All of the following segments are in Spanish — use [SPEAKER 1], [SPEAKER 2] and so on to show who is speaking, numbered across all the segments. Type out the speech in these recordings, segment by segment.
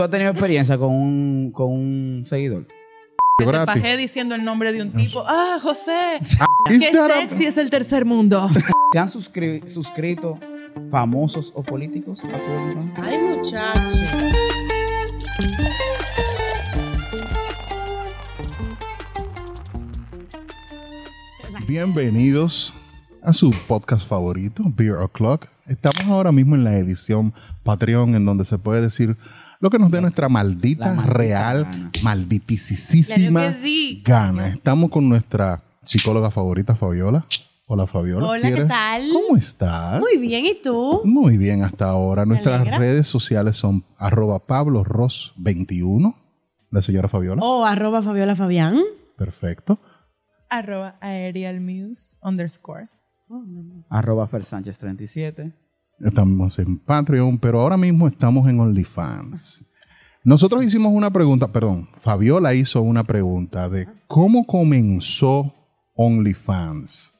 [SPEAKER 1] ¿Tú has tenido experiencia con un, con un seguidor?
[SPEAKER 2] Te
[SPEAKER 3] gratis.
[SPEAKER 2] bajé diciendo el nombre de un tipo. ¡Ah, José! ¡Qué
[SPEAKER 3] Instagram.
[SPEAKER 2] sexy es el tercer mundo!
[SPEAKER 1] ¿Se han suscri- suscrito famosos o políticos a tu OnlyFans?
[SPEAKER 4] Ay, muchachos.
[SPEAKER 3] Bienvenidos a su podcast favorito, Beer O'Clock. Estamos ahora mismo en la edición Patreon, en donde se puede decir lo que nos dé nuestra maldita,
[SPEAKER 1] La maldita
[SPEAKER 3] real,
[SPEAKER 1] gana.
[SPEAKER 3] malditisísima
[SPEAKER 4] Claro que sí.
[SPEAKER 3] gana. Estamos con nuestra psicóloga favorita, Fabiola. Hola, Fabiola.
[SPEAKER 4] Hola, ¿qué
[SPEAKER 3] ¿Quieres-
[SPEAKER 4] tal?
[SPEAKER 3] ¿Cómo estás?
[SPEAKER 4] Muy bien, ¿y tú?
[SPEAKER 3] Muy bien hasta ahora. Nuestras
[SPEAKER 4] alegra.
[SPEAKER 3] redes sociales son arroba Pablo 21, la señora Fabiola.
[SPEAKER 4] O Oh, arroba Fabiola Fabián.
[SPEAKER 3] Perfecto.
[SPEAKER 2] Arroba Aerial Muse underscore.
[SPEAKER 1] Arroba Fer Sánchez 37.
[SPEAKER 3] Estamos en Patreon, pero ahora mismo estamos en OnlyFans. Nosotros hicimos una pregunta, perdón, Fabiola hizo una pregunta de cómo comenzó OnlyFans.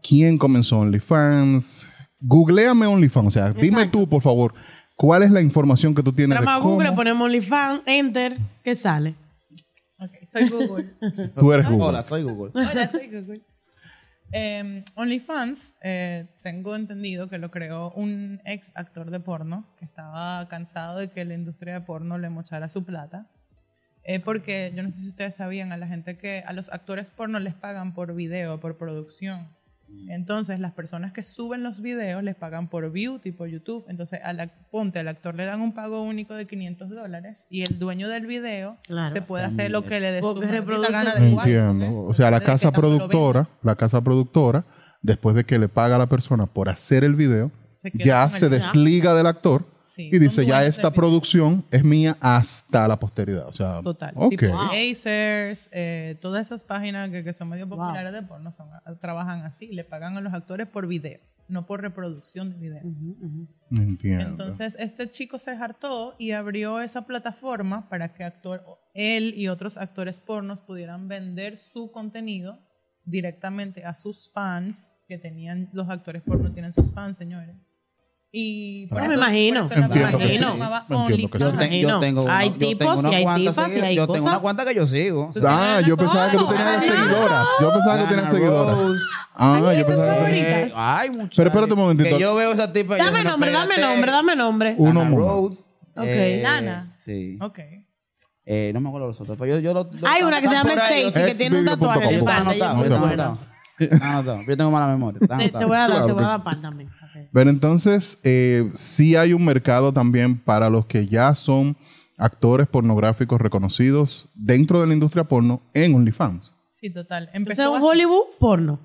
[SPEAKER 3] ¿Quién comenzó OnlyFans? Googleame OnlyFans, o sea, dime tú, por favor, ¿cuál es la información que tú tienes
[SPEAKER 4] Trama
[SPEAKER 3] de cómo?
[SPEAKER 4] Google, ponemos OnlyFans, enter, ¿qué sale?
[SPEAKER 2] Ok, soy Google.
[SPEAKER 3] Tú eres Google.
[SPEAKER 1] Hola, soy Google.
[SPEAKER 2] Hola, soy Google. Eh, OnlyFans, eh, tengo entendido que lo creó un ex actor de porno que estaba cansado de que la industria de porno le mochara su plata. Eh, porque yo no sé si ustedes sabían, a la gente que, a los actores porno les pagan por video, por producción. Entonces, las personas que suben los videos les pagan por beauty, por YouTube. Entonces, al ac- ponte, al actor le dan un pago único de 500 dólares y el dueño del video
[SPEAKER 4] Claro.
[SPEAKER 2] se puede hacer lo que le dé su
[SPEAKER 4] Porque
[SPEAKER 2] maldita
[SPEAKER 4] reproduce-
[SPEAKER 2] gana de guay,
[SPEAKER 3] Mm. Entiendo.
[SPEAKER 2] ¿ves?
[SPEAKER 3] O sea, la
[SPEAKER 2] Desde que
[SPEAKER 3] casa
[SPEAKER 2] tanto lo
[SPEAKER 3] productora, la casa productora, después de que le paga a la persona por hacer el video,
[SPEAKER 2] Se queda
[SPEAKER 3] ya
[SPEAKER 2] con el
[SPEAKER 3] se
[SPEAKER 2] video.
[SPEAKER 3] desliga del actor
[SPEAKER 2] Sí,
[SPEAKER 3] y
[SPEAKER 2] son
[SPEAKER 3] dice, ya
[SPEAKER 2] dueños del
[SPEAKER 3] esta
[SPEAKER 2] video".
[SPEAKER 3] producción es mía hasta la posteridad. O sea,
[SPEAKER 2] ven. Total.
[SPEAKER 3] ok.
[SPEAKER 2] Tipo ah, Acers, eh, todas esas páginas que, que son medio populares de porno son, ah, trabajan así, le pagan a los actores por video, no por reproducción de video.
[SPEAKER 3] Entiendo.
[SPEAKER 2] Entonces, este chico se hartó y abrió esa plataforma para que actor, él y otros actores pornos pudieran vender su contenido directamente a sus fans, que tenían, los actores pornos tienen sus fans, señores. Y por
[SPEAKER 4] Ah.
[SPEAKER 2] eso-
[SPEAKER 4] Me imagino.
[SPEAKER 2] por eso la
[SPEAKER 3] Entiendo que
[SPEAKER 2] página
[SPEAKER 3] sí.
[SPEAKER 2] se llamaba
[SPEAKER 3] Entiendo que sí.
[SPEAKER 1] Yo,
[SPEAKER 2] OnlyFans.
[SPEAKER 1] te- yo tengo una,
[SPEAKER 4] Hay
[SPEAKER 1] yo tengo
[SPEAKER 4] tipos
[SPEAKER 1] unas
[SPEAKER 4] y hay
[SPEAKER 1] cuantas
[SPEAKER 4] tipas y
[SPEAKER 1] seguidas-
[SPEAKER 4] hay
[SPEAKER 1] yo tengo una
[SPEAKER 4] cosas.
[SPEAKER 1] cuanta que yo sigo.
[SPEAKER 3] ah, yo pensaba que tú
[SPEAKER 4] ¿Cómo?
[SPEAKER 3] tenías
[SPEAKER 4] Ah,
[SPEAKER 3] seguidoras. Yo pensaba que
[SPEAKER 1] Lana
[SPEAKER 3] tenías seguidoras.
[SPEAKER 1] Rose.
[SPEAKER 3] Ah, yo pensaba que
[SPEAKER 4] favoritas.
[SPEAKER 3] tenías
[SPEAKER 1] Eh, Ay, muchachos.
[SPEAKER 3] Pero espérate un momentito.
[SPEAKER 1] Que yo veo esa tipa y yo
[SPEAKER 4] Dame
[SPEAKER 1] digo,
[SPEAKER 4] nombre, dame
[SPEAKER 1] espérate.
[SPEAKER 4] nombre, dame nombre.
[SPEAKER 3] uno
[SPEAKER 1] Lana
[SPEAKER 3] más.
[SPEAKER 1] Rhodes.
[SPEAKER 4] Ok.
[SPEAKER 2] Lana.
[SPEAKER 1] eh, Sí.
[SPEAKER 2] Ok.
[SPEAKER 1] Eh, no me acuerdo los otros, pero yo, yo lo- lo-
[SPEAKER 4] Hay una que se
[SPEAKER 1] están
[SPEAKER 4] llama
[SPEAKER 1] por ahí, yo-
[SPEAKER 4] Stacy que tiene un tatuaje
[SPEAKER 1] Yo
[SPEAKER 4] en el
[SPEAKER 1] tengo
[SPEAKER 3] Xvideos.com.
[SPEAKER 4] pan.
[SPEAKER 1] anotado,
[SPEAKER 3] muy
[SPEAKER 1] yo tengo
[SPEAKER 3] buena.
[SPEAKER 1] anotado. Anotado. Yo tengo mala memoria. Está
[SPEAKER 4] Te, te voy a dar,
[SPEAKER 3] Claro
[SPEAKER 4] te voy a
[SPEAKER 3] que
[SPEAKER 4] dar
[SPEAKER 3] sí.
[SPEAKER 4] pan también. Ok.
[SPEAKER 3] Pero entonces, eh, sí hay un mercado también para los que ya son actores pornográficos reconocidos dentro de la industria porno en OnlyFans.
[SPEAKER 2] Sí, total.
[SPEAKER 4] Entonces,
[SPEAKER 2] Empezó
[SPEAKER 4] un
[SPEAKER 2] así.
[SPEAKER 4] Hollywood porno.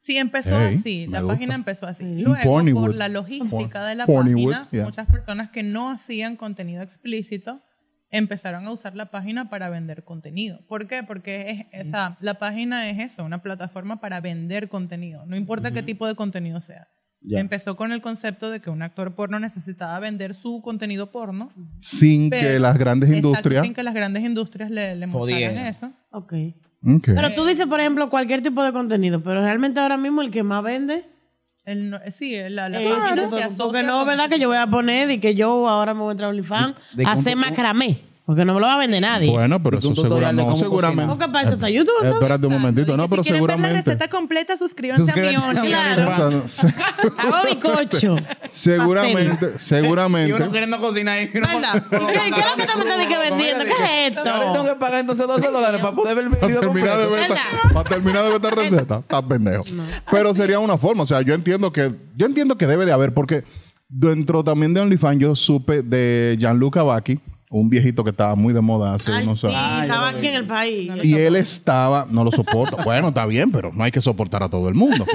[SPEAKER 2] Sí, empezó
[SPEAKER 3] Hey,
[SPEAKER 2] así.
[SPEAKER 3] me
[SPEAKER 2] La
[SPEAKER 3] gusta.
[SPEAKER 2] página empezó así.
[SPEAKER 4] Sí.
[SPEAKER 2] Luego,
[SPEAKER 3] Ponywood.
[SPEAKER 2] por la logística
[SPEAKER 3] Pon-
[SPEAKER 2] de la
[SPEAKER 3] Ponywood,
[SPEAKER 2] página,
[SPEAKER 3] yeah.
[SPEAKER 2] muchas personas que no hacían contenido explícito empezaron a usar la página para vender contenido. ¿Por qué? Porque es, o sea, la página es eso, una plataforma para vender contenido, no importa qué tipo de contenido sea.
[SPEAKER 1] Ya.
[SPEAKER 2] Empezó con el concepto de que un actor porno necesitaba vender su contenido porno,
[SPEAKER 3] Sin
[SPEAKER 2] Pero,
[SPEAKER 3] que las grandes
[SPEAKER 2] exacto,
[SPEAKER 3] industrias...
[SPEAKER 2] sin que las grandes industrias le, le mostraran
[SPEAKER 1] Jodieran.
[SPEAKER 2] eso.
[SPEAKER 4] Ok.
[SPEAKER 3] Ok.
[SPEAKER 4] Pero tú dices, por ejemplo, cualquier tipo de contenido, pero realmente ahora mismo el que más vende
[SPEAKER 2] El no- sí, la, la
[SPEAKER 4] Eh,
[SPEAKER 2] página
[SPEAKER 4] sí,
[SPEAKER 2] se
[SPEAKER 4] porque-
[SPEAKER 2] asocia
[SPEAKER 4] porque no,
[SPEAKER 2] con-
[SPEAKER 4] ¿verdad? Que yo voy a poner y que yo ahora me voy a entrar a OnlyFans
[SPEAKER 1] De- de
[SPEAKER 4] a hacer
[SPEAKER 1] contu-
[SPEAKER 4] macramé. Porque no me lo va a vender nadie.
[SPEAKER 3] Bueno, pero
[SPEAKER 1] Y tú un
[SPEAKER 3] eso
[SPEAKER 1] tutorial de
[SPEAKER 3] seguramente...
[SPEAKER 1] cómo
[SPEAKER 3] seguramente Eh,
[SPEAKER 1] cocinar.
[SPEAKER 4] porque para eso está YouTube. ¿no?
[SPEAKER 3] Espérate un momentito,
[SPEAKER 2] Y
[SPEAKER 3] no,
[SPEAKER 2] si
[SPEAKER 3] pero
[SPEAKER 2] quieren ver la
[SPEAKER 3] seguramente...
[SPEAKER 2] receta completa, suscríbanse,
[SPEAKER 1] Suscríbete
[SPEAKER 2] a mi Only.
[SPEAKER 1] a mi
[SPEAKER 4] claro.
[SPEAKER 3] O sea, no, se-
[SPEAKER 4] Hago bizcocho.
[SPEAKER 1] Y
[SPEAKER 3] seguramente,
[SPEAKER 1] uno
[SPEAKER 3] seguramente.
[SPEAKER 1] queriendo cocinar y uno
[SPEAKER 4] ¿Verdad? ¿Y ¿Qué, qué es lo que tú me estás que vendiendo? ¿Qué es
[SPEAKER 1] Ahora tengo
[SPEAKER 4] esto?
[SPEAKER 1] que pagar entonces 12 dólares para poder ver el
[SPEAKER 3] Para
[SPEAKER 1] video
[SPEAKER 3] terminar, de
[SPEAKER 1] completo.
[SPEAKER 3] ver esta,
[SPEAKER 4] ¿Verdad?
[SPEAKER 3] para terminar de ver esta receta, estás pendejo. Pero sería una forma, o sea, yo entiendo que yo entiendo que debe de haber, porque dentro también de OnlyFans yo supe de Gianluca Vacchi, un viejito que estaba muy de moda hace
[SPEAKER 4] Ay,
[SPEAKER 3] unos
[SPEAKER 4] sí,
[SPEAKER 3] años.
[SPEAKER 4] estaba
[SPEAKER 1] yo lo
[SPEAKER 4] aquí en el país.
[SPEAKER 3] Y él estaba, no lo soporta. Bueno, está bien, pero no hay que soportar a todo el mundo.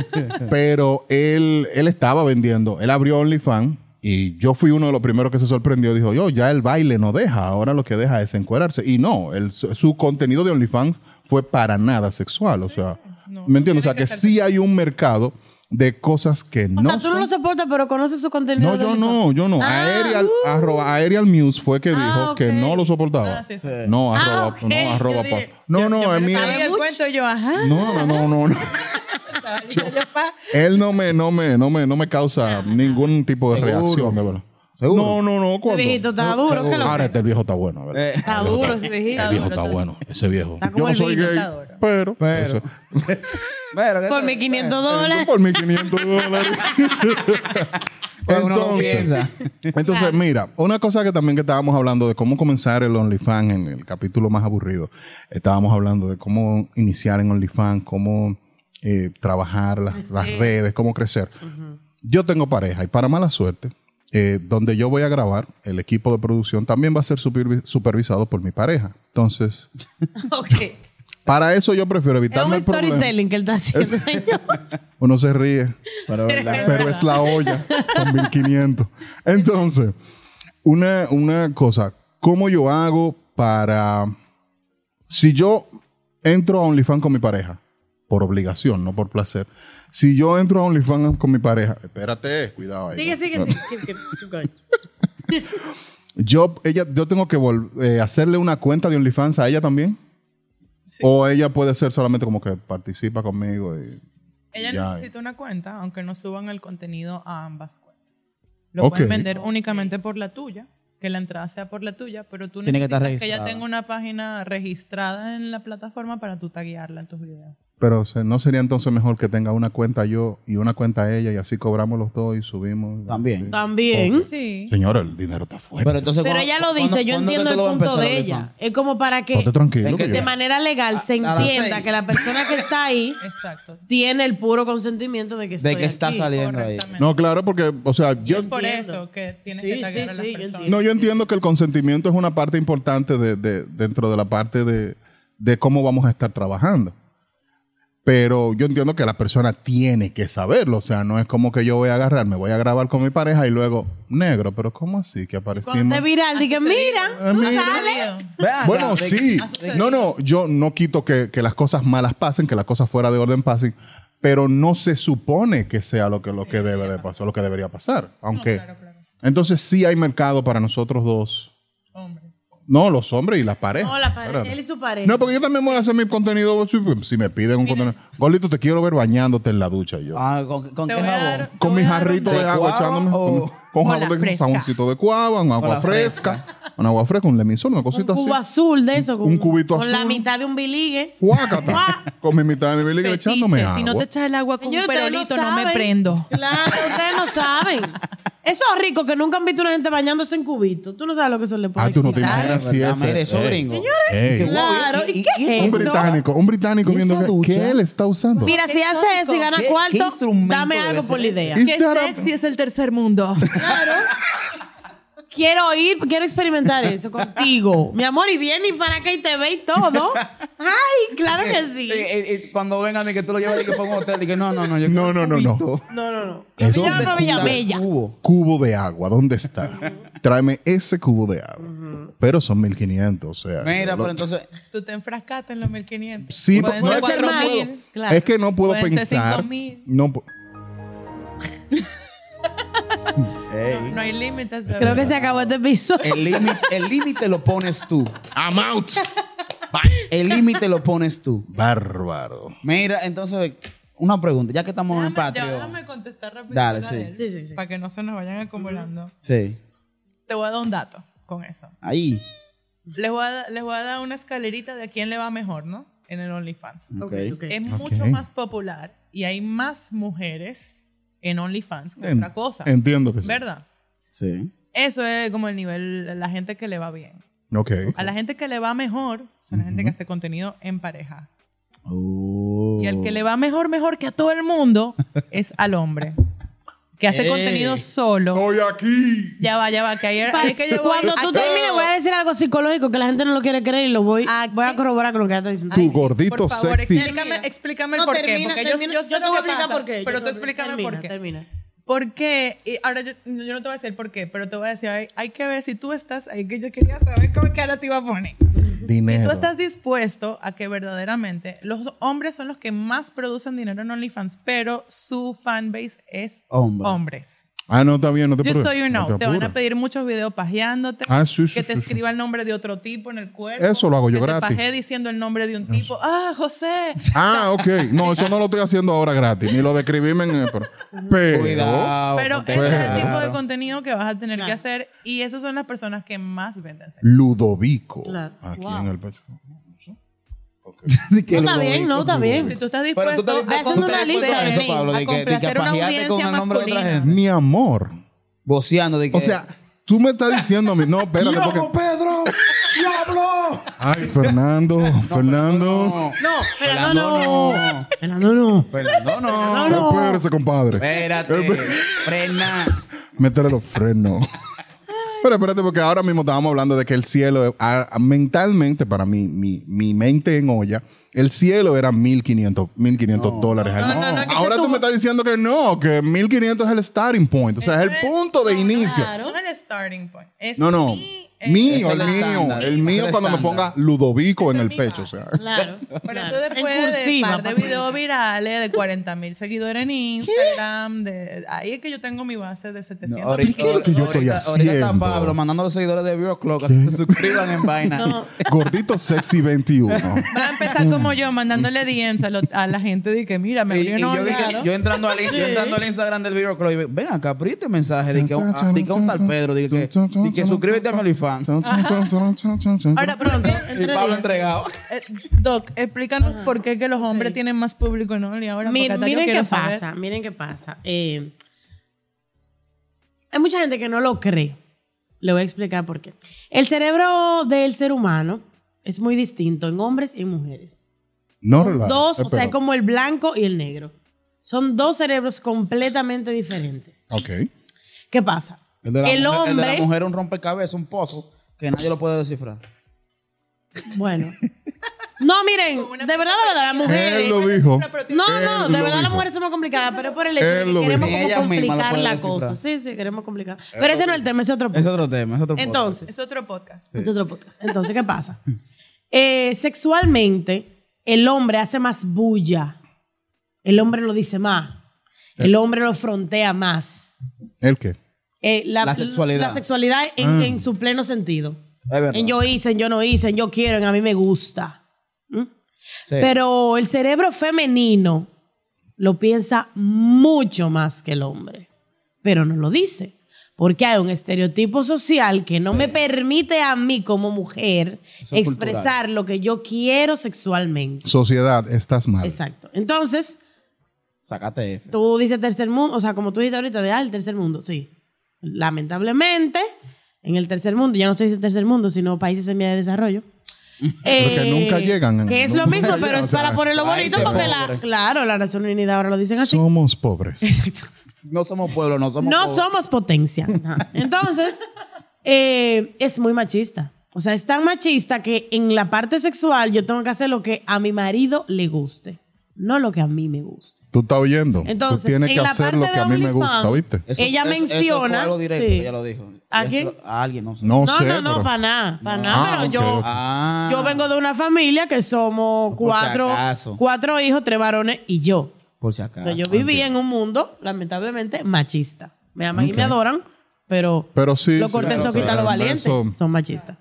[SPEAKER 3] Pero él, él estaba vendiendo, él abrió OnlyFans y yo fui uno de los primeros que se sorprendió. Dijo, yo, ya el baile no deja, ahora lo que deja es encuerarse. Y no, el- su su contenido de OnlyFans fue para nada sexual. O sea,
[SPEAKER 2] No,
[SPEAKER 3] ¿me entiendes? O sea,
[SPEAKER 2] tiene
[SPEAKER 3] que
[SPEAKER 2] que ser
[SPEAKER 3] sí hay un mercado de cosas que
[SPEAKER 4] O
[SPEAKER 3] no
[SPEAKER 4] sea, tú no
[SPEAKER 3] son-
[SPEAKER 4] lo soportas, pero conoces su contenido.
[SPEAKER 3] No,
[SPEAKER 4] de
[SPEAKER 3] yo
[SPEAKER 4] OnlyFans.
[SPEAKER 3] no, yo no.
[SPEAKER 4] Ah,
[SPEAKER 3] Aerial, arroba Aerial Muse fue que dijo
[SPEAKER 4] Ah,
[SPEAKER 3] que
[SPEAKER 4] ok.
[SPEAKER 3] no lo soportaba.
[SPEAKER 2] Ah, sí, sí.
[SPEAKER 3] No,
[SPEAKER 4] Ah,
[SPEAKER 3] arroba,
[SPEAKER 4] ok.
[SPEAKER 3] no, arroba.
[SPEAKER 4] Yo
[SPEAKER 3] pa-
[SPEAKER 4] dije,
[SPEAKER 3] no, no, es mío.
[SPEAKER 2] Ahí el cuento y yo, ajá.
[SPEAKER 3] No, no, no, no, no. Él no me, no me, no me, no me causa ningún tipo de
[SPEAKER 1] Seguro.
[SPEAKER 3] reacción, de verdad.
[SPEAKER 1] ¿Seguro?
[SPEAKER 3] No, no, no.
[SPEAKER 4] El
[SPEAKER 3] ¿cuándo?
[SPEAKER 4] viejito está duro, que lo-
[SPEAKER 3] Ahora este viejo está bueno, ¿verdad?
[SPEAKER 1] Eh,
[SPEAKER 3] El
[SPEAKER 5] Está
[SPEAKER 3] viejo
[SPEAKER 5] duro ese viejito.
[SPEAKER 3] El viejo está bueno, ese viejo.
[SPEAKER 4] Está como
[SPEAKER 3] Yo no
[SPEAKER 4] el
[SPEAKER 3] soy
[SPEAKER 4] vino,
[SPEAKER 3] gay,
[SPEAKER 2] está duro.
[SPEAKER 3] pero,
[SPEAKER 1] Pero.
[SPEAKER 3] eso-
[SPEAKER 1] pero, ¿qué
[SPEAKER 4] Por
[SPEAKER 1] tal?
[SPEAKER 4] mis 500
[SPEAKER 1] Pero,
[SPEAKER 4] dólares.
[SPEAKER 3] por mis 500 dólares.
[SPEAKER 1] pero uno no
[SPEAKER 3] Entonces,
[SPEAKER 1] piensa.
[SPEAKER 3] entonces, mira, una cosa que también que estábamos hablando de cómo comenzar el OnlyFans en el capítulo más aburrido, estábamos hablando de cómo iniciar en OnlyFans, cómo eh, trabajar las, las redes, cómo crecer. Yo tengo pareja y para mala suerte, eh, donde yo voy a grabar, el equipo de producción también va a ser supervi- supervisado por mi pareja. Entonces,
[SPEAKER 5] Ok.
[SPEAKER 3] para eso yo prefiero
[SPEAKER 4] Es
[SPEAKER 3] evitarme
[SPEAKER 4] un
[SPEAKER 3] el problema.
[SPEAKER 4] storytelling que él está haciendo, señor.
[SPEAKER 3] Uno se ríe.
[SPEAKER 1] Pero, ¿verdad?
[SPEAKER 3] pero es la olla, son 1500. Entonces, una, una cosa, ¿cómo yo hago para... Si yo entro a OnlyFans con mi pareja, por obligación, no por placer, si yo entro a OnlyFans con mi pareja, espérate, cuidado ahí.
[SPEAKER 4] Sigue,
[SPEAKER 3] ¿no?
[SPEAKER 4] sigue, sigue. Keep- keep- keep going.
[SPEAKER 3] Yo, ella, yo tengo que vol- eh, hacerle una cuenta de OnlyFans a ella también. O ella puede ser solamente como que participa conmigo y...
[SPEAKER 2] Ella
[SPEAKER 3] Ya.
[SPEAKER 2] necesita una cuenta, aunque no suban el contenido a ambas cuentas. Lo
[SPEAKER 3] Ok.
[SPEAKER 2] pueden vender únicamente por la tuya, que la entrada sea por la tuya, pero tú
[SPEAKER 1] Tiene que estar
[SPEAKER 2] necesitas que ella
[SPEAKER 1] registrada.
[SPEAKER 2] tenga una página registrada en la plataforma para tú taguearla en tus videos.
[SPEAKER 3] Pero se- no sería entonces mejor que tenga una cuenta yo y una cuenta ella y así cobramos los dos y subimos.
[SPEAKER 1] También.
[SPEAKER 4] También.
[SPEAKER 2] Sí.
[SPEAKER 3] Señor, el dinero está fuerte.
[SPEAKER 1] Pero entonces.
[SPEAKER 4] Pero
[SPEAKER 1] ¿cuándo-
[SPEAKER 4] ella lo
[SPEAKER 1] cuándo-
[SPEAKER 4] dice, yo
[SPEAKER 1] cuándo que
[SPEAKER 4] entiendo
[SPEAKER 1] tú
[SPEAKER 4] el
[SPEAKER 1] lo vas a
[SPEAKER 4] punto
[SPEAKER 1] empezar
[SPEAKER 4] de
[SPEAKER 1] a
[SPEAKER 4] ella.
[SPEAKER 1] OnlyFans?
[SPEAKER 4] Es como para que
[SPEAKER 3] Ponte tranquilo.
[SPEAKER 1] Ven que
[SPEAKER 3] que
[SPEAKER 1] te
[SPEAKER 4] de
[SPEAKER 3] yo-
[SPEAKER 4] manera legal se
[SPEAKER 1] A- a las
[SPEAKER 4] entienda
[SPEAKER 1] seis.
[SPEAKER 4] que la persona que está ahí
[SPEAKER 2] Exacto.
[SPEAKER 4] tiene el puro consentimiento de que
[SPEAKER 1] De
[SPEAKER 4] estoy
[SPEAKER 1] que está
[SPEAKER 4] aquí.
[SPEAKER 1] saliendo ahí.
[SPEAKER 2] Correctamente.
[SPEAKER 3] No, claro, porque, o sea, yo...
[SPEAKER 2] es por
[SPEAKER 4] entiendo.
[SPEAKER 2] eso que tienes
[SPEAKER 4] Sí,
[SPEAKER 2] que taguear
[SPEAKER 4] sí,
[SPEAKER 2] a las
[SPEAKER 4] sí, yo
[SPEAKER 2] personas.
[SPEAKER 4] entiendo.
[SPEAKER 3] No, yo entiendo que el consentimiento es una parte importante de, de- dentro de la parte de, de cómo vamos a estar trabajando. Pero yo entiendo que la persona tiene que saberlo. O sea, no es como que yo voy a agarrar, me voy a grabar con mi pareja y luego, negro, pero ¿cómo así que
[SPEAKER 4] Cuando
[SPEAKER 3] aparecimos?
[SPEAKER 4] esté viral, dije,
[SPEAKER 3] Ah,
[SPEAKER 4] mira, tú
[SPEAKER 3] mira.
[SPEAKER 4] sales. Ah,
[SPEAKER 1] Vean,
[SPEAKER 3] Bueno,
[SPEAKER 1] ya, de-
[SPEAKER 3] sí.
[SPEAKER 2] sucedido.
[SPEAKER 3] No, no, yo no quito que, que las cosas malas pasen, que las cosas fuera de orden pasen, pero no se supone que sea lo que, lo que debe de pasar, lo que debería pasar. Aunque,
[SPEAKER 2] Claro, claro.
[SPEAKER 3] entonces sí hay mercado para nosotros dos.
[SPEAKER 2] Hombre.
[SPEAKER 3] No, los hombres y las parejas.
[SPEAKER 4] No, la pareja,
[SPEAKER 3] Espérate.
[SPEAKER 4] él y su pareja.
[SPEAKER 3] No, porque yo también voy a hacer mi contenido si, pues, si me piden un contenido. Golito, te quiero ver bañándote en la ducha y yo.
[SPEAKER 1] Ah, ¿Con, con
[SPEAKER 2] Te
[SPEAKER 1] qué
[SPEAKER 2] voy a
[SPEAKER 1] jabón?
[SPEAKER 2] dar-
[SPEAKER 3] con
[SPEAKER 2] te
[SPEAKER 3] mi
[SPEAKER 2] voy a dar
[SPEAKER 3] jarrito
[SPEAKER 2] un-
[SPEAKER 3] de,
[SPEAKER 1] ¿De
[SPEAKER 3] agua
[SPEAKER 1] cuava
[SPEAKER 3] echándome,
[SPEAKER 1] o-
[SPEAKER 3] con, con
[SPEAKER 4] o la
[SPEAKER 3] jabón de
[SPEAKER 4] fresca?
[SPEAKER 3] saboncito de cuava, un agua
[SPEAKER 1] la
[SPEAKER 3] fresca, un agua fresca, un lemisol, una
[SPEAKER 4] un
[SPEAKER 3] cosita
[SPEAKER 4] cubo
[SPEAKER 3] así.
[SPEAKER 4] azul de eso. Con,
[SPEAKER 3] Un cubito
[SPEAKER 4] Con la
[SPEAKER 3] azul.
[SPEAKER 4] mitad de un biligue.
[SPEAKER 3] Guácata. con mi mitad de mi biligre
[SPEAKER 2] Fetiche,
[SPEAKER 3] echándome agua.
[SPEAKER 2] si no te echas el agua con
[SPEAKER 4] Señor,
[SPEAKER 2] un
[SPEAKER 4] ustedes
[SPEAKER 2] perolito, no me
[SPEAKER 4] saben.
[SPEAKER 2] prendo.
[SPEAKER 4] Claro, ustedes no saben. Esos ricos que nunca han visto una gente bañándose en cubito. Tú no sabes lo que eso le pone.
[SPEAKER 3] Ah, tú no te
[SPEAKER 4] quitar.
[SPEAKER 1] Ay,
[SPEAKER 3] imaginas si
[SPEAKER 1] verdad,
[SPEAKER 3] ese...
[SPEAKER 1] mire, eso
[SPEAKER 3] Ey,
[SPEAKER 1] gringo.
[SPEAKER 3] ey,
[SPEAKER 1] Qué guapo,
[SPEAKER 4] Claro, ¿y qué es
[SPEAKER 3] un
[SPEAKER 4] eso?
[SPEAKER 3] británico, un británico
[SPEAKER 1] ¿Y
[SPEAKER 3] viendo
[SPEAKER 1] esa
[SPEAKER 3] que,
[SPEAKER 1] ducha?
[SPEAKER 3] que él está usando.
[SPEAKER 4] Mira, si hace eso y gana
[SPEAKER 1] ¿Qué- qué
[SPEAKER 4] cuarto,
[SPEAKER 1] instrumento
[SPEAKER 4] dame
[SPEAKER 1] debe
[SPEAKER 4] algo
[SPEAKER 1] ser
[SPEAKER 4] por la
[SPEAKER 1] ese?
[SPEAKER 4] idea.
[SPEAKER 3] Is
[SPEAKER 5] Qué
[SPEAKER 3] that a-
[SPEAKER 5] sexy es el tercer mundo.
[SPEAKER 4] Quiero ir, quiero experimentar eso contigo. Mi amor, y viene y para acá y te ve y todo. Ay, claro que sí.
[SPEAKER 1] Eh, eh, eh, cuando vengan y que tú lo llevas y que pongo un hotel y que no, no, no. yo
[SPEAKER 3] No,
[SPEAKER 1] quiero
[SPEAKER 3] no,
[SPEAKER 1] un
[SPEAKER 3] no, no.
[SPEAKER 1] cubito.
[SPEAKER 4] No, no, no.
[SPEAKER 3] Eso-
[SPEAKER 4] Villama,
[SPEAKER 3] ¿Dónde
[SPEAKER 4] Villama.
[SPEAKER 1] Una
[SPEAKER 4] Bella.
[SPEAKER 1] cubo.
[SPEAKER 3] Cubo de agua, ¿dónde está? Tráeme ese cubo de agua. Pero son 15500, o sea.
[SPEAKER 1] Mira,
[SPEAKER 3] lo-
[SPEAKER 1] pero entonces.
[SPEAKER 2] Tú te enfrascaste en los 1500.
[SPEAKER 3] Sí,
[SPEAKER 2] Pueden
[SPEAKER 3] no,
[SPEAKER 2] ser
[SPEAKER 3] es que no
[SPEAKER 2] 4000.
[SPEAKER 3] puedo.
[SPEAKER 4] Claro.
[SPEAKER 3] Es que no puedo
[SPEAKER 2] Pueden ser
[SPEAKER 3] pensar.
[SPEAKER 2] 5000.
[SPEAKER 3] No, pu-
[SPEAKER 1] ey,
[SPEAKER 2] No hay límites, bebé.
[SPEAKER 4] Creo que se acabó este piso.
[SPEAKER 1] el límite el límite lo pones tú.
[SPEAKER 3] I'm out.
[SPEAKER 1] El límite lo pones tú.
[SPEAKER 3] Bárbaro.
[SPEAKER 1] Mira, entonces, una pregunta, ya que estamos en
[SPEAKER 2] Déjame,
[SPEAKER 1] el patio.
[SPEAKER 2] ya, déjame contestar rápido.
[SPEAKER 1] Dale,
[SPEAKER 2] la
[SPEAKER 1] sí.
[SPEAKER 2] de él,
[SPEAKER 4] Sí, sí, sí.
[SPEAKER 2] Para que no se nos vayan acumulando.
[SPEAKER 1] Sí.
[SPEAKER 2] Te voy a dar un dato con eso.
[SPEAKER 1] Ahí.
[SPEAKER 2] Les voy, a, les voy a dar una escalerita de a quién le va mejor, ¿no? En el OnlyFans.
[SPEAKER 1] Ok.
[SPEAKER 2] Es mucho
[SPEAKER 3] Ok.
[SPEAKER 2] más popular y hay más mujeres en OnlyFans que
[SPEAKER 3] En-
[SPEAKER 2] otra cosa.
[SPEAKER 3] Entiendo que sí.
[SPEAKER 2] ¿Verdad?
[SPEAKER 1] Sí.
[SPEAKER 2] Eso es como el nivel, la gente que le va bien.
[SPEAKER 3] Ok.
[SPEAKER 2] A la gente que le va mejor son la gente que hace contenido en pareja.
[SPEAKER 1] Oh.
[SPEAKER 2] Y al que le va mejor, mejor que a todo el mundo es al hombre. Que hace
[SPEAKER 1] Eh.
[SPEAKER 2] contenido solo.
[SPEAKER 3] Estoy aquí.
[SPEAKER 2] Ya va, ya va, que ayer...
[SPEAKER 4] Pa-
[SPEAKER 2] es que yo voy-
[SPEAKER 4] Cuando tú
[SPEAKER 2] Ah,
[SPEAKER 4] termines,
[SPEAKER 2] no.
[SPEAKER 4] voy a decir algo psicológico que la gente no lo quiere creer y lo voy,
[SPEAKER 2] ¿A
[SPEAKER 4] voy
[SPEAKER 2] Ah,
[SPEAKER 4] a
[SPEAKER 2] qué? Ah,
[SPEAKER 4] corroborar con lo que ya está diciendo.
[SPEAKER 3] Tu gordito
[SPEAKER 2] Por favor,
[SPEAKER 3] sexy.
[SPEAKER 2] explícame, explícame el
[SPEAKER 4] No,
[SPEAKER 2] por qué.
[SPEAKER 4] termina,
[SPEAKER 2] Porque
[SPEAKER 4] termina.
[SPEAKER 2] yo, yo sé
[SPEAKER 4] te
[SPEAKER 2] lo
[SPEAKER 4] voy a
[SPEAKER 2] que
[SPEAKER 4] explicar
[SPEAKER 2] pasa,
[SPEAKER 4] por qué.
[SPEAKER 2] Pero
[SPEAKER 4] Yo
[SPEAKER 2] tú
[SPEAKER 4] te-
[SPEAKER 2] explícame
[SPEAKER 4] termina,
[SPEAKER 2] por qué.
[SPEAKER 4] Termina.
[SPEAKER 2] ¿Por qué? Y ahora yo, yo no te voy a decir por qué, pero te voy a decir, hay, hay que ver si tú estás, ahí que yo quería saber cómo que ahora te iba a poner. Si
[SPEAKER 3] Dinero.
[SPEAKER 2] tú estás dispuesto a que verdaderamente los hombres son los que más producen dinero en OnlyFans, pero su fanbase es
[SPEAKER 1] Hombre.
[SPEAKER 2] hombres.
[SPEAKER 3] Ah, no, está bien, no te
[SPEAKER 2] Yo
[SPEAKER 3] apures.
[SPEAKER 2] soy un no.
[SPEAKER 3] te
[SPEAKER 2] Te van a
[SPEAKER 3] apures.
[SPEAKER 2] pedir muchos videos pajeándote.
[SPEAKER 3] Ah, sí, sí,
[SPEAKER 2] que
[SPEAKER 3] sí,
[SPEAKER 2] te
[SPEAKER 3] sí.
[SPEAKER 2] escriba el nombre de otro tipo en el cuerpo.
[SPEAKER 3] Eso lo hago yo
[SPEAKER 2] que
[SPEAKER 3] gratis.
[SPEAKER 2] Te pajé diciendo el nombre de un tipo. Ah, José.
[SPEAKER 3] Ah, ok. No, eso no lo estoy haciendo ahora gratis. Ni lo de escribirme en el- Pero, Oh. pero
[SPEAKER 1] Cuidado.
[SPEAKER 2] Pero
[SPEAKER 1] no
[SPEAKER 2] ese
[SPEAKER 1] te-
[SPEAKER 2] es el
[SPEAKER 3] Claro.
[SPEAKER 2] tipo de contenido que vas a tener que
[SPEAKER 4] Claro.
[SPEAKER 2] hacer y esas son las personas que más venden sexo.
[SPEAKER 3] Ludovico.
[SPEAKER 4] Claro.
[SPEAKER 3] Aquí
[SPEAKER 4] Wow.
[SPEAKER 3] en el pecho.
[SPEAKER 1] Que
[SPEAKER 4] No, está
[SPEAKER 1] lo
[SPEAKER 4] bien,
[SPEAKER 1] digo.
[SPEAKER 4] no, está
[SPEAKER 2] Si
[SPEAKER 4] bien.
[SPEAKER 2] tú estás
[SPEAKER 1] Pero
[SPEAKER 2] dispuesto
[SPEAKER 1] tú estás-
[SPEAKER 2] a
[SPEAKER 4] haciendo una
[SPEAKER 2] complacer-
[SPEAKER 4] lista
[SPEAKER 1] de eso,
[SPEAKER 4] de-
[SPEAKER 1] Pablo, de
[SPEAKER 2] a
[SPEAKER 1] que, de que
[SPEAKER 2] complacer una
[SPEAKER 1] apajeaste con el
[SPEAKER 2] audiencia
[SPEAKER 1] nombre de otra
[SPEAKER 2] masculina.
[SPEAKER 1] gente.
[SPEAKER 3] Mi amor.
[SPEAKER 1] Voceando de que.
[SPEAKER 3] O sea, tú me estás diciendo a mí. No, espérate. Porque...
[SPEAKER 1] Pedro! ¡Diablo!
[SPEAKER 3] Ay, Fernando, Fernando.
[SPEAKER 1] No,
[SPEAKER 4] No, Fernando
[SPEAKER 1] Fernando,
[SPEAKER 4] no.
[SPEAKER 1] no.
[SPEAKER 4] Fernando no.
[SPEAKER 1] Fernando, no.
[SPEAKER 4] no.
[SPEAKER 3] Espérese, compadre.
[SPEAKER 1] Espérate. Frena.
[SPEAKER 3] Métele los frenos. Pero espérate, porque ahora mismo estábamos hablando de que el cielo, eh, ah, mentalmente, para mí, mi, mi mente en olla, el cielo era 1.500 1500 dólares al
[SPEAKER 4] no,
[SPEAKER 3] mes.
[SPEAKER 4] no, no, es que
[SPEAKER 3] Ahora
[SPEAKER 4] se
[SPEAKER 3] tú
[SPEAKER 4] tuvo-
[SPEAKER 3] me estás diciendo que no, que 1.500 es el starting point, o sea, es el
[SPEAKER 2] Eso es-
[SPEAKER 3] punto de
[SPEAKER 2] no,
[SPEAKER 3] inicio.
[SPEAKER 2] Claro. No es el starting point. Es
[SPEAKER 3] No, no.
[SPEAKER 2] mi- eh,
[SPEAKER 3] Mío,
[SPEAKER 1] es
[SPEAKER 3] el
[SPEAKER 1] el
[SPEAKER 3] mío.
[SPEAKER 1] estándar.
[SPEAKER 3] El mío
[SPEAKER 1] Es el
[SPEAKER 3] cuando me
[SPEAKER 1] estándar.
[SPEAKER 3] ponga Ludovico en
[SPEAKER 2] Esa
[SPEAKER 3] el
[SPEAKER 2] es mi
[SPEAKER 3] pecho. O sea,
[SPEAKER 4] Claro.
[SPEAKER 2] Por
[SPEAKER 4] claro.
[SPEAKER 2] eso después
[SPEAKER 4] En
[SPEAKER 2] de un
[SPEAKER 4] cursiva,
[SPEAKER 2] par de
[SPEAKER 4] papá.
[SPEAKER 2] videos virales, de 40 mil seguidores en Instagram, de, ahí es que yo tengo mi base de 700
[SPEAKER 3] ahorita- ¿Qué es lo que yo estoy
[SPEAKER 1] ahorita- Ahorita está
[SPEAKER 3] haciendo?
[SPEAKER 1] Pablo mandando a los seguidores de Bureau Clock a que se suscriban en vaina.
[SPEAKER 4] No,
[SPEAKER 3] gordito sexy 21.
[SPEAKER 2] Va a empezar como yo, mandándole DMs a, lo- a la gente de que mira, me
[SPEAKER 1] Y-
[SPEAKER 2] abrió
[SPEAKER 1] y
[SPEAKER 2] una
[SPEAKER 1] yo, vi que-
[SPEAKER 2] oleada.
[SPEAKER 1] yo entrando al, yo entrando al Instagram del Bureau Clock y ve- ven acá, pero este mensaje de que, un- ah, de que un tal Pedro, de que, de que suscríbete a mi OnlyFans.
[SPEAKER 2] Ahora, ¿por qué?
[SPEAKER 1] Y Pablo entregado.
[SPEAKER 2] Eh, Doc, explícanos por qué que los hombres tienen más público en Only ahora.
[SPEAKER 4] Mi-
[SPEAKER 2] porque hasta yo
[SPEAKER 4] miren
[SPEAKER 2] quiero
[SPEAKER 4] qué
[SPEAKER 2] saber.
[SPEAKER 4] pasa, miren qué pasa. Eh, hay mucha gente que no lo cree. Le voy a explicar por qué. El cerebro del ser humano es muy distinto en hombres y en mujeres.
[SPEAKER 3] No Eh,
[SPEAKER 4] Son
[SPEAKER 3] relaja,
[SPEAKER 4] dos, o sea,
[SPEAKER 3] espérate.
[SPEAKER 4] es como el blanco y el negro. Son dos cerebros completamente diferentes.
[SPEAKER 3] Ok.
[SPEAKER 4] ¿Qué pasa?
[SPEAKER 1] El, de la
[SPEAKER 4] El
[SPEAKER 1] mujer, el de la
[SPEAKER 4] hombre-
[SPEAKER 1] mujer es un rompecabezas, un pozo que nadie lo puede descifrar.
[SPEAKER 4] Bueno. No, miren, de verdad, de verdad, las
[SPEAKER 3] Él
[SPEAKER 4] mujeres.
[SPEAKER 3] lo dijo.
[SPEAKER 4] No,
[SPEAKER 3] Él
[SPEAKER 4] no,
[SPEAKER 3] lo
[SPEAKER 4] de verdad
[SPEAKER 3] dijo.
[SPEAKER 4] las mujeres somos complicadas, pero es por el hecho de
[SPEAKER 3] Él
[SPEAKER 4] que
[SPEAKER 3] lo
[SPEAKER 4] queremos
[SPEAKER 1] dijo. Ella
[SPEAKER 4] como
[SPEAKER 1] misma lo
[SPEAKER 4] complicar
[SPEAKER 1] puede
[SPEAKER 4] la
[SPEAKER 1] descifrar.
[SPEAKER 4] cosa. Sí, sí, queremos complicar. Pero ese no es el tema, ese es otro
[SPEAKER 1] Es
[SPEAKER 4] punto.
[SPEAKER 1] otro tema, es otro podcast.
[SPEAKER 4] Entonces,
[SPEAKER 2] Es otro podcast.
[SPEAKER 4] es otro podcast. Entonces, ¿qué pasa? Eh, sexualmente, el hombre hace más bulla. El hombre lo dice más. El hombre lo frontea más.
[SPEAKER 3] ¿El qué?
[SPEAKER 4] Eh, la,
[SPEAKER 1] La sexualidad.
[SPEAKER 4] la sexualidad en,
[SPEAKER 3] Ah.
[SPEAKER 4] en su pleno sentido.
[SPEAKER 1] es verdad.
[SPEAKER 4] En yo hice, en yo no hice, en yo quiero, en a mí me gusta. ¿Mm?
[SPEAKER 1] Sí.
[SPEAKER 4] Pero el cerebro femenino lo piensa mucho más que el hombre, pero no lo dice. Porque hay un estereotipo social que no me permite a mí como mujer
[SPEAKER 1] Eso es
[SPEAKER 4] expresar
[SPEAKER 1] cultural.
[SPEAKER 4] lo que yo quiero sexualmente.
[SPEAKER 3] Sociedad, estás mal.
[SPEAKER 4] Exacto. Entonces,
[SPEAKER 1] Sácate F.
[SPEAKER 4] tú dices tercer mundo, o sea, como tú dijiste ahorita, de, ah, el tercer mundo, sí. Lamentablemente, en el tercer mundo, ya no se dice tercer mundo, sino países en vía de desarrollo. Eh,
[SPEAKER 3] Pero que nunca llegan.
[SPEAKER 4] Que es
[SPEAKER 3] Nunca
[SPEAKER 4] lo mismo,
[SPEAKER 3] llegan,
[SPEAKER 4] pero
[SPEAKER 3] o
[SPEAKER 4] es
[SPEAKER 3] sea,
[SPEAKER 4] para ponerlo bonito,
[SPEAKER 1] países
[SPEAKER 4] porque la,
[SPEAKER 1] pobres.
[SPEAKER 4] claro, la Nación Unida ahora lo dicen así.
[SPEAKER 3] Somos pobres.
[SPEAKER 4] Exacto.
[SPEAKER 1] No somos pueblo, no somos
[SPEAKER 4] No
[SPEAKER 1] pobres.
[SPEAKER 4] somos potencia. Ajá. Entonces, eh, es muy machista. O sea, es tan machista que en la parte sexual yo tengo que hacer lo que a mi marido le guste, no lo que a mí me guste.
[SPEAKER 3] Tú estás oyendo.
[SPEAKER 4] Entonces,
[SPEAKER 3] Tú tienes
[SPEAKER 4] en
[SPEAKER 3] que
[SPEAKER 4] la
[SPEAKER 3] hacer
[SPEAKER 4] parte
[SPEAKER 3] lo que
[SPEAKER 4] de
[SPEAKER 3] a mí me
[SPEAKER 4] OnlyFans, mm,
[SPEAKER 3] gusta, ¿oíste?
[SPEAKER 1] Eso-
[SPEAKER 4] Ella
[SPEAKER 1] eso- eso fue
[SPEAKER 4] menciona-
[SPEAKER 1] algo directo,
[SPEAKER 4] sí.
[SPEAKER 1] ella lo dijo.
[SPEAKER 4] ¿A
[SPEAKER 1] Eso-
[SPEAKER 4] quién?
[SPEAKER 1] A alguien, no sé.
[SPEAKER 3] No,
[SPEAKER 4] No,
[SPEAKER 3] sé.
[SPEAKER 4] no, no,
[SPEAKER 3] pero-
[SPEAKER 4] para nada, para
[SPEAKER 1] No.
[SPEAKER 4] nada,
[SPEAKER 3] Ah,
[SPEAKER 4] pero
[SPEAKER 3] ok,
[SPEAKER 4] yo,
[SPEAKER 3] ok.
[SPEAKER 1] Ah.
[SPEAKER 4] yo vengo de una familia que
[SPEAKER 1] Por
[SPEAKER 4] somos
[SPEAKER 1] si
[SPEAKER 4] cuatro,
[SPEAKER 1] acaso.
[SPEAKER 4] cuatro hijos, tres varones y yo.
[SPEAKER 1] Por si acaso.
[SPEAKER 4] O sea, yo vivía en un mundo, lamentablemente, machista. Me aman y
[SPEAKER 3] Ok.
[SPEAKER 4] me adoran, pero
[SPEAKER 3] Pero sí.
[SPEAKER 4] lo
[SPEAKER 3] sí,
[SPEAKER 4] cortés
[SPEAKER 3] claro,
[SPEAKER 4] no quita
[SPEAKER 3] o sea,
[SPEAKER 4] lo valiente.
[SPEAKER 3] eso-
[SPEAKER 4] Son machistas.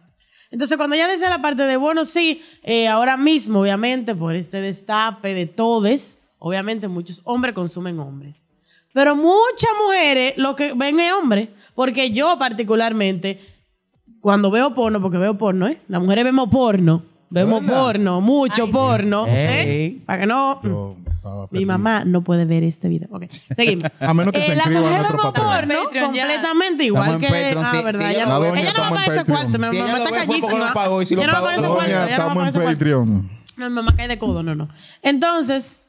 [SPEAKER 4] Entonces, cuando ya decía la parte de, bueno, sí, eh, ahora mismo, obviamente, por este destape de todes, obviamente muchos hombres consumen hombres. Pero muchas mujeres lo que ven es hombre. Porque yo, particularmente, cuando veo porno, porque veo porno, ¿eh? Las mujeres vemos porno. Vemos
[SPEAKER 1] ¿Verdad?
[SPEAKER 4] porno, mucho porno. ¿eh?
[SPEAKER 1] Ey.
[SPEAKER 4] Para que no.
[SPEAKER 3] yo estaba
[SPEAKER 4] Mi
[SPEAKER 3] perdido.
[SPEAKER 4] mamá no puede ver este video. Ok, seguimos.
[SPEAKER 3] A menos que se
[SPEAKER 4] Eh, la
[SPEAKER 3] inscriba en
[SPEAKER 4] mujer
[SPEAKER 3] otro
[SPEAKER 4] vemos
[SPEAKER 3] papel.
[SPEAKER 4] porno
[SPEAKER 2] Patreon, ya.
[SPEAKER 4] completamente igual
[SPEAKER 1] Estamos
[SPEAKER 4] que...
[SPEAKER 1] en Patreon,
[SPEAKER 4] ah,
[SPEAKER 1] sí,
[SPEAKER 4] verdad.
[SPEAKER 1] sí,
[SPEAKER 4] ella
[SPEAKER 1] ya
[SPEAKER 4] no,
[SPEAKER 3] lo veo.
[SPEAKER 4] ella no va a
[SPEAKER 3] Estamos
[SPEAKER 4] pagar
[SPEAKER 3] en
[SPEAKER 4] ese cuarto.
[SPEAKER 3] Patreon.
[SPEAKER 4] Mi
[SPEAKER 1] Si
[SPEAKER 4] mamá
[SPEAKER 1] ella
[SPEAKER 4] está
[SPEAKER 1] lo ve fue porque
[SPEAKER 4] callísima.
[SPEAKER 1] lo pagó, y si lo
[SPEAKER 4] Ella no va a
[SPEAKER 1] pagó,
[SPEAKER 4] pagar ese
[SPEAKER 1] lo
[SPEAKER 4] cuarto.
[SPEAKER 1] veo.
[SPEAKER 3] Doña,
[SPEAKER 4] Ella no va a
[SPEAKER 3] estamos
[SPEAKER 4] pagar
[SPEAKER 3] en
[SPEAKER 4] ese cuarto.
[SPEAKER 3] Patreon.
[SPEAKER 4] No, mi mamá cae de codo, no, no. Entonces,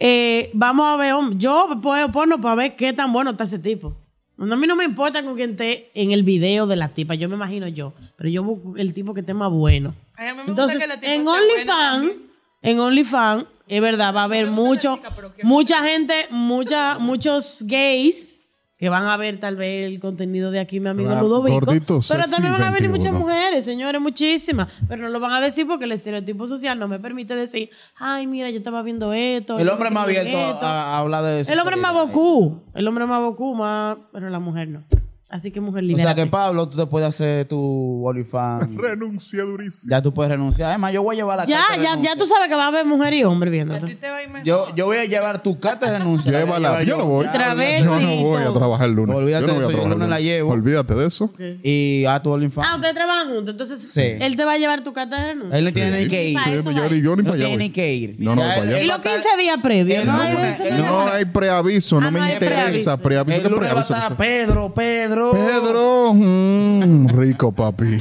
[SPEAKER 4] eh, vamos a ver, hom- yo puedo porno para ver qué tan bueno está ese tipo. No, a mí no me importa con quién esté en el video de la tipa, yo me imagino yo, pero yo busco el tipo que esté más bueno.
[SPEAKER 2] Ay, a mí me gusta
[SPEAKER 4] Entonces,
[SPEAKER 2] que la tipa
[SPEAKER 4] en
[SPEAKER 2] sea buena
[SPEAKER 4] OnlyFans,
[SPEAKER 2] también.
[SPEAKER 4] en OnlyFans, es verdad, va a haber
[SPEAKER 2] gusta la
[SPEAKER 4] mucho,
[SPEAKER 2] chica, pero quiero-
[SPEAKER 4] mucha gente, mucha, muchos gays que van a ver tal vez el contenido de aquí, mi amigo
[SPEAKER 3] Claro,
[SPEAKER 4] Ludovico.
[SPEAKER 3] gordito,
[SPEAKER 4] pero
[SPEAKER 3] sexy,
[SPEAKER 4] también van a venir
[SPEAKER 3] 21.
[SPEAKER 4] muchas mujeres, señores, muchísimas. Pero no lo van a decir porque el estereotipo social no me permite decir, ay, mira, yo estaba viendo esto.
[SPEAKER 1] El
[SPEAKER 4] yo
[SPEAKER 1] hombre más
[SPEAKER 4] estaba
[SPEAKER 1] abierto
[SPEAKER 4] viendo esto".
[SPEAKER 1] a, a hablar de eso.
[SPEAKER 4] El hombre más Goku. El hombre más Goku, más. Pero la mujer no. Así que mujer
[SPEAKER 1] O sea
[SPEAKER 4] libérate.
[SPEAKER 1] que Pablo, tú te puedes hacer tu OnlyFans.
[SPEAKER 3] Renuncia durísimo.
[SPEAKER 1] ya tú puedes renunciar. Además, yo voy a llevar la
[SPEAKER 4] ya,
[SPEAKER 1] carta de
[SPEAKER 4] ya,
[SPEAKER 1] renuncia.
[SPEAKER 4] ya tú sabes que va a haber mujer y
[SPEAKER 2] A
[SPEAKER 4] hombre
[SPEAKER 2] ti
[SPEAKER 4] viéndote.
[SPEAKER 2] te Este va a ir mejor.
[SPEAKER 1] Yo, yo voy a llevar tu carta de renuncia. La voy a
[SPEAKER 3] Llévala.
[SPEAKER 1] llevar
[SPEAKER 3] Yo no voy.
[SPEAKER 1] Ya,
[SPEAKER 4] Travesti.
[SPEAKER 3] Yo no voy a trabajar el lunes.
[SPEAKER 1] Olvídate
[SPEAKER 3] yo no
[SPEAKER 1] de
[SPEAKER 3] voy
[SPEAKER 1] eso, yo
[SPEAKER 3] a
[SPEAKER 1] el
[SPEAKER 3] trabajar
[SPEAKER 1] lunes la llevo.
[SPEAKER 3] Olvídate de eso.
[SPEAKER 1] Y a tu
[SPEAKER 4] Ah,
[SPEAKER 1] OnlyFans.
[SPEAKER 4] ustedes trabajan juntos. Entonces,
[SPEAKER 1] Sí.
[SPEAKER 4] él te va a llevar tu carta de renuncia.
[SPEAKER 1] Él no tiene
[SPEAKER 3] Sí.
[SPEAKER 1] ni que ir.
[SPEAKER 4] Pa'
[SPEAKER 3] Yo
[SPEAKER 4] eso
[SPEAKER 3] ni- yo
[SPEAKER 4] va.
[SPEAKER 3] ni- yo ni
[SPEAKER 1] No
[SPEAKER 3] para allá
[SPEAKER 1] tiene
[SPEAKER 3] voy.
[SPEAKER 1] ni que ir.
[SPEAKER 3] No, no,
[SPEAKER 1] Ya,
[SPEAKER 3] para
[SPEAKER 1] él-
[SPEAKER 3] allá.
[SPEAKER 4] Y
[SPEAKER 1] él
[SPEAKER 4] los
[SPEAKER 1] va a estar-
[SPEAKER 4] 15 días previos.
[SPEAKER 1] Él
[SPEAKER 4] ¿no?
[SPEAKER 1] no,
[SPEAKER 4] Ay,
[SPEAKER 1] porque-
[SPEAKER 4] eso
[SPEAKER 1] él
[SPEAKER 4] no
[SPEAKER 1] no-
[SPEAKER 4] me
[SPEAKER 3] No hay preaviso, no
[SPEAKER 4] Ah, no
[SPEAKER 3] me
[SPEAKER 4] hay
[SPEAKER 3] interesa. Preaviso,
[SPEAKER 1] El
[SPEAKER 3] ¿qué
[SPEAKER 1] lunes va a
[SPEAKER 3] preaviso?
[SPEAKER 1] estar Pedro, Pedro.
[SPEAKER 3] Pedro, mm, rico papi.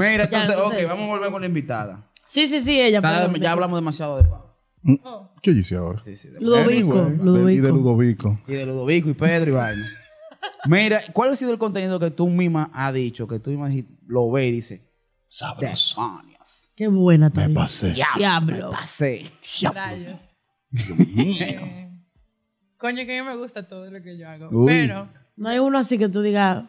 [SPEAKER 1] Mira,
[SPEAKER 4] Ya,
[SPEAKER 1] entonces, ok,
[SPEAKER 4] entonces-
[SPEAKER 1] vamos a volver con la invitada.
[SPEAKER 4] Sí, sí, sí,
[SPEAKER 1] Ya,
[SPEAKER 4] ella. perdón.
[SPEAKER 1] ya hablamos demasiado de Pablo.
[SPEAKER 3] Mm, ¿Qué hice ahora?
[SPEAKER 1] Sí, sí, de-
[SPEAKER 4] Ludovico.
[SPEAKER 3] Anyway, del- Y de
[SPEAKER 4] Ludovico.
[SPEAKER 3] Ludovico.
[SPEAKER 1] Y de Ludovico y Pedro y vaina. Mira, ¿cuál ha sido el contenido que tú misma has dicho? Que tú misma dijiste- lo ves y dices,
[SPEAKER 3] Sabroso.
[SPEAKER 1] demonios.
[SPEAKER 4] Qué buena
[SPEAKER 3] Me
[SPEAKER 4] también.
[SPEAKER 3] pasé.
[SPEAKER 4] Diablo.
[SPEAKER 1] Pasé.
[SPEAKER 2] Rayos.
[SPEAKER 3] mío.
[SPEAKER 2] Eh, coño, que a mí me gusta todo lo que yo hago.
[SPEAKER 1] Uy.
[SPEAKER 2] Pero.
[SPEAKER 4] No hay uno así que tú digas.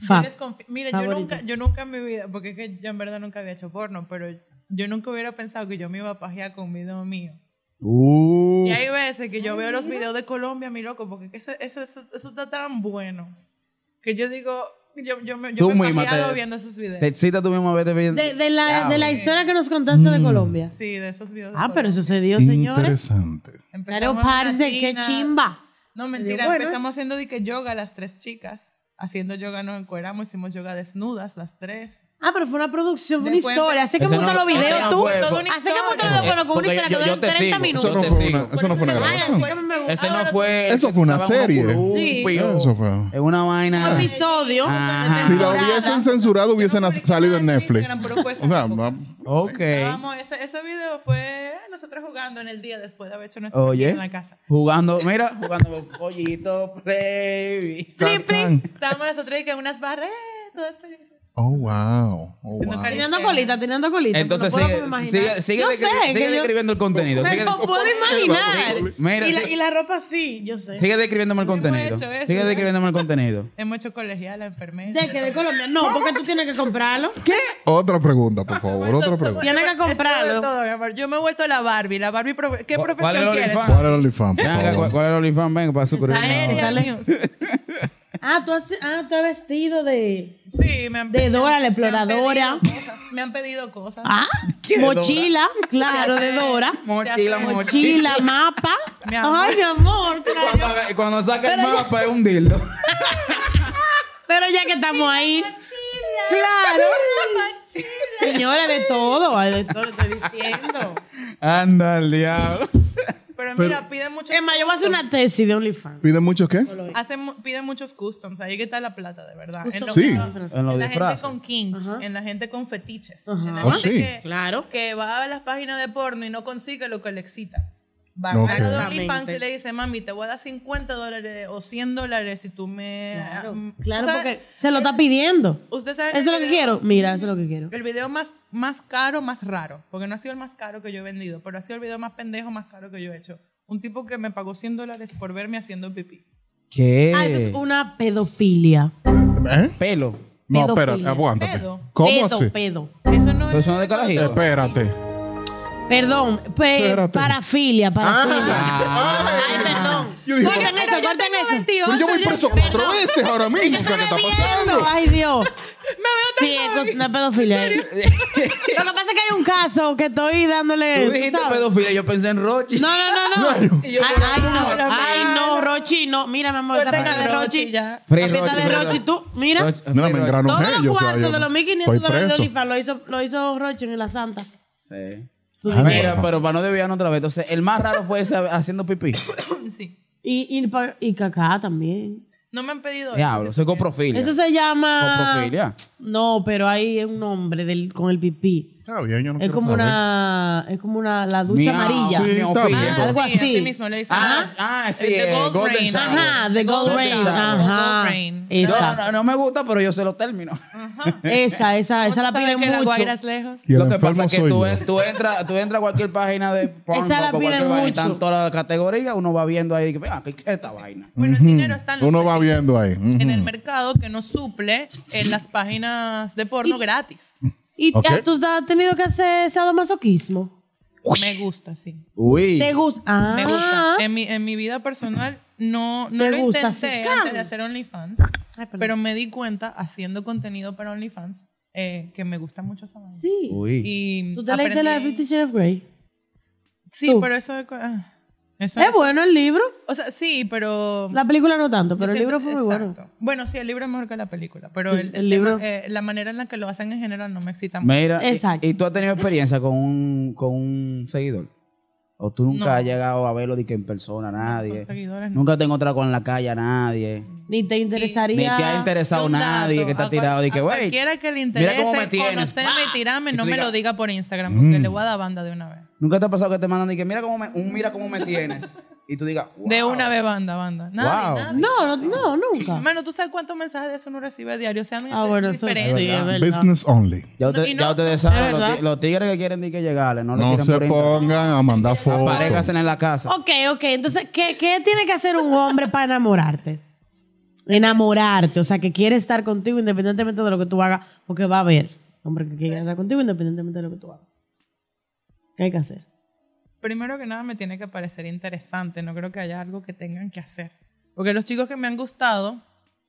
[SPEAKER 2] Yo
[SPEAKER 4] Fa.
[SPEAKER 2] les confi- Mira,
[SPEAKER 4] Favorito.
[SPEAKER 2] yo nunca, yo nunca en mi vida, porque es que yo en verdad nunca había hecho porno, pero yo nunca hubiera pensado que yo me iba a pajear con un video mío.
[SPEAKER 1] Uh,
[SPEAKER 2] Y hay veces que yo veo los videos de Colombia, mi loco, porque que eso, eso, eso, eso está tan bueno que yo digo, yo, yo me,
[SPEAKER 1] Tú
[SPEAKER 2] yo me he
[SPEAKER 1] misma te-
[SPEAKER 2] pajeado viendo esos videos.
[SPEAKER 1] te excita tú misma verte bien.
[SPEAKER 4] De, de la, de la
[SPEAKER 1] Diablo.
[SPEAKER 4] historia que nos contaste de Colombia.
[SPEAKER 2] Sí, de esos videos. de
[SPEAKER 4] Mm. Ah, pero
[SPEAKER 2] Colombia.
[SPEAKER 4] eso se dio, señores.
[SPEAKER 3] Interesante.
[SPEAKER 4] Claro,
[SPEAKER 2] Empezamos en una
[SPEAKER 4] parce, qué
[SPEAKER 2] tina.
[SPEAKER 4] chimba.
[SPEAKER 2] No, mentira,
[SPEAKER 4] Digo, bueno,
[SPEAKER 2] empezamos haciendo de que yoga las tres chicas. Haciendo yoga nos encueramos, hicimos yoga desnudas las tres.
[SPEAKER 4] Ah, pero fue una producción, fue una
[SPEAKER 2] Después-
[SPEAKER 4] historia. Así que
[SPEAKER 1] Ese
[SPEAKER 4] monta
[SPEAKER 1] no-
[SPEAKER 4] los videos
[SPEAKER 1] ese no
[SPEAKER 4] tú.
[SPEAKER 1] fue-
[SPEAKER 2] Toda una
[SPEAKER 4] Así que monta los
[SPEAKER 2] historia.
[SPEAKER 4] videos, pero con una
[SPEAKER 1] Porque
[SPEAKER 4] historia que
[SPEAKER 1] yo- yo
[SPEAKER 4] duran
[SPEAKER 1] te
[SPEAKER 4] 30
[SPEAKER 1] sigo,
[SPEAKER 4] minutos. Ah,
[SPEAKER 3] Eso no
[SPEAKER 1] te
[SPEAKER 3] fue
[SPEAKER 1] sigo.
[SPEAKER 3] una, eso no fue una
[SPEAKER 4] Ay, así
[SPEAKER 3] grabación.
[SPEAKER 4] que me gusta.
[SPEAKER 1] Ese no
[SPEAKER 4] Ahora,
[SPEAKER 1] fue. el
[SPEAKER 3] Eso
[SPEAKER 1] que
[SPEAKER 3] fue una
[SPEAKER 1] estaba en
[SPEAKER 3] serie.
[SPEAKER 1] Urucupi,
[SPEAKER 4] Sí.
[SPEAKER 1] pío.
[SPEAKER 3] Eso fue.
[SPEAKER 1] Es una
[SPEAKER 4] Un
[SPEAKER 1] vaina.
[SPEAKER 4] episodio.
[SPEAKER 1] Ajá.
[SPEAKER 3] Si la
[SPEAKER 4] Temporada.
[SPEAKER 3] hubiesen censurado, hubiesen
[SPEAKER 2] Publicado
[SPEAKER 3] salido en Netflix.
[SPEAKER 2] Instagram, pero fue esa
[SPEAKER 3] O sea,
[SPEAKER 2] época.
[SPEAKER 3] ma-
[SPEAKER 1] Ok.
[SPEAKER 2] Estábamos- ese, ese video fue nosotros jugando en el día después de haber hecho nuestra
[SPEAKER 1] Oye.
[SPEAKER 2] partida en la casa.
[SPEAKER 1] Jugando, mira, jugando pollito, baby.
[SPEAKER 3] tan, tan.
[SPEAKER 2] Estábamos nosotros y que unas barras, eh, todas felices.
[SPEAKER 3] Oh, wow. Oh,
[SPEAKER 2] Haciendo
[SPEAKER 3] wow.
[SPEAKER 2] cariño.
[SPEAKER 4] Teniendo colita, teniendo colita.
[SPEAKER 1] Este, Entonces
[SPEAKER 4] no puedo
[SPEAKER 1] sigue,
[SPEAKER 4] como imaginar.
[SPEAKER 1] sigue, sigue,
[SPEAKER 4] yo
[SPEAKER 1] descri-
[SPEAKER 4] sé
[SPEAKER 1] sigue
[SPEAKER 4] que yo-
[SPEAKER 1] describiendo el contenido.
[SPEAKER 4] me
[SPEAKER 1] Sigue,
[SPEAKER 4] lo puedo imaginar.
[SPEAKER 1] mira,
[SPEAKER 4] y, la,
[SPEAKER 1] sigue-
[SPEAKER 4] y la ropa sí, yo sé.
[SPEAKER 1] sigue describiéndome el
[SPEAKER 2] Hemos
[SPEAKER 1] contenido.
[SPEAKER 2] hecho eso,
[SPEAKER 1] Sigue
[SPEAKER 2] ¿no?
[SPEAKER 1] describiéndome el contenido.
[SPEAKER 2] Hemos hecho colegial, enfermera.
[SPEAKER 4] De que de Colombia. No, porque tú tienes que comprarlo.
[SPEAKER 3] Otra pregunta, por favor. Otra pregunta.
[SPEAKER 4] Tienes que
[SPEAKER 2] Todo,
[SPEAKER 4] comprarlo.
[SPEAKER 2] todo, mi amor. Yo me he vuelto la Barbie. La Barbie, profe- ¿qué
[SPEAKER 1] ¿Cuál-
[SPEAKER 2] profesión
[SPEAKER 1] cuál es el
[SPEAKER 2] quieres?
[SPEAKER 1] OnlyFans?
[SPEAKER 3] ¿Cuál era el OnlyFans, por
[SPEAKER 1] Ven acá, ¿cuál,
[SPEAKER 3] favor?
[SPEAKER 1] cuál era el OnlyFans? Venga, para
[SPEAKER 4] Esa
[SPEAKER 1] suscribirme.
[SPEAKER 4] es,
[SPEAKER 1] ahora.
[SPEAKER 4] esa
[SPEAKER 2] Arial
[SPEAKER 4] Sale.
[SPEAKER 2] News.
[SPEAKER 4] Ah, tú has, ah, tú has vestido de.
[SPEAKER 2] Sí, me han
[SPEAKER 4] De
[SPEAKER 2] me han-
[SPEAKER 4] Dora la
[SPEAKER 2] me han pedido
[SPEAKER 4] exploradora.
[SPEAKER 2] cosas, Me han pedido cosas.
[SPEAKER 4] Ah,
[SPEAKER 1] ¿Qué de
[SPEAKER 4] mochila, claro, de Dora.
[SPEAKER 1] Mochila,
[SPEAKER 2] Te hace
[SPEAKER 1] mochila.
[SPEAKER 4] Mochila, mapa.
[SPEAKER 2] Mi amor.
[SPEAKER 4] Ay, mi amor, claro.
[SPEAKER 1] Cuando, cuando saca el mapa es un dildo.
[SPEAKER 4] Pero ya que estamos ahí. Claro. Señora, de todo, de todo le estoy diciendo.
[SPEAKER 1] Anda el diablo.
[SPEAKER 2] Pero mira, piden muchos.
[SPEAKER 4] Es más, yo voy a hacer una tesis de OnlyFans.
[SPEAKER 3] ¿Piden mucho qué?
[SPEAKER 2] Hacen mu- piden muchos customs. Ahí que está la plata, de verdad. En lo-
[SPEAKER 3] Sí.
[SPEAKER 1] En los
[SPEAKER 2] en la gente
[SPEAKER 1] disfraces.
[SPEAKER 2] con kinks,
[SPEAKER 4] Ajá.
[SPEAKER 2] en la gente con fetiches,
[SPEAKER 4] Ajá.
[SPEAKER 2] en la
[SPEAKER 3] Oh,
[SPEAKER 2] gente
[SPEAKER 3] sí.
[SPEAKER 2] que,
[SPEAKER 4] Claro.
[SPEAKER 2] que va a las páginas de porno y no consigue lo que le excita. Va
[SPEAKER 3] Ok.
[SPEAKER 2] a la de OnlyFans
[SPEAKER 4] Exactamente.
[SPEAKER 2] y le dice, mami, te voy a dar 50 dólares o 100 dólares si tú me...
[SPEAKER 4] Claro, eh,
[SPEAKER 2] mm,
[SPEAKER 4] claro,
[SPEAKER 2] o sea,
[SPEAKER 4] porque se lo está pidiendo.
[SPEAKER 2] Usted sabe
[SPEAKER 4] Eso es lo que quiero. Mira, eso es lo que
[SPEAKER 3] eh.
[SPEAKER 4] quiero.
[SPEAKER 2] El video más, más caro, más raro, porque no ha sido el más caro que yo he vendido, pero ha sido el video más pendejo, más caro que yo he hecho. Un tipo que me pagó 100 dólares por verme haciendo pipí.
[SPEAKER 1] ¿Qué?
[SPEAKER 4] Ah, eso es una pedofilia.
[SPEAKER 3] ¿Eh?
[SPEAKER 1] Pelo.
[SPEAKER 3] No, espera,
[SPEAKER 4] Pedofilia.
[SPEAKER 3] aguántate.
[SPEAKER 2] Pedo.
[SPEAKER 3] ¿Cómo
[SPEAKER 4] pedo,
[SPEAKER 3] así?
[SPEAKER 4] pedo.
[SPEAKER 2] Eso no
[SPEAKER 1] Pero
[SPEAKER 2] es...
[SPEAKER 1] son de carajillo.
[SPEAKER 3] Espérate.
[SPEAKER 4] Perdón, pe-
[SPEAKER 3] Espérate.
[SPEAKER 4] parafilia, parafilia.
[SPEAKER 3] Ah.
[SPEAKER 4] Ay, perdón.
[SPEAKER 3] Yo dije,
[SPEAKER 4] Corten
[SPEAKER 3] pero-
[SPEAKER 4] eso, corten eso.
[SPEAKER 3] pero yo voy preso cuatro veces ahora mismo. O sea, ¿qué está pasando?
[SPEAKER 4] Ay, Dios. Me veo tan Sí, es una pedofilia. Lo que pasa es que hay un caso que estoy dándole.
[SPEAKER 1] Tú
[SPEAKER 4] Eh, ¿tú
[SPEAKER 1] dijiste
[SPEAKER 4] sabes?
[SPEAKER 1] pedofilia, yo pensé en Rochi.
[SPEAKER 4] No, no, no, no.
[SPEAKER 1] Y yo
[SPEAKER 4] Ay,
[SPEAKER 1] por
[SPEAKER 4] ay, no.
[SPEAKER 1] ahora me-
[SPEAKER 4] Ay, no, Rochi, no. Mira, mi amor, esta
[SPEAKER 2] Suelten
[SPEAKER 4] fiesta de
[SPEAKER 2] a
[SPEAKER 4] Rochi.
[SPEAKER 2] Rochi ya.
[SPEAKER 4] La
[SPEAKER 1] Free
[SPEAKER 4] fiesta de
[SPEAKER 1] Rochi,
[SPEAKER 4] Rochi,
[SPEAKER 1] free
[SPEAKER 4] tú, mira.
[SPEAKER 1] Rochi, free
[SPEAKER 3] No, me
[SPEAKER 1] Rochi.
[SPEAKER 3] engrano
[SPEAKER 4] Todos
[SPEAKER 3] ellos.
[SPEAKER 4] los
[SPEAKER 3] o sea, yo
[SPEAKER 4] cuartos de los
[SPEAKER 3] estoy
[SPEAKER 4] 1500 dólares de
[SPEAKER 3] preso.
[SPEAKER 4] Olifa lo hizo, lo hizo Rochi en la Santa.
[SPEAKER 1] Sí.
[SPEAKER 4] Tú
[SPEAKER 1] Ah,
[SPEAKER 4] dime.
[SPEAKER 1] Mira, pero para no desviarnos otra vez. Entonces, el más raro fue ese haciendo pipí.
[SPEAKER 2] Sí.
[SPEAKER 4] Y, y, pa- y cacá también.
[SPEAKER 2] No me han pedido...
[SPEAKER 1] Diablo, soy coprofilia.
[SPEAKER 4] Eso se llama.
[SPEAKER 1] Coprofilia.
[SPEAKER 4] No, pero hay un nombre del, con el pipí.
[SPEAKER 3] Está bien, yo no
[SPEAKER 4] Es
[SPEAKER 3] quiero
[SPEAKER 4] como
[SPEAKER 3] saber. Ah,
[SPEAKER 4] una. Es como una. La ducha
[SPEAKER 1] Miau,
[SPEAKER 4] amarilla. Ah,
[SPEAKER 3] Sí,
[SPEAKER 1] miau,
[SPEAKER 3] está
[SPEAKER 1] pico.
[SPEAKER 3] bien.
[SPEAKER 4] Algo
[SPEAKER 2] Sí,
[SPEAKER 4] así.
[SPEAKER 2] así mismo le dicen.
[SPEAKER 1] Ah,
[SPEAKER 2] ah,
[SPEAKER 1] ah, sí,
[SPEAKER 2] the
[SPEAKER 1] eh,
[SPEAKER 2] Gold
[SPEAKER 1] Golden
[SPEAKER 2] Rain.
[SPEAKER 1] Shower.
[SPEAKER 4] Ajá, de Gold,
[SPEAKER 1] Gold
[SPEAKER 4] Rain.
[SPEAKER 1] Rain.
[SPEAKER 4] Ajá.
[SPEAKER 2] Gold Rain.
[SPEAKER 3] Eh,
[SPEAKER 1] No,
[SPEAKER 4] Esa,
[SPEAKER 1] no, no, no me gusta, pero yo sé los términos.
[SPEAKER 4] esa, esa, esa la
[SPEAKER 2] ¿Cómo tú sabes
[SPEAKER 4] piden
[SPEAKER 2] que la
[SPEAKER 4] mucho.
[SPEAKER 2] Guaira es lejos?
[SPEAKER 3] Y el
[SPEAKER 1] Lo que
[SPEAKER 3] enfermo
[SPEAKER 1] pasa es que
[SPEAKER 3] soy
[SPEAKER 1] tú,
[SPEAKER 3] yo.
[SPEAKER 1] en- tú entras tú entras a cualquier página de porn,
[SPEAKER 4] Esa la
[SPEAKER 1] por cualquier
[SPEAKER 4] piden
[SPEAKER 1] vaina,
[SPEAKER 4] mucho.
[SPEAKER 1] están todas las categorías, uno va viendo ahí, y dice, "Venga, ¿qué qué es esta vaina?
[SPEAKER 2] Bueno, el
[SPEAKER 3] Ujú.
[SPEAKER 2] dinero está en los
[SPEAKER 3] Uno va
[SPEAKER 2] mercados.
[SPEAKER 3] viendo ahí.
[SPEAKER 2] en el
[SPEAKER 3] ujú.
[SPEAKER 2] mercado que nos suple en las páginas de porno gratis.
[SPEAKER 4] ¿Y
[SPEAKER 3] Ok.
[SPEAKER 4] ah, tú has tenido que hacer sadomasoquismo?
[SPEAKER 2] Me gusta, sí.
[SPEAKER 1] Uy.
[SPEAKER 4] ¿Te gusta? Ah,
[SPEAKER 2] Me gusta. Em- En mi, en mi vida personal no, no
[SPEAKER 4] Me
[SPEAKER 2] lo
[SPEAKER 4] gusta,
[SPEAKER 2] intenté
[SPEAKER 4] sí.
[SPEAKER 2] antes de hacer OnlyFans,
[SPEAKER 4] Ay, perdón.
[SPEAKER 2] pero me di cuenta haciendo contenido para OnlyFans eh, que me gusta mucho esa vaina.
[SPEAKER 4] Sí.
[SPEAKER 1] Uy.
[SPEAKER 2] Y
[SPEAKER 4] ¿Tú te leíste la de
[SPEAKER 2] Mm, aprendí-
[SPEAKER 4] Fifty Shades of Grey?
[SPEAKER 2] Sí,
[SPEAKER 4] tú?
[SPEAKER 2] pero eso... de co- ah, eso-
[SPEAKER 4] Es bueno el libro.
[SPEAKER 2] O sea, sí, pero...
[SPEAKER 4] La película no tanto, pero el
[SPEAKER 2] Yo
[SPEAKER 4] libro fue
[SPEAKER 2] siento-
[SPEAKER 4] muy bueno.
[SPEAKER 2] exacto. Bueno, sí, el libro es mejor que la película, pero
[SPEAKER 4] Sí,
[SPEAKER 2] el,
[SPEAKER 4] el
[SPEAKER 2] libro...
[SPEAKER 4] libro-
[SPEAKER 2] la manera en la que lo hacen en general no me excita mucho.
[SPEAKER 1] Mira, y-
[SPEAKER 4] Exacto.
[SPEAKER 1] Y, tú has tenido experiencia con un, con un seguidor? ¿O tú nunca
[SPEAKER 2] No.
[SPEAKER 1] has llegado a verlo de que en persona, nadie?
[SPEAKER 2] Con seguidores, no.
[SPEAKER 1] Nunca te has encontrado con la calle a nadie.
[SPEAKER 4] Ni te interesaría.
[SPEAKER 1] Ni te ha interesado
[SPEAKER 2] Un dato,
[SPEAKER 1] nadie que
[SPEAKER 2] a
[SPEAKER 1] está
[SPEAKER 2] cual-
[SPEAKER 1] tirado. de
[SPEAKER 2] a
[SPEAKER 1] que, güey,
[SPEAKER 2] Cualquiera que
[SPEAKER 1] mira
[SPEAKER 2] le interese
[SPEAKER 1] cómo me tienes.
[SPEAKER 2] conocerme y tirarme,
[SPEAKER 1] Y
[SPEAKER 2] no
[SPEAKER 1] tú
[SPEAKER 2] me
[SPEAKER 1] digas-
[SPEAKER 2] lo diga por Instagram, porque le voy a dar banda de una vez.
[SPEAKER 1] ¿Nunca te ha pasado que te mandan y que mira cómo me, un mira cómo me tiees? Y tú digas,
[SPEAKER 2] De
[SPEAKER 1] "Wow".
[SPEAKER 2] una vez banda, banda. Nada,
[SPEAKER 1] Wow.
[SPEAKER 2] nada.
[SPEAKER 4] No, no, no, nunca.
[SPEAKER 2] Hermano, ¿tú sabes cuántos mensajes de eso uno recibe diario? Sean
[SPEAKER 4] Ah, bueno, eso sí,
[SPEAKER 2] diferentes.
[SPEAKER 4] es verdad.
[SPEAKER 3] Business only.
[SPEAKER 1] Ya, usted-
[SPEAKER 2] No, y no,
[SPEAKER 1] ya ustedes
[SPEAKER 4] es
[SPEAKER 1] saben, los,
[SPEAKER 4] verdad.
[SPEAKER 1] ti- los tigres que quieren de que llegarle, no, lo
[SPEAKER 3] No
[SPEAKER 1] quieren
[SPEAKER 3] se
[SPEAKER 1] por internet.
[SPEAKER 3] pongan a mandar
[SPEAKER 1] Parejas
[SPEAKER 3] fotos.
[SPEAKER 1] en la casa.
[SPEAKER 4] Ok, ok. Entonces, ¿qué, qué tiene que hacer un hombre para enamorarte? Enamorarte, o sea, que quiere estar contigo independientemente de lo que tú hagas, porque va a haber hombre que quiere estar contigo independientemente de lo que tú hagas. ¿Qué hay que hacer?
[SPEAKER 2] Primero que nada, me tiene que parecer interesante. No creo que haya algo que tengan que hacer. Porque los chicos que me han gustado,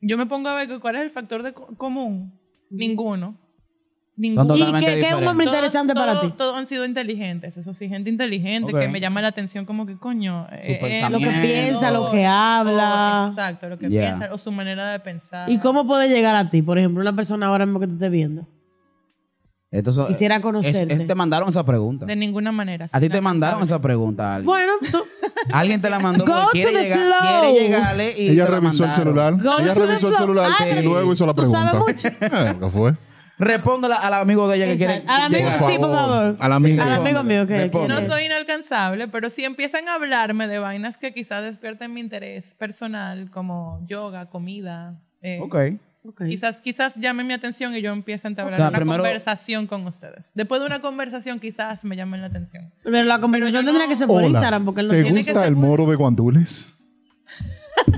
[SPEAKER 2] yo me pongo a ver que cuál es el factor de co- común. Ninguno. Ninguno.
[SPEAKER 4] ¿Y
[SPEAKER 1] Totalmente
[SPEAKER 4] qué, qué es un
[SPEAKER 1] diferente.
[SPEAKER 4] hombre
[SPEAKER 2] Todos-
[SPEAKER 4] interesante para
[SPEAKER 2] todos-
[SPEAKER 4] ti?
[SPEAKER 2] Todos han sido inteligentes, eso sí, gente inteligente
[SPEAKER 1] Ok.
[SPEAKER 2] que me llama la atención como que coño, eh,
[SPEAKER 1] Su
[SPEAKER 2] eh,
[SPEAKER 1] pensamiento.
[SPEAKER 4] Lo que piensa, lo que
[SPEAKER 2] o-
[SPEAKER 4] habla.
[SPEAKER 2] o- exacto, lo que
[SPEAKER 1] Ya.
[SPEAKER 2] piensa o su manera de pensar.
[SPEAKER 4] ¿Y cómo puede llegar a ti? Por ejemplo, una persona ahora mismo que tú estés viendo.
[SPEAKER 1] Entonces,
[SPEAKER 4] Quisiera
[SPEAKER 1] es-
[SPEAKER 4] conocerte.
[SPEAKER 1] es- te mandaron esa pregunta.
[SPEAKER 2] De ninguna manera.
[SPEAKER 1] A ti te
[SPEAKER 2] simplemente
[SPEAKER 1] mandaron
[SPEAKER 2] habla.
[SPEAKER 1] esa pregunta, alguien.
[SPEAKER 4] Bueno, tú,
[SPEAKER 1] Alguien te la mandó.
[SPEAKER 4] Go
[SPEAKER 1] porque quiere,
[SPEAKER 4] to the
[SPEAKER 1] llegar,
[SPEAKER 4] flow.
[SPEAKER 1] quiere llegarle y
[SPEAKER 3] Ella
[SPEAKER 1] te la
[SPEAKER 3] revisó el
[SPEAKER 1] mandaron.
[SPEAKER 3] celular.
[SPEAKER 4] Go
[SPEAKER 3] Ella
[SPEAKER 4] to the
[SPEAKER 3] revisó el
[SPEAKER 4] flow.
[SPEAKER 3] celular
[SPEAKER 4] Ah,
[SPEAKER 3] y
[SPEAKER 4] pero-
[SPEAKER 3] luego hizo la
[SPEAKER 4] tú sabes
[SPEAKER 3] pregunta.
[SPEAKER 4] mucho.
[SPEAKER 3] Eh, ¿Qué fue?
[SPEAKER 1] Respóndela al amigo de ella que quiere.
[SPEAKER 4] Exacto. Al amigo,
[SPEAKER 1] llegar.
[SPEAKER 4] sí, por favor.
[SPEAKER 3] A la amiga.
[SPEAKER 4] al amigo mío que- que
[SPEAKER 1] Responde.
[SPEAKER 2] No soy inalcanzable, pero si empiezan a hablarme de vainas que quizás despierten mi interés personal, como yoga, comida, eh,
[SPEAKER 1] Ok.
[SPEAKER 4] Ok.
[SPEAKER 2] quizás, quizás llamen mi atención y yo empiece a entablar
[SPEAKER 1] O sea,
[SPEAKER 2] una
[SPEAKER 1] primero-
[SPEAKER 2] conversación con ustedes. Después de una conversación, quizás me llamen la atención.
[SPEAKER 4] Pero la conversación
[SPEAKER 2] Pero yo
[SPEAKER 4] tendría
[SPEAKER 2] no-
[SPEAKER 4] que ser por
[SPEAKER 3] Hola,
[SPEAKER 4] Instagram porque él no
[SPEAKER 3] ¿te
[SPEAKER 4] tiene que
[SPEAKER 3] gusta el moro de guandules?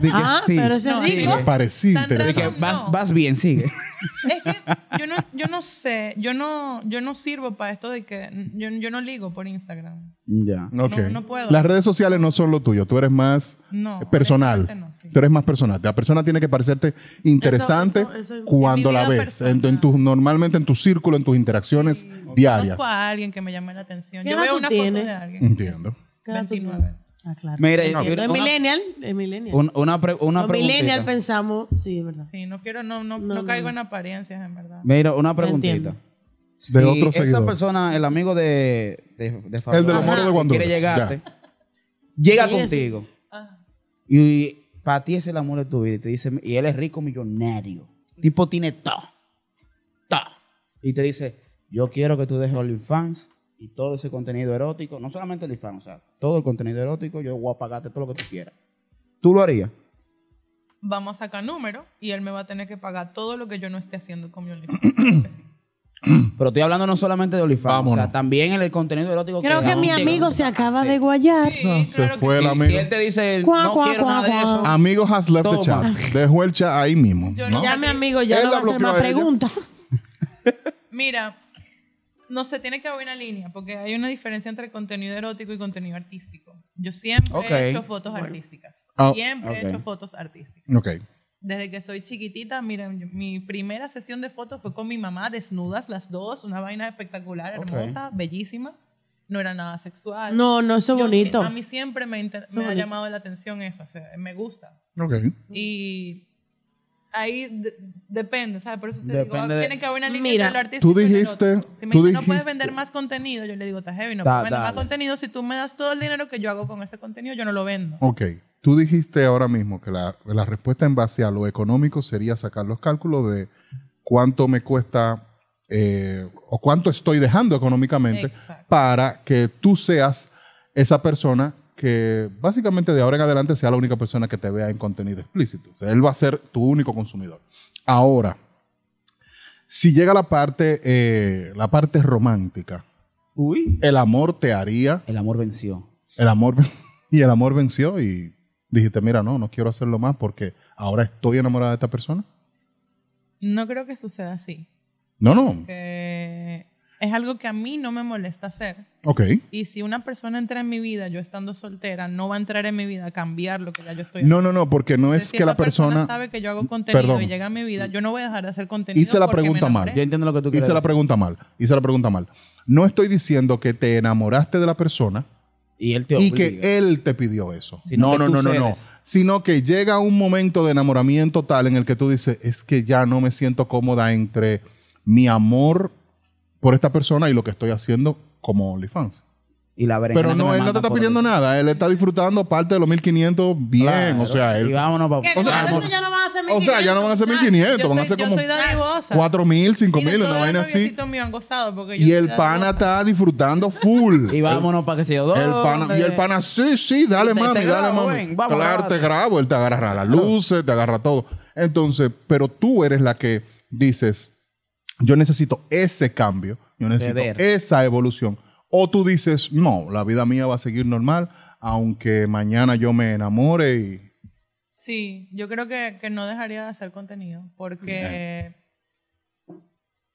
[SPEAKER 1] Dije
[SPEAKER 4] Ah,
[SPEAKER 1] sí.
[SPEAKER 4] pero ese
[SPEAKER 2] No,
[SPEAKER 4] rico.
[SPEAKER 2] dile.
[SPEAKER 3] Parecía
[SPEAKER 2] Tan raro.
[SPEAKER 1] De que
[SPEAKER 3] interesante.
[SPEAKER 2] No.
[SPEAKER 1] vas, vas bien, sigue.
[SPEAKER 2] Es que yo no, yo no sé, yo no, yo no sirvo para esto de que yo, yo no ligo por Instagram.
[SPEAKER 1] ya.
[SPEAKER 3] Ok.
[SPEAKER 2] No, no puedo.
[SPEAKER 3] Las redes sociales no son lo tuyo. Tú eres más
[SPEAKER 2] No.
[SPEAKER 3] personal.
[SPEAKER 2] honestamente no, sí.
[SPEAKER 3] Tú eres más personal. La persona tiene que parecerte interesante
[SPEAKER 4] Eso- eso- eso-
[SPEAKER 3] cuando
[SPEAKER 2] En mi
[SPEAKER 3] la
[SPEAKER 2] vida
[SPEAKER 3] ves. En,
[SPEAKER 2] personal.
[SPEAKER 3] en tus- normalmente en tu círculo, en tus interacciones diarias.
[SPEAKER 2] Conozco a alguien que me llame la atención.
[SPEAKER 4] ¿Qué
[SPEAKER 2] Yo
[SPEAKER 4] edad
[SPEAKER 2] veo
[SPEAKER 4] tú
[SPEAKER 2] una
[SPEAKER 4] tienes?
[SPEAKER 2] foto de alguien.
[SPEAKER 3] Entiendo.
[SPEAKER 4] ¿Qué edad tú
[SPEAKER 2] 29.
[SPEAKER 4] tienes? Ah, claro.
[SPEAKER 1] Mira,
[SPEAKER 4] Entiendo.
[SPEAKER 1] yo-
[SPEAKER 4] es
[SPEAKER 1] una-
[SPEAKER 4] millennial, es millennial.
[SPEAKER 1] Un- una pre- una
[SPEAKER 4] Los millennial
[SPEAKER 1] preguntita.
[SPEAKER 4] pensamos, sí, es verdad.
[SPEAKER 2] Sí, no quiero, no, no,
[SPEAKER 4] No,
[SPEAKER 2] no,
[SPEAKER 4] no,
[SPEAKER 2] caigo
[SPEAKER 4] no.
[SPEAKER 2] en apariencias, en verdad.
[SPEAKER 1] Mira, una preguntita.
[SPEAKER 4] Entiendo.
[SPEAKER 3] De
[SPEAKER 1] Si
[SPEAKER 3] otro
[SPEAKER 1] Esa
[SPEAKER 3] seguidor.
[SPEAKER 1] persona, el amigo de, de, de Fabiola,
[SPEAKER 3] El de los moros de
[SPEAKER 1] que
[SPEAKER 3] Guandula.
[SPEAKER 1] Quiere llegarte. Llega contigo.
[SPEAKER 2] Ah.
[SPEAKER 1] Y para ti es el amor de tu vida. Y te dice, y él es rico millonario. Tipo tiene todo. Todo. Y te dice, yo quiero que tú dejes OnlyFans y todo ese contenido erótico. No solamente OnlyFans, o sea, todo el contenido erótico, yo voy a pagarte todo lo que tú quieras. ¿Tú lo harías?
[SPEAKER 2] Vamos a sacar número y él me va a tener que pagar todo lo que yo no esté haciendo con mi OnlyFans. Claro que sí.
[SPEAKER 1] Pero estoy hablando no solamente de OnlyFans, o
[SPEAKER 3] Vámonos.
[SPEAKER 1] sea, también el, el contenido erótico
[SPEAKER 4] Creo que
[SPEAKER 1] hagan
[SPEAKER 4] mi
[SPEAKER 1] contigo.
[SPEAKER 4] amigo se acaba de guayar.
[SPEAKER 2] Sí,
[SPEAKER 3] Se
[SPEAKER 2] claro que
[SPEAKER 3] fue
[SPEAKER 2] sí.
[SPEAKER 3] el
[SPEAKER 1] Si- Si él
[SPEAKER 3] amigo.
[SPEAKER 1] te dice,
[SPEAKER 4] Cuá,
[SPEAKER 1] no
[SPEAKER 4] cuá,
[SPEAKER 1] quiero
[SPEAKER 4] cuá,
[SPEAKER 1] nada de
[SPEAKER 4] cuá.
[SPEAKER 1] eso,
[SPEAKER 3] Amigo has left
[SPEAKER 1] Toma.
[SPEAKER 3] the chat. Dejó el chat ahí mismo.
[SPEAKER 2] Yo
[SPEAKER 3] ¿no?
[SPEAKER 2] no-
[SPEAKER 4] Ya mi amigo ya
[SPEAKER 3] Él
[SPEAKER 4] no va
[SPEAKER 3] la
[SPEAKER 4] a hacer
[SPEAKER 3] bloqueó
[SPEAKER 4] más
[SPEAKER 3] a ella.
[SPEAKER 4] preguntas.
[SPEAKER 2] Mira, no sé, tiene que haber una línea, porque hay una diferencia entre contenido erótico y contenido artístico. Yo siempre
[SPEAKER 1] Ok.
[SPEAKER 2] he hecho fotos artísticas.
[SPEAKER 3] Ah,
[SPEAKER 2] siempre
[SPEAKER 1] ok.
[SPEAKER 2] he hecho fotos artísticas.
[SPEAKER 3] Ok.
[SPEAKER 2] Desde que soy chiquitita, miren, yo- mi primera sesión de fotos fue con mi mamá, desnudas las dos, una vaina espectacular,
[SPEAKER 1] Ok.
[SPEAKER 2] hermosa, bellísima. No era nada sexual.
[SPEAKER 4] No, no, eso es
[SPEAKER 2] Yo-
[SPEAKER 4] bonito.
[SPEAKER 2] a mí siempre me, inte- me ha
[SPEAKER 4] bonito.
[SPEAKER 2] llamado la atención eso, o sea, me gusta.
[SPEAKER 3] Ok.
[SPEAKER 2] Y ahí de- depende, ¿sabes? Por eso te digo,
[SPEAKER 1] Depende de-
[SPEAKER 2] tiene que haber una línea
[SPEAKER 4] Mira,
[SPEAKER 2] entre lo artístico
[SPEAKER 3] tú
[SPEAKER 2] y lo
[SPEAKER 3] dijiste-
[SPEAKER 2] erótico. Si me
[SPEAKER 3] tú
[SPEAKER 2] dicen, no puedes
[SPEAKER 3] dijiste-
[SPEAKER 2] vender más contenido, yo le digo, está heavy, no
[SPEAKER 1] Da-
[SPEAKER 2] puedes vender más
[SPEAKER 1] dale.
[SPEAKER 2] contenido. Si tú me das todo el dinero que yo hago con ese contenido, yo no lo vendo.
[SPEAKER 3] Ok. Tú dijiste ahora mismo que la, la respuesta en base a lo económico sería sacar los cálculos de cuánto me cuesta eh, o cuánto estoy dejando económicamente
[SPEAKER 2] Exacto.
[SPEAKER 3] para que tú seas esa persona que básicamente de ahora en adelante sea la única persona que te vea en contenido explícito. O sea, él va a ser tu único consumidor. Ahora, si llega la parte, eh, la parte romántica,
[SPEAKER 1] Uy.
[SPEAKER 3] el amor te haría,
[SPEAKER 1] El amor venció.
[SPEAKER 3] el amor y el amor venció y dijiste, mira, no, no quiero hacerlo más porque ahora estoy enamorada de esta persona.
[SPEAKER 2] No creo que suceda así.
[SPEAKER 3] No, no,
[SPEAKER 2] que es algo que a mí no me molesta hacer.
[SPEAKER 3] ok.
[SPEAKER 2] Y si una persona entra en mi vida, yo estando soltera, no va a entrar en mi vida a cambiar lo que ya yo estoy
[SPEAKER 3] No, no, no, porque no
[SPEAKER 2] Entonces,
[SPEAKER 3] es
[SPEAKER 2] si
[SPEAKER 3] que
[SPEAKER 2] esa
[SPEAKER 3] la persona...
[SPEAKER 2] sabe que yo hago contenido
[SPEAKER 3] Perdón.
[SPEAKER 2] y llega a mi vida, yo no voy a dejar de hacer contenido.
[SPEAKER 3] Hice la
[SPEAKER 2] porque me
[SPEAKER 3] pregunta mal.
[SPEAKER 2] enamoré.
[SPEAKER 1] Yo entiendo lo que tú quieres
[SPEAKER 3] Hice la
[SPEAKER 1] decir.
[SPEAKER 3] pregunta mal, hice la pregunta mal. No estoy diciendo que te enamoraste de la persona
[SPEAKER 1] Y él te
[SPEAKER 3] y
[SPEAKER 1] obliga.
[SPEAKER 3] que eh, él te pidió eso.
[SPEAKER 1] Sino
[SPEAKER 3] no,
[SPEAKER 1] que
[SPEAKER 3] no,
[SPEAKER 1] tú
[SPEAKER 3] no, no, no.
[SPEAKER 1] cedes.
[SPEAKER 3] Sino que llega un momento de enamoramiento tal en el que tú dices, es que ya no me siento cómoda entre mi amor por esta persona y lo que estoy haciendo como OnlyFans.
[SPEAKER 1] Y la berenjena
[SPEAKER 3] Pero
[SPEAKER 1] que
[SPEAKER 3] no,
[SPEAKER 1] me
[SPEAKER 3] él no te
[SPEAKER 1] mandan
[SPEAKER 3] está
[SPEAKER 1] por
[SPEAKER 3] pidiendo
[SPEAKER 1] ahí.
[SPEAKER 3] nada. Él está disfrutando parte de los 1500 bien.
[SPEAKER 1] Claro.
[SPEAKER 3] O sea,
[SPEAKER 1] Y
[SPEAKER 3] él,
[SPEAKER 1] vámonos pa-
[SPEAKER 4] O
[SPEAKER 3] O sea,
[SPEAKER 4] sea,
[SPEAKER 1] vamos.
[SPEAKER 4] ya no van a ser
[SPEAKER 3] o sea, ya no van a ser 1500,
[SPEAKER 2] Yo
[SPEAKER 3] van a
[SPEAKER 2] soy-
[SPEAKER 3] ser
[SPEAKER 2] yo
[SPEAKER 3] como
[SPEAKER 2] soy dadivosa.
[SPEAKER 3] 4000,
[SPEAKER 2] Y de
[SPEAKER 3] 5000, una
[SPEAKER 2] todos
[SPEAKER 3] vaina
[SPEAKER 2] los
[SPEAKER 3] así.
[SPEAKER 2] noviecitos me han gozado porque yo
[SPEAKER 3] Y
[SPEAKER 2] soy
[SPEAKER 3] el
[SPEAKER 2] dadivosa.
[SPEAKER 3] pana está disfrutando full.
[SPEAKER 1] Y vámonos para que se yo.
[SPEAKER 3] El pana, y el pana, sí, sí, dale
[SPEAKER 1] Te- te
[SPEAKER 3] mami, dale
[SPEAKER 1] grabo,
[SPEAKER 3] mami.
[SPEAKER 1] ven, vamos,
[SPEAKER 3] claro, te
[SPEAKER 1] grabate.
[SPEAKER 3] grabo, él te agarra las luces, te agarra todo. Entonces, pero tú eres la que dices, yo necesito ese cambio, yo necesito
[SPEAKER 1] Beber.
[SPEAKER 3] esa evolución. O tú dices, no, la vida mía va a seguir normal, aunque mañana yo me enamore y...
[SPEAKER 2] Sí, yo creo que, que no dejaría de hacer contenido porque...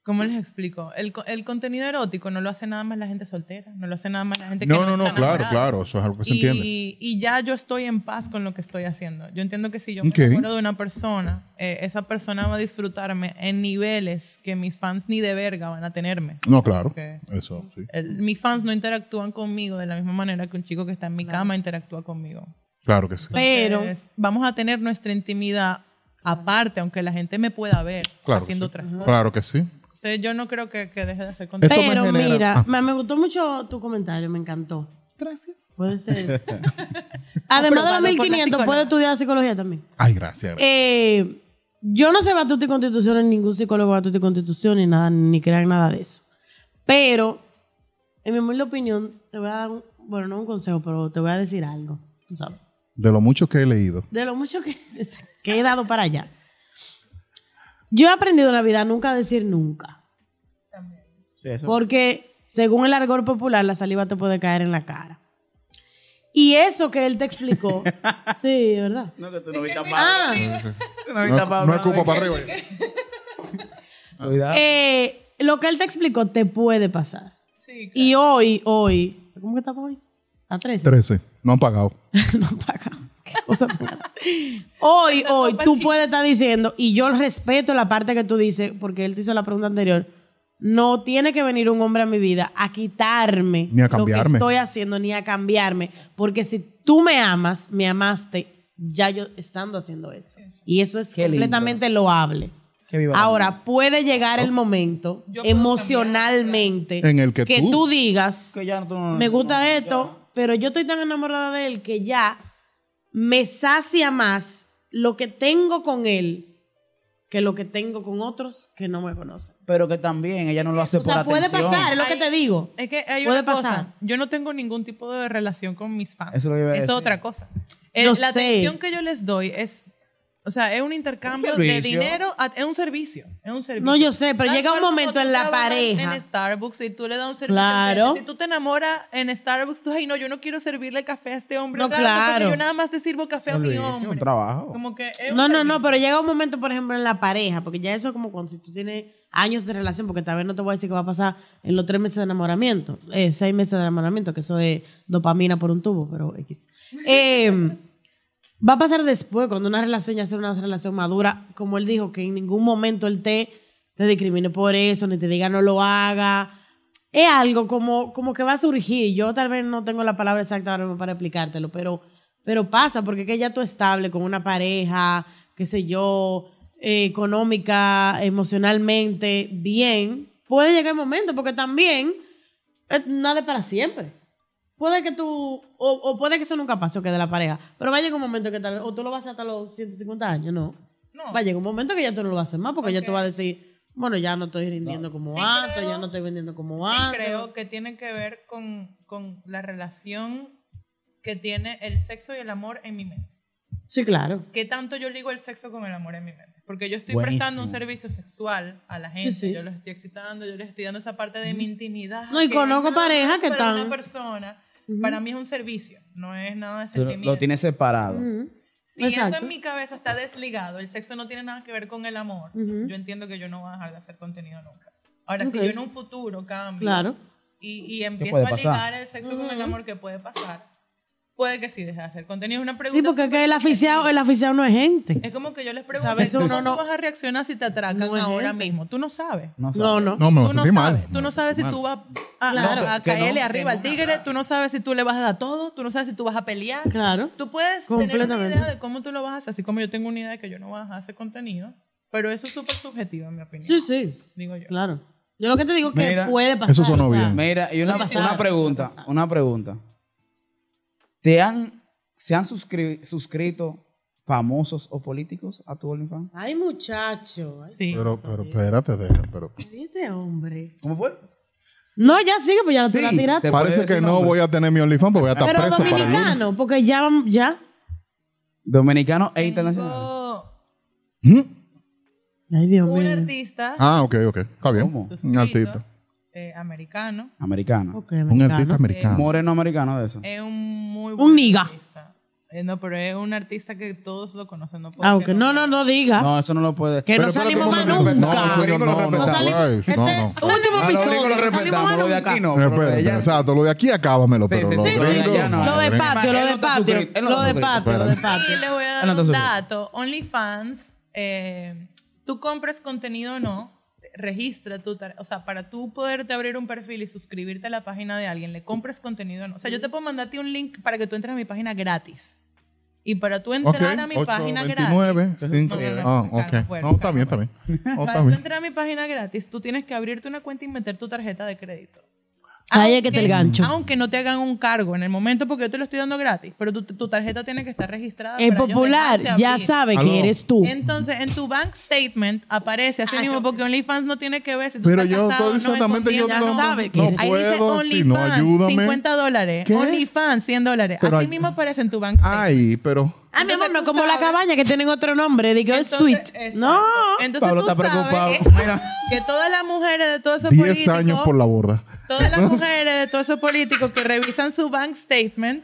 [SPEAKER 2] ¿Cómo les explico? El, co- el contenido erótico no lo hace nada más la gente soltera, no lo hace nada más la gente que
[SPEAKER 3] No, no, no,
[SPEAKER 2] está
[SPEAKER 3] claro,
[SPEAKER 2] enamorada.
[SPEAKER 3] claro, eso es algo que se
[SPEAKER 2] y,
[SPEAKER 3] entiende.
[SPEAKER 2] y ya yo estoy en paz con lo que estoy haciendo. Yo entiendo que si yo
[SPEAKER 3] Ok.
[SPEAKER 2] me enamoro de una persona, eh, esa persona va a disfrutarme en niveles que mis fans ni de verga van a tenerme.
[SPEAKER 3] No, claro,
[SPEAKER 2] Ok.
[SPEAKER 3] eso, sí.
[SPEAKER 2] El- mis fans no interactúan conmigo de la misma manera que un chico que está en mi cama interactúa conmigo.
[SPEAKER 3] Claro que sí.
[SPEAKER 4] Pero-
[SPEAKER 2] Entonces, vamos a tener nuestra intimidad aparte, aunque la gente me pueda ver
[SPEAKER 3] Claro,
[SPEAKER 2] haciendo
[SPEAKER 3] que
[SPEAKER 2] otras
[SPEAKER 3] sí.
[SPEAKER 2] cosas.
[SPEAKER 3] Claro que sí.
[SPEAKER 2] O sea, yo no creo que, que deje de hacer contenido.
[SPEAKER 3] Esto me
[SPEAKER 4] Pero
[SPEAKER 3] genera-
[SPEAKER 4] mira,
[SPEAKER 3] Ah.
[SPEAKER 4] me, me gustó mucho tu comentario, me encantó. Gracias. Puede ser. Además de los
[SPEAKER 2] Aprobado por la
[SPEAKER 4] 1500,
[SPEAKER 2] psicóloga.
[SPEAKER 4] puede estudiar psicología también.
[SPEAKER 3] Ay, gracias.
[SPEAKER 4] Eh, yo no sé batuta y constitución, ni ningún psicólogo batuta y constitución, ni nada, ni crean nada de eso. Pero, en mi humilde opinión, te voy a dar, un, bueno, no un consejo, pero te voy a decir algo, tú sabes.
[SPEAKER 3] De lo mucho que he leído.
[SPEAKER 4] De lo mucho que, que he dado para allá. Yo he aprendido en la vida nunca decir nunca.
[SPEAKER 1] Sí, eso.
[SPEAKER 4] Porque, según el argor popular, la saliva te puede caer en la cara. Y eso que él te explicó. sí, ¿verdad?
[SPEAKER 1] No, que tú no viste a
[SPEAKER 4] Ah,
[SPEAKER 1] No
[SPEAKER 3] No,
[SPEAKER 1] viste a
[SPEAKER 3] no,
[SPEAKER 1] Pablo.
[SPEAKER 3] es culpa para arriba.
[SPEAKER 1] Cuidado.
[SPEAKER 4] eh, lo que él te explicó te puede pasar.
[SPEAKER 2] Sí, claro.
[SPEAKER 4] Y hoy, hoy, ¿cómo que estamos hoy? A 13.
[SPEAKER 3] 13. No han pagado.
[SPEAKER 4] no paga. Qué cosa tan rara. hoy, hoy, tú puedes estar diciendo, y yo respeto la parte que tú dices, porque él te hizo la pregunta anterior. No tiene que venir un hombre a mi vida a quitarme
[SPEAKER 3] Ni a
[SPEAKER 4] lo que
[SPEAKER 3] cambiarme.
[SPEAKER 4] estoy haciendo, ni a cambiarme. Porque si tú me amas, me amaste, ya yo estando haciendo eso. Y eso es
[SPEAKER 1] Qué lindo.
[SPEAKER 4] completamente loable.
[SPEAKER 1] Que viva la vida.
[SPEAKER 4] Ahora, puede llegar el momento
[SPEAKER 2] Yo puedo
[SPEAKER 4] emocionalmente
[SPEAKER 3] En el que tú-
[SPEAKER 4] digas,
[SPEAKER 1] Que ya no- tú no-
[SPEAKER 4] me gusta
[SPEAKER 1] no,
[SPEAKER 4] esto, pero yo estoy tan enamorada de él que ya me sacia más lo que tengo con él que lo que tengo con otros que no me conocen.
[SPEAKER 1] Pero que también ella no lo hace
[SPEAKER 4] O sea,
[SPEAKER 1] por
[SPEAKER 4] puede
[SPEAKER 1] atención.
[SPEAKER 4] pasar, es lo que te digo.
[SPEAKER 2] Es que hay
[SPEAKER 4] Puede
[SPEAKER 2] una cosa.
[SPEAKER 4] pasar.
[SPEAKER 2] Yo no tengo ningún tipo de relación con mis fans.
[SPEAKER 1] Eso lo iba a
[SPEAKER 2] es
[SPEAKER 1] decir.
[SPEAKER 2] otra cosa. Eh,
[SPEAKER 4] Lo
[SPEAKER 2] la
[SPEAKER 4] sé.
[SPEAKER 2] atención que yo les doy es, o sea, es un intercambio
[SPEAKER 1] Un
[SPEAKER 2] de
[SPEAKER 1] servicio.
[SPEAKER 2] dinero, a- es un servicio, es un servicio.
[SPEAKER 4] No, yo sé, pero
[SPEAKER 2] Tal
[SPEAKER 4] llega
[SPEAKER 2] cual
[SPEAKER 4] un
[SPEAKER 2] como
[SPEAKER 4] momento
[SPEAKER 2] tú
[SPEAKER 4] en la
[SPEAKER 2] trabajas
[SPEAKER 4] pareja.
[SPEAKER 2] En Starbucks y tú le das un servicio.
[SPEAKER 4] Claro.
[SPEAKER 2] al cliente. Si tú te enamoras en Starbucks, tú, ay, no, yo no quiero servirle café a este hombre.
[SPEAKER 4] No,
[SPEAKER 2] raro, porque
[SPEAKER 4] claro.
[SPEAKER 2] Yo nada más te sirvo café a
[SPEAKER 1] Eso
[SPEAKER 2] mi
[SPEAKER 1] es
[SPEAKER 2] hombre.
[SPEAKER 1] un trabajo.
[SPEAKER 2] Como que es un
[SPEAKER 4] No, no, no,
[SPEAKER 2] servicio.
[SPEAKER 4] pero llega un momento, por ejemplo, en la pareja, porque ya eso es como cuando si tú tienes años de relación, porque tal vez no te voy a decir que va a pasar en los tres meses de enamoramiento, eh, seis meses de enamoramiento, que eso es dopamina por un tubo, pero X. Eh, va a pasar después, cuando una relación ya sea una relación madura, como él dijo, que en ningún momento él te, te discrimine por eso, ni te diga no lo haga. Es algo como, como que va a surgir. Yo tal vez no tengo la palabra exacta ahora mismo para explicártelo, pero, pero pasa, porque es que ya tú estable con una pareja, qué sé yo, eh, económica, emocionalmente, bien, puede llegar el momento, porque también eh, nada es para siempre. Puede que tú, o, o puede que eso nunca pase o que de la pareja, pero va a llegar un momento que tal vez, o tú lo vas a hacer hasta los 150 años, no.
[SPEAKER 2] No.
[SPEAKER 4] Va a llegar un momento que ya tú no lo vas a hacer más, porque ya
[SPEAKER 2] Ok.
[SPEAKER 4] tú vas a decir, Bueno, ya no estoy rindiendo como
[SPEAKER 2] Sí
[SPEAKER 4] antes,
[SPEAKER 2] creo-
[SPEAKER 4] ya no estoy vendiendo como
[SPEAKER 2] Sí,
[SPEAKER 4] antes.
[SPEAKER 2] creo que tiene que ver con, con la relación que tiene el sexo y el amor en mi mente.
[SPEAKER 4] Sí, claro.
[SPEAKER 2] ¿Qué tanto yo ligo el sexo con el amor en mi mente? Porque yo estoy
[SPEAKER 1] Buenísimo.
[SPEAKER 2] prestando un servicio sexual a la gente,
[SPEAKER 4] sí.
[SPEAKER 2] yo los estoy excitando, yo les estoy dando esa parte de mi intimidad.
[SPEAKER 4] No, y
[SPEAKER 2] que
[SPEAKER 4] conozco
[SPEAKER 2] es nada
[SPEAKER 4] parejas
[SPEAKER 2] más
[SPEAKER 4] que
[SPEAKER 2] para
[SPEAKER 4] están-
[SPEAKER 2] una persona,
[SPEAKER 4] Ujú.
[SPEAKER 2] para mí es un servicio, no es nada de
[SPEAKER 1] Tú lo-
[SPEAKER 2] sentimiento.
[SPEAKER 1] lo tienes separado.
[SPEAKER 4] Ujú.
[SPEAKER 2] si
[SPEAKER 4] Exacto.
[SPEAKER 2] eso en mi cabeza está desligado, el sexo no tiene nada que ver con el amor,
[SPEAKER 4] Ujú.
[SPEAKER 2] yo entiendo que yo no voy a dejar de hacer contenido nunca. Ahora, si
[SPEAKER 4] Ok.
[SPEAKER 2] yo en un futuro cambio
[SPEAKER 4] Claro.
[SPEAKER 2] y, y empiezo
[SPEAKER 1] puede
[SPEAKER 2] a
[SPEAKER 1] pasar?
[SPEAKER 2] ligar el sexo con el amor que puede pasar, puede que sí deje de hacer contenido. Es una pregunta.
[SPEAKER 4] Sí, porque es
[SPEAKER 2] súper
[SPEAKER 4] que el aficiado, el aficiado no es gente.
[SPEAKER 2] Es como que yo les pregunto,
[SPEAKER 4] Sabes,
[SPEAKER 2] ¿cómo
[SPEAKER 4] uno
[SPEAKER 2] tú
[SPEAKER 4] no-
[SPEAKER 2] vas a reaccionar si te atracan
[SPEAKER 4] No es
[SPEAKER 2] ahora
[SPEAKER 4] gente.
[SPEAKER 2] mismo? Tú no sabes.
[SPEAKER 1] No, sabes.
[SPEAKER 4] No, no.
[SPEAKER 3] No, me lo
[SPEAKER 2] tú no
[SPEAKER 3] sentí
[SPEAKER 2] sabes,
[SPEAKER 3] mal.
[SPEAKER 2] tú
[SPEAKER 3] me
[SPEAKER 2] no
[SPEAKER 3] lo
[SPEAKER 2] sabes
[SPEAKER 3] sentí mal.
[SPEAKER 2] si tú vas a,
[SPEAKER 4] Claro.
[SPEAKER 2] a
[SPEAKER 1] Que no,
[SPEAKER 2] caerle
[SPEAKER 1] que
[SPEAKER 2] arriba al
[SPEAKER 1] no.
[SPEAKER 2] tigre, tú no sabes si tú le vas a dar todo, tú no sabes si tú vas a pelear.
[SPEAKER 4] Claro.
[SPEAKER 2] Tú puedes tener una
[SPEAKER 4] Completamente.
[SPEAKER 2] idea de cómo tú lo vas a hacer, así como yo tengo una idea de que yo no voy a dejar ese contenido, pero eso es súper subjetivo en mi opinión,
[SPEAKER 4] Sí, sí.
[SPEAKER 2] digo yo.
[SPEAKER 4] Claro. Yo lo que te digo es que
[SPEAKER 1] Mira,
[SPEAKER 4] puede pasar.
[SPEAKER 3] eso sonó
[SPEAKER 4] o sea,
[SPEAKER 3] bien.
[SPEAKER 1] Mira, y una,
[SPEAKER 4] Puede pasar,
[SPEAKER 1] una pregunta,
[SPEAKER 4] puede pasar.
[SPEAKER 1] una pregunta. ¿Te han, ¿Se han suscri- suscrito famosos o políticos a tu OnlyFans?
[SPEAKER 4] Ay, muchacho. Ay,
[SPEAKER 2] Sí.
[SPEAKER 3] Pero, pero espérate, deja, pero.
[SPEAKER 4] este hombre.
[SPEAKER 1] ¿Cómo fue?
[SPEAKER 4] No, ya sigue, pues ya te la
[SPEAKER 1] Sí,
[SPEAKER 4] tiraste.
[SPEAKER 1] te-
[SPEAKER 3] Parece
[SPEAKER 1] puedes
[SPEAKER 3] que
[SPEAKER 1] decir
[SPEAKER 3] no
[SPEAKER 1] nombre?
[SPEAKER 3] voy a tener mi OnlyFans porque voy a estar
[SPEAKER 4] Pero
[SPEAKER 3] preso para el lunes.
[SPEAKER 4] dominicano, porque ya, ya.
[SPEAKER 1] Dominicanos e internacionales.
[SPEAKER 2] Tengo
[SPEAKER 3] ¿Mm?
[SPEAKER 4] Ay, Dios
[SPEAKER 2] un
[SPEAKER 4] mío.
[SPEAKER 2] artista
[SPEAKER 3] Ah, ok, ok. Está bien.
[SPEAKER 1] ¿Cómo?
[SPEAKER 3] Un
[SPEAKER 2] suscrito,
[SPEAKER 3] artista.
[SPEAKER 2] eh, americano,
[SPEAKER 1] Americano.
[SPEAKER 4] Ok, Eh,
[SPEAKER 3] Un
[SPEAKER 4] dominicano.
[SPEAKER 3] artista americano.
[SPEAKER 1] Moreno americano de eso.
[SPEAKER 2] Es un muy
[SPEAKER 4] niga.
[SPEAKER 2] artista. Eh, no, pero es un artista que todos lo conocen. No puedo
[SPEAKER 4] Ah, ok. No, no,
[SPEAKER 2] nombrar.
[SPEAKER 4] no diga.
[SPEAKER 1] No, eso no lo puede.
[SPEAKER 4] que no
[SPEAKER 3] Pero espérate,
[SPEAKER 4] salimos más
[SPEAKER 3] ¿cómo te-
[SPEAKER 4] nunca.
[SPEAKER 3] No, señor, no,
[SPEAKER 1] No
[SPEAKER 3] no, no,
[SPEAKER 1] salimos-
[SPEAKER 3] guys,
[SPEAKER 4] Este
[SPEAKER 3] no, no.
[SPEAKER 4] último
[SPEAKER 1] Ah, lo único
[SPEAKER 4] episodio.
[SPEAKER 1] lo
[SPEAKER 4] no salimos
[SPEAKER 1] respetamos,
[SPEAKER 4] más
[SPEAKER 1] lo de
[SPEAKER 4] nunca.
[SPEAKER 1] aquí no.
[SPEAKER 3] No,
[SPEAKER 1] pero
[SPEAKER 3] espérate,
[SPEAKER 1] de allá-
[SPEAKER 3] exacto, lo de aquí acábamelo,
[SPEAKER 1] Sí,
[SPEAKER 3] pero
[SPEAKER 1] sí,
[SPEAKER 3] lo
[SPEAKER 1] sí,
[SPEAKER 3] de
[SPEAKER 1] sí,
[SPEAKER 3] gringo,
[SPEAKER 1] ya no.
[SPEAKER 3] no,
[SPEAKER 4] Lo de
[SPEAKER 3] gringo.
[SPEAKER 4] patio, lo
[SPEAKER 1] Él
[SPEAKER 4] de
[SPEAKER 1] no está
[SPEAKER 4] patio.
[SPEAKER 1] suscrito, él no
[SPEAKER 4] Lo
[SPEAKER 1] está
[SPEAKER 4] de
[SPEAKER 1] suscrito.
[SPEAKER 4] patio, lo de
[SPEAKER 3] Espérate.
[SPEAKER 4] patio.
[SPEAKER 2] Y le voy a
[SPEAKER 1] Ah,
[SPEAKER 2] dar
[SPEAKER 1] no,
[SPEAKER 2] un
[SPEAKER 1] entonces-
[SPEAKER 2] dato. OnlyFans, eh, tú compres contenido o no, registra tu... tar- O sea, para tú poderte abrir un perfil y suscribirte a la página de alguien, le compres contenido o no. O sea, yo te puedo mandarte un link para que tú entres a mi página gratis. Y para tú entrar
[SPEAKER 3] Ok,
[SPEAKER 2] a mi
[SPEAKER 3] 8,
[SPEAKER 2] página
[SPEAKER 3] 29,
[SPEAKER 2] gratis...
[SPEAKER 3] cinco.
[SPEAKER 2] No, no, no,
[SPEAKER 3] Ah,
[SPEAKER 2] calma,
[SPEAKER 3] ok.
[SPEAKER 2] fuerte,
[SPEAKER 3] No, está bien, está
[SPEAKER 2] calma.
[SPEAKER 3] bien. No,
[SPEAKER 2] Para
[SPEAKER 3] está
[SPEAKER 2] tú
[SPEAKER 3] bien.
[SPEAKER 2] entrar a mi página gratis, tú tienes que abrirte una cuenta y meter tu tarjeta de crédito.
[SPEAKER 4] Ahí es que está el gancho.
[SPEAKER 2] Aunque no te hagan un cargo en el momento porque yo te lo estoy dando gratis, pero tu, tu tarjeta tiene que estar registrada.
[SPEAKER 4] El
[SPEAKER 2] para ellos
[SPEAKER 4] popular
[SPEAKER 2] dejarte
[SPEAKER 4] ya
[SPEAKER 2] abrir.
[SPEAKER 4] sabe
[SPEAKER 3] Aló.
[SPEAKER 4] que eres tú.
[SPEAKER 2] Entonces, en tu bank statement aparece así mismo porque OnlyFans no tiene que ver si tú
[SPEAKER 3] Pero
[SPEAKER 2] estás
[SPEAKER 3] yo
[SPEAKER 2] casado,
[SPEAKER 3] estoy
[SPEAKER 2] no me
[SPEAKER 3] exactamente, yo
[SPEAKER 2] conviene,
[SPEAKER 3] no,
[SPEAKER 2] no.
[SPEAKER 4] sabe que
[SPEAKER 3] no
[SPEAKER 4] eres.
[SPEAKER 2] Ahí dice
[SPEAKER 3] puedo, si no
[SPEAKER 2] OnlyFans,
[SPEAKER 3] ayúdame.
[SPEAKER 2] 50 dólares.
[SPEAKER 3] ¿Qué?
[SPEAKER 2] OnlyFans, 100 dólares.
[SPEAKER 3] Pero
[SPEAKER 2] así
[SPEAKER 3] hay-
[SPEAKER 2] mismo aparece en tu bank statement.
[SPEAKER 3] Ay, pero
[SPEAKER 4] Ah, mi amor,
[SPEAKER 2] Entonces
[SPEAKER 4] no
[SPEAKER 2] tú
[SPEAKER 4] como la
[SPEAKER 2] sabes-
[SPEAKER 4] cabaña que tienen otro nombre. Digo, es
[SPEAKER 2] Entonces,
[SPEAKER 4] sweet.
[SPEAKER 2] exacto.
[SPEAKER 4] No.
[SPEAKER 2] Entonces
[SPEAKER 1] Pablo
[SPEAKER 2] tú
[SPEAKER 1] está preocupado.
[SPEAKER 2] sabes
[SPEAKER 1] Mira.
[SPEAKER 2] que todas las mujeres de todos esos
[SPEAKER 3] 10
[SPEAKER 2] políticos,
[SPEAKER 3] años por la borda.
[SPEAKER 2] todas las mujeres de todos esos políticos que revisan su bank statement,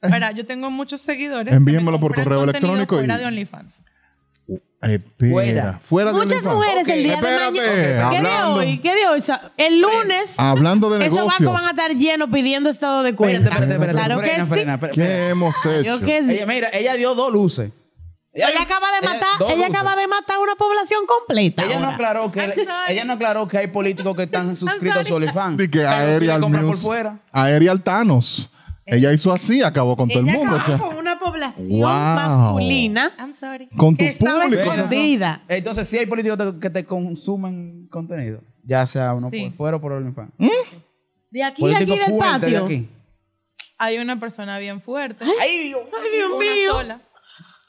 [SPEAKER 2] Ahora, yo tengo muchos seguidores. que me
[SPEAKER 3] Envíenmelo por
[SPEAKER 2] compran
[SPEAKER 3] correo
[SPEAKER 2] contenido
[SPEAKER 3] electrónico y-
[SPEAKER 2] Fuera de OnlyFans.
[SPEAKER 3] Espera,
[SPEAKER 1] Fuera.
[SPEAKER 3] fuera de
[SPEAKER 4] Muchas
[SPEAKER 3] OnlyFans.
[SPEAKER 4] mujeres el día
[SPEAKER 3] Espérate,
[SPEAKER 4] de mañana. ¿Qué día
[SPEAKER 3] hablando.
[SPEAKER 4] hoy? ¿Qué día hoy? Sa- El lunes.
[SPEAKER 3] Hablando de
[SPEAKER 4] esos
[SPEAKER 3] negocios.
[SPEAKER 4] bancos van a estar llenos pidiendo estado de
[SPEAKER 1] Espérate,
[SPEAKER 4] cuenta.
[SPEAKER 1] espérate, espérate.
[SPEAKER 4] claro que
[SPEAKER 1] frena,
[SPEAKER 4] sí.
[SPEAKER 1] frena, espera, espera.
[SPEAKER 3] ¿Qué hemos
[SPEAKER 4] Yo
[SPEAKER 3] hecho?
[SPEAKER 4] que sí.
[SPEAKER 1] Ella, mira, ella dio dos luces.
[SPEAKER 4] Ella, acaba de
[SPEAKER 1] ella-
[SPEAKER 4] matar,
[SPEAKER 1] dos
[SPEAKER 4] ella,
[SPEAKER 1] luces.
[SPEAKER 4] acaba de matar una población completa.
[SPEAKER 1] Ella no,
[SPEAKER 4] ahora.
[SPEAKER 1] aclaró que,
[SPEAKER 2] I'm sorry.
[SPEAKER 1] ella no aclaró que hay políticos que están suscritos a su OnlyFans.
[SPEAKER 3] Di que
[SPEAKER 1] Pero si
[SPEAKER 3] Aerial
[SPEAKER 1] le compran por
[SPEAKER 3] News.
[SPEAKER 1] fuera.
[SPEAKER 3] Aerial Thanos. Ella hizo así, acabó con todo el
[SPEAKER 4] Ella
[SPEAKER 3] mundo. o
[SPEAKER 4] acabó
[SPEAKER 3] sea,
[SPEAKER 4] con una población
[SPEAKER 3] Wow.
[SPEAKER 4] masculina
[SPEAKER 2] I'm sorry.
[SPEAKER 3] con tu
[SPEAKER 4] que estaba
[SPEAKER 3] público.
[SPEAKER 1] escondido.
[SPEAKER 4] escondida.
[SPEAKER 1] Entonces, si hay políticos te- que te consumen contenido, ya sea uno
[SPEAKER 2] Sí.
[SPEAKER 1] por fuera o por OnlyFans.
[SPEAKER 4] De aquí a aquí
[SPEAKER 1] Políticos
[SPEAKER 4] del
[SPEAKER 1] fuertes de
[SPEAKER 4] patio.
[SPEAKER 1] aquí.
[SPEAKER 2] Hay una persona bien fuerte.
[SPEAKER 1] Ay, Dios.
[SPEAKER 4] Ay, Dios
[SPEAKER 2] una
[SPEAKER 4] mío.
[SPEAKER 2] sola.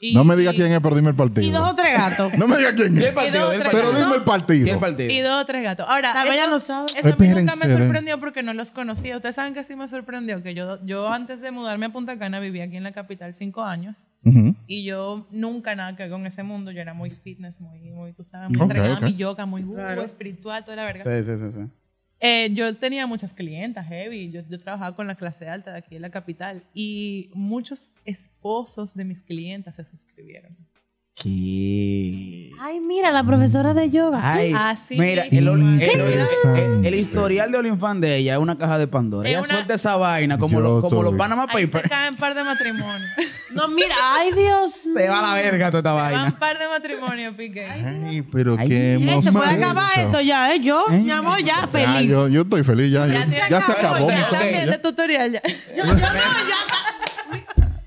[SPEAKER 2] Y-
[SPEAKER 3] No me diga quién es, pero dime el
[SPEAKER 4] Y dos
[SPEAKER 3] partido.
[SPEAKER 4] o tres gatos.
[SPEAKER 3] No me diga quién
[SPEAKER 1] ¿Qué
[SPEAKER 3] es,
[SPEAKER 1] partido?
[SPEAKER 2] dos,
[SPEAKER 1] ¿Qué
[SPEAKER 2] tres
[SPEAKER 3] pero
[SPEAKER 1] partido?
[SPEAKER 3] dime el
[SPEAKER 1] ¿Qué
[SPEAKER 3] partido.
[SPEAKER 1] partido?
[SPEAKER 2] Y dos o tres gatos. Ahora,
[SPEAKER 4] La bella
[SPEAKER 2] eso,
[SPEAKER 4] no sabe.
[SPEAKER 2] eso a mí nunca
[SPEAKER 3] Espérense,
[SPEAKER 2] me
[SPEAKER 3] de-
[SPEAKER 2] sorprendió porque no los conocía. Ustedes saben que sí me sorprendió que yo, yo antes de mudarme a Punta Cana vivía aquí en la capital cinco años
[SPEAKER 3] Ujú.
[SPEAKER 2] y yo nunca nada que ver con ese mundo. Yo era muy fitness, muy, muy tú sabes, muy
[SPEAKER 3] Ok,
[SPEAKER 2] entregada a
[SPEAKER 3] ok.
[SPEAKER 2] mi yoga, muy uh, espiritual, toda la verga.
[SPEAKER 1] Sí, sí, sí, sí.
[SPEAKER 2] Eh, yo tenía muchas clientas heavy, yo, yo trabajaba con la clase alta de aquí de la capital y muchos esposos de mis clientas se suscribieron.
[SPEAKER 1] ¿Qué?
[SPEAKER 4] Ay, mira, la profesora de yoga.
[SPEAKER 1] Ay,
[SPEAKER 2] Así
[SPEAKER 1] mira, el,
[SPEAKER 2] mismo.
[SPEAKER 1] el-
[SPEAKER 2] Ah, ¿Qué?
[SPEAKER 1] el- el- el
[SPEAKER 3] Interesante.
[SPEAKER 1] historial de Olinfan de ella es una caja de Pandora.
[SPEAKER 2] Es
[SPEAKER 1] Ella
[SPEAKER 2] una-
[SPEAKER 1] suelta esa vaina como,
[SPEAKER 3] Yo
[SPEAKER 1] los, como
[SPEAKER 3] estoy-
[SPEAKER 1] los Panama
[SPEAKER 2] Ahí
[SPEAKER 3] pues,
[SPEAKER 2] se
[SPEAKER 1] Papers.
[SPEAKER 2] caen par de matrimonios.
[SPEAKER 4] No, mira, ay, Dios mío.
[SPEAKER 1] Se va a la verga toda esta
[SPEAKER 2] Van
[SPEAKER 1] vaina.
[SPEAKER 2] par de matrimonios, Piqué.
[SPEAKER 3] Ay, pero
[SPEAKER 1] Ay,
[SPEAKER 3] qué
[SPEAKER 4] Eh,
[SPEAKER 3] hemos
[SPEAKER 4] se puede
[SPEAKER 3] hecho.
[SPEAKER 4] acabar esto ya, ¿eh? Yo,
[SPEAKER 1] ¿Eh?
[SPEAKER 4] mi amor, ya,
[SPEAKER 3] Ya,
[SPEAKER 4] feliz.
[SPEAKER 3] yo, yo estoy feliz, ya, ya, ya se
[SPEAKER 1] acabó.
[SPEAKER 3] acabó.
[SPEAKER 1] Ya,
[SPEAKER 3] nosotros
[SPEAKER 1] ya.
[SPEAKER 2] el
[SPEAKER 3] ya.
[SPEAKER 2] este tutorial ya.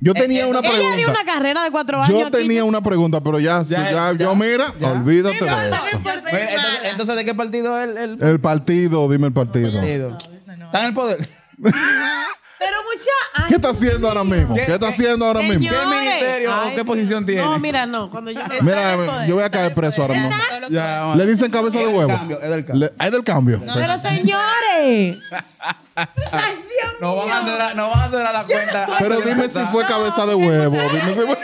[SPEAKER 3] Yo tenía una
[SPEAKER 4] Ella dio
[SPEAKER 3] pregunta.
[SPEAKER 4] una carrera de cuatro años.
[SPEAKER 3] Yo tenía una pregunta, pero ya,
[SPEAKER 1] Ya,
[SPEAKER 3] ya,
[SPEAKER 1] ya.
[SPEAKER 3] yo mira,
[SPEAKER 1] Ya.
[SPEAKER 3] olvídate de eso.
[SPEAKER 1] Mira, Pues, entonces, entonces, ¿de qué partido es el, el
[SPEAKER 3] El partido, dime el partido.
[SPEAKER 1] partido?
[SPEAKER 2] No, no.
[SPEAKER 1] ¿Está en el poder?
[SPEAKER 4] Pero mucha. ay,
[SPEAKER 3] ¿Qué está haciendo ahora mismo? ¿Qué está haciendo ahora mismo?
[SPEAKER 1] ¿Qué ministerio o
[SPEAKER 4] Ay,
[SPEAKER 1] qué posición tiene?
[SPEAKER 4] No, mira, no. Cuando yo.
[SPEAKER 2] Está
[SPEAKER 3] Mira, eh,
[SPEAKER 2] en el poder,
[SPEAKER 3] yo voy a
[SPEAKER 2] está en
[SPEAKER 3] caer
[SPEAKER 2] el
[SPEAKER 3] preso
[SPEAKER 2] poder.
[SPEAKER 3] ahora
[SPEAKER 2] Ya
[SPEAKER 3] mismo.
[SPEAKER 2] está, lo que-
[SPEAKER 1] Ya, vamos.
[SPEAKER 3] Le dicen cabeza de
[SPEAKER 1] Es del
[SPEAKER 3] huevo.
[SPEAKER 1] cambio, es del cambio.
[SPEAKER 3] Le- Hay del cambio.
[SPEAKER 4] Pero señores. Ay, Dios
[SPEAKER 1] No van a
[SPEAKER 4] mío.
[SPEAKER 1] durar, no van a durar la cuenta.
[SPEAKER 3] Pero dime si fue cabeza de huevo. Dime si fue-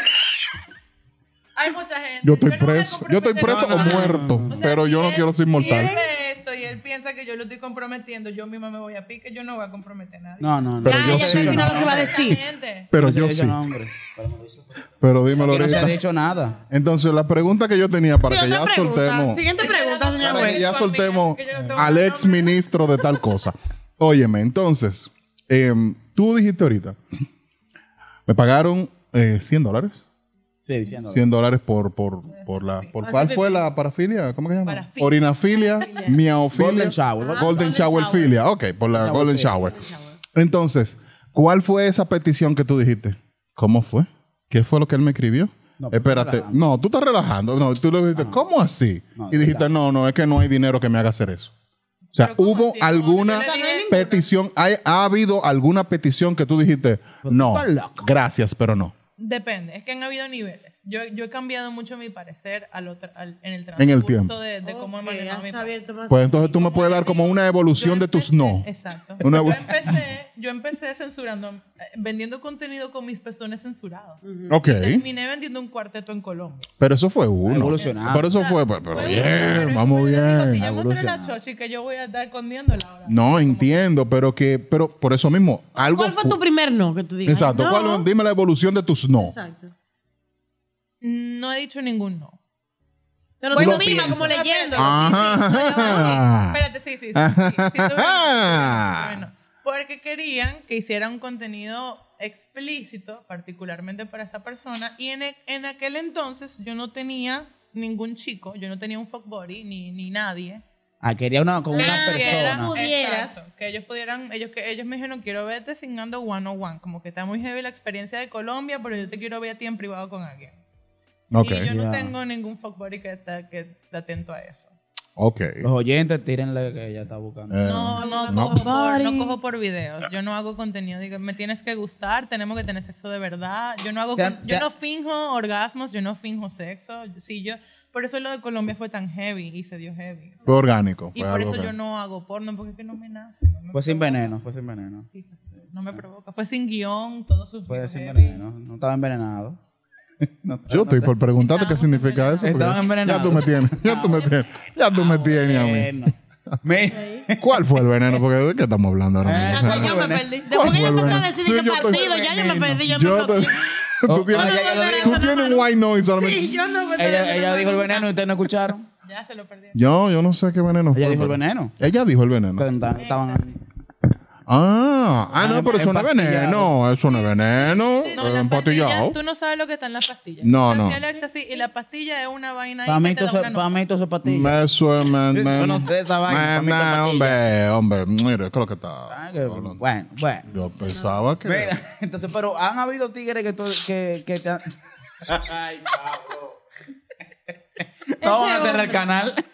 [SPEAKER 2] Hay mucha gente.
[SPEAKER 3] Yo estoy
[SPEAKER 2] no voy a
[SPEAKER 3] preso. Yo estoy preso
[SPEAKER 1] No,
[SPEAKER 3] o
[SPEAKER 1] no, no.
[SPEAKER 3] muerto.
[SPEAKER 2] O sea,
[SPEAKER 3] Pero
[SPEAKER 2] si
[SPEAKER 3] yo no
[SPEAKER 2] él
[SPEAKER 3] quiero ser inmortal.
[SPEAKER 2] pierde esto y él piensa que yo lo estoy comprometiendo, yo misma me voy a pique, yo no voy a comprometer a nadie.
[SPEAKER 1] No, no, no.
[SPEAKER 3] Pero
[SPEAKER 4] Ya,
[SPEAKER 3] yo
[SPEAKER 4] ya
[SPEAKER 3] sí.
[SPEAKER 4] terminó lo que iba a
[SPEAKER 2] Esta
[SPEAKER 4] decir.
[SPEAKER 2] gente.
[SPEAKER 3] Pero
[SPEAKER 1] No te
[SPEAKER 3] yo
[SPEAKER 1] he dicho
[SPEAKER 3] sí.
[SPEAKER 1] nombre. Pero no lo hizo.
[SPEAKER 3] Pero dímelo
[SPEAKER 1] Que no te ha
[SPEAKER 3] ahorita.
[SPEAKER 1] dicho nada.
[SPEAKER 3] Entonces, la pregunta que yo tenía para que
[SPEAKER 4] Siguiente
[SPEAKER 3] ya
[SPEAKER 4] pregunta,
[SPEAKER 3] soltemos.
[SPEAKER 4] Siguiente pregunta, señor
[SPEAKER 3] para que
[SPEAKER 4] juez.
[SPEAKER 3] ya
[SPEAKER 2] Por
[SPEAKER 3] soltemos
[SPEAKER 2] mí, es que yo no tengo
[SPEAKER 3] al
[SPEAKER 2] nada
[SPEAKER 3] ex ministro de tal cosa. Óyeme, entonces, em, tú dijiste ahorita, me pagaron eh, 100 dólares.
[SPEAKER 1] Sí, diciendo.
[SPEAKER 3] 100 dólares por, por, por la... ¿Por cuál fue la parafilia? ¿Cómo que se llama?
[SPEAKER 5] Parafilia.
[SPEAKER 3] Orinafilia, miaofilia.
[SPEAKER 1] Golden shower.
[SPEAKER 3] Golden, shower filia. Ok, por la Golden shower. Entonces, ¿cuál fue esa petición que tú dijiste? ¿Cómo fue? ¿Qué fue lo que él me escribió?
[SPEAKER 1] No, pero
[SPEAKER 3] Espérate,
[SPEAKER 1] relajando. Ah.
[SPEAKER 3] no, tú estás relajando. No, tú le dijiste, ¿cómo así?
[SPEAKER 1] No,
[SPEAKER 3] y dijiste, no, no, es que no hay dinero que me haga hacer eso. O sea,
[SPEAKER 2] Pero ¿cómo
[SPEAKER 3] ¿hubo
[SPEAKER 2] así? No,
[SPEAKER 3] alguna
[SPEAKER 2] yo le dije-
[SPEAKER 3] petición? ¿Hay, ¿Ha habido alguna petición que tú dijiste, no,
[SPEAKER 1] estás loco.
[SPEAKER 3] gracias, pero no?
[SPEAKER 2] Depende, es que han habido niveles. Yo, yo he cambiado mucho mi parecer al otro, al- en el transcurso
[SPEAKER 3] En el tiempo.
[SPEAKER 2] de, de cómo he manejado mi parecer.
[SPEAKER 3] Pues entonces tú me puedes dar como una evolución
[SPEAKER 2] Yo
[SPEAKER 3] de tus
[SPEAKER 2] empecé-
[SPEAKER 3] no.
[SPEAKER 2] Exacto.
[SPEAKER 3] Una
[SPEAKER 2] yo,
[SPEAKER 3] bu-
[SPEAKER 2] empecé, yo empecé censurando, eh, vendiendo contenido con mis pezones censurados.
[SPEAKER 3] Ok,
[SPEAKER 2] Terminé vendiendo un cuarteto en Colombia.
[SPEAKER 3] pero eso fue uno.
[SPEAKER 1] Evolucionando.
[SPEAKER 3] Pero eso fue, pero, pero bien, vamos bien.
[SPEAKER 2] Si yo mostré la
[SPEAKER 1] evolucionado.
[SPEAKER 2] chochi que yo voy a estar escondiéndola ahora.
[SPEAKER 3] No, entiendo, pero que, pero por eso mismo, algo.
[SPEAKER 4] ¿Cuál fue
[SPEAKER 3] fu-
[SPEAKER 4] tu primer no que tú digas?
[SPEAKER 3] Exacto,
[SPEAKER 4] No.
[SPEAKER 3] ¿cuál- dime la evolución de tus no.
[SPEAKER 4] Exacto.
[SPEAKER 2] No he dicho ningún no.
[SPEAKER 4] Pero
[SPEAKER 1] Bueno,
[SPEAKER 4] tú misma,
[SPEAKER 1] piensa.
[SPEAKER 4] como leyendo.
[SPEAKER 3] Ajá.
[SPEAKER 2] Sí, sí, no, yo- sí, Espérate, sí, sí. sí, sí, sí, sí,
[SPEAKER 3] Ajá.
[SPEAKER 2] bueno, porque querían que hiciera un contenido explícito, particularmente para esa persona. Y en, e- en aquel entonces yo no tenía ningún chico, yo no tenía un fuck body ni, ni nadie.
[SPEAKER 1] Ah, quería una con una
[SPEAKER 2] Que
[SPEAKER 1] persona.
[SPEAKER 4] éramos- Pudieras.
[SPEAKER 2] Exacto, que ellos pudieran, ellos que ellos me dijeron, quiero verte signando one on one, como que está muy heavy la experiencia de Colombia, pero yo te quiero ver a ti en privado con alguien.
[SPEAKER 3] Ok,
[SPEAKER 2] Y yo no
[SPEAKER 1] Ya.
[SPEAKER 2] tengo ningún fuck body que está que esté atento a eso.
[SPEAKER 3] ok.
[SPEAKER 1] Los oyentes, tírenle que ella está buscando.
[SPEAKER 3] Eh,
[SPEAKER 2] No, no,
[SPEAKER 3] no.
[SPEAKER 2] Cojo por, no
[SPEAKER 4] Body.
[SPEAKER 2] cojo por videos. Yo no hago contenido. Digo, me tienes que gustar, tenemos que tener sexo de verdad. Yo no hago,
[SPEAKER 1] Te-
[SPEAKER 2] con- yo
[SPEAKER 1] te-
[SPEAKER 2] no finjo orgasmos, yo no finjo sexo. Yo- Sí, yo, por eso lo de Colombia fue tan heavy y se dio heavy.
[SPEAKER 3] Fue orgánico.
[SPEAKER 2] Y
[SPEAKER 3] fue
[SPEAKER 2] por
[SPEAKER 3] algo
[SPEAKER 2] eso
[SPEAKER 3] que-
[SPEAKER 2] yo no hago porno, porque es que no me nace. No me
[SPEAKER 1] Fue sin
[SPEAKER 2] provoca.
[SPEAKER 1] veneno, fue sin veneno.
[SPEAKER 2] Sí, No me provoca. Fue sin guión, todos sus
[SPEAKER 1] Fue
[SPEAKER 2] videos
[SPEAKER 1] sin
[SPEAKER 2] heavy.
[SPEAKER 1] veneno. No estaba envenenado. No,
[SPEAKER 3] Yo estoy por preguntarte qué significa eso.
[SPEAKER 1] Estaban
[SPEAKER 3] porque Ya
[SPEAKER 1] envenenados.
[SPEAKER 3] tú me tienes, ya tú me
[SPEAKER 2] Ah,
[SPEAKER 3] tienes, ya tú me tienes a mí.
[SPEAKER 1] veneno. Me-
[SPEAKER 3] ¿Cuál fue el veneno? Porque de qué estamos hablando
[SPEAKER 2] Ah,
[SPEAKER 3] ahora mismo.
[SPEAKER 1] Eh,
[SPEAKER 4] Yo me
[SPEAKER 1] Bueno.
[SPEAKER 4] perdí. Después que
[SPEAKER 3] fue el
[SPEAKER 4] yo empecé a
[SPEAKER 3] veneno?
[SPEAKER 4] decir
[SPEAKER 3] Sí,
[SPEAKER 4] que
[SPEAKER 3] yo estoy-
[SPEAKER 4] partido, ya yo me perdí. Yo
[SPEAKER 3] Yo
[SPEAKER 4] me
[SPEAKER 3] te-
[SPEAKER 4] perdí.
[SPEAKER 3] tú tienes,
[SPEAKER 1] ya, ya lo dije.
[SPEAKER 3] tú tienes un white noise ahora mismo.
[SPEAKER 4] Sí, yo no me
[SPEAKER 1] Ella, ella dijo el veneno y ustedes no escucharon.
[SPEAKER 2] Ya se lo perdí.
[SPEAKER 3] Yo, yo no sé qué veneno fue.
[SPEAKER 1] Ella dijo el
[SPEAKER 3] pero-
[SPEAKER 1] veneno.
[SPEAKER 3] Ella dijo el veneno.
[SPEAKER 1] Ustedes no Estaban
[SPEAKER 3] Ah, ah, no, pero eso no es
[SPEAKER 1] Empastillado.
[SPEAKER 3] veneno. Eso no es veneno.
[SPEAKER 2] No,
[SPEAKER 3] eh,
[SPEAKER 2] las
[SPEAKER 3] empatillado.
[SPEAKER 2] pastillas, tú no sabes lo que está en las pastillas.
[SPEAKER 3] No,
[SPEAKER 2] Así
[SPEAKER 3] no.
[SPEAKER 2] el éxtasis y la pastilla es una vaina ahí
[SPEAKER 1] Para mí,
[SPEAKER 2] que te da
[SPEAKER 1] todo
[SPEAKER 2] una
[SPEAKER 1] eso- pa'
[SPEAKER 2] nota.
[SPEAKER 1] mí todo eso es patilla.
[SPEAKER 3] Me suena, me-
[SPEAKER 1] Yo no sé esa vaina,
[SPEAKER 3] me-
[SPEAKER 1] pa' mí está
[SPEAKER 3] me-
[SPEAKER 1] patilla.
[SPEAKER 3] hombre, hombre, mire, creo que está.
[SPEAKER 1] Ah, que-
[SPEAKER 3] hablando.
[SPEAKER 1] Bueno, bueno.
[SPEAKER 3] Yo pensaba que.
[SPEAKER 1] Mira, entonces, pero han habido tigres que, tú, que, que te han... Ay, cabrón. Todos van a cerrar el canal.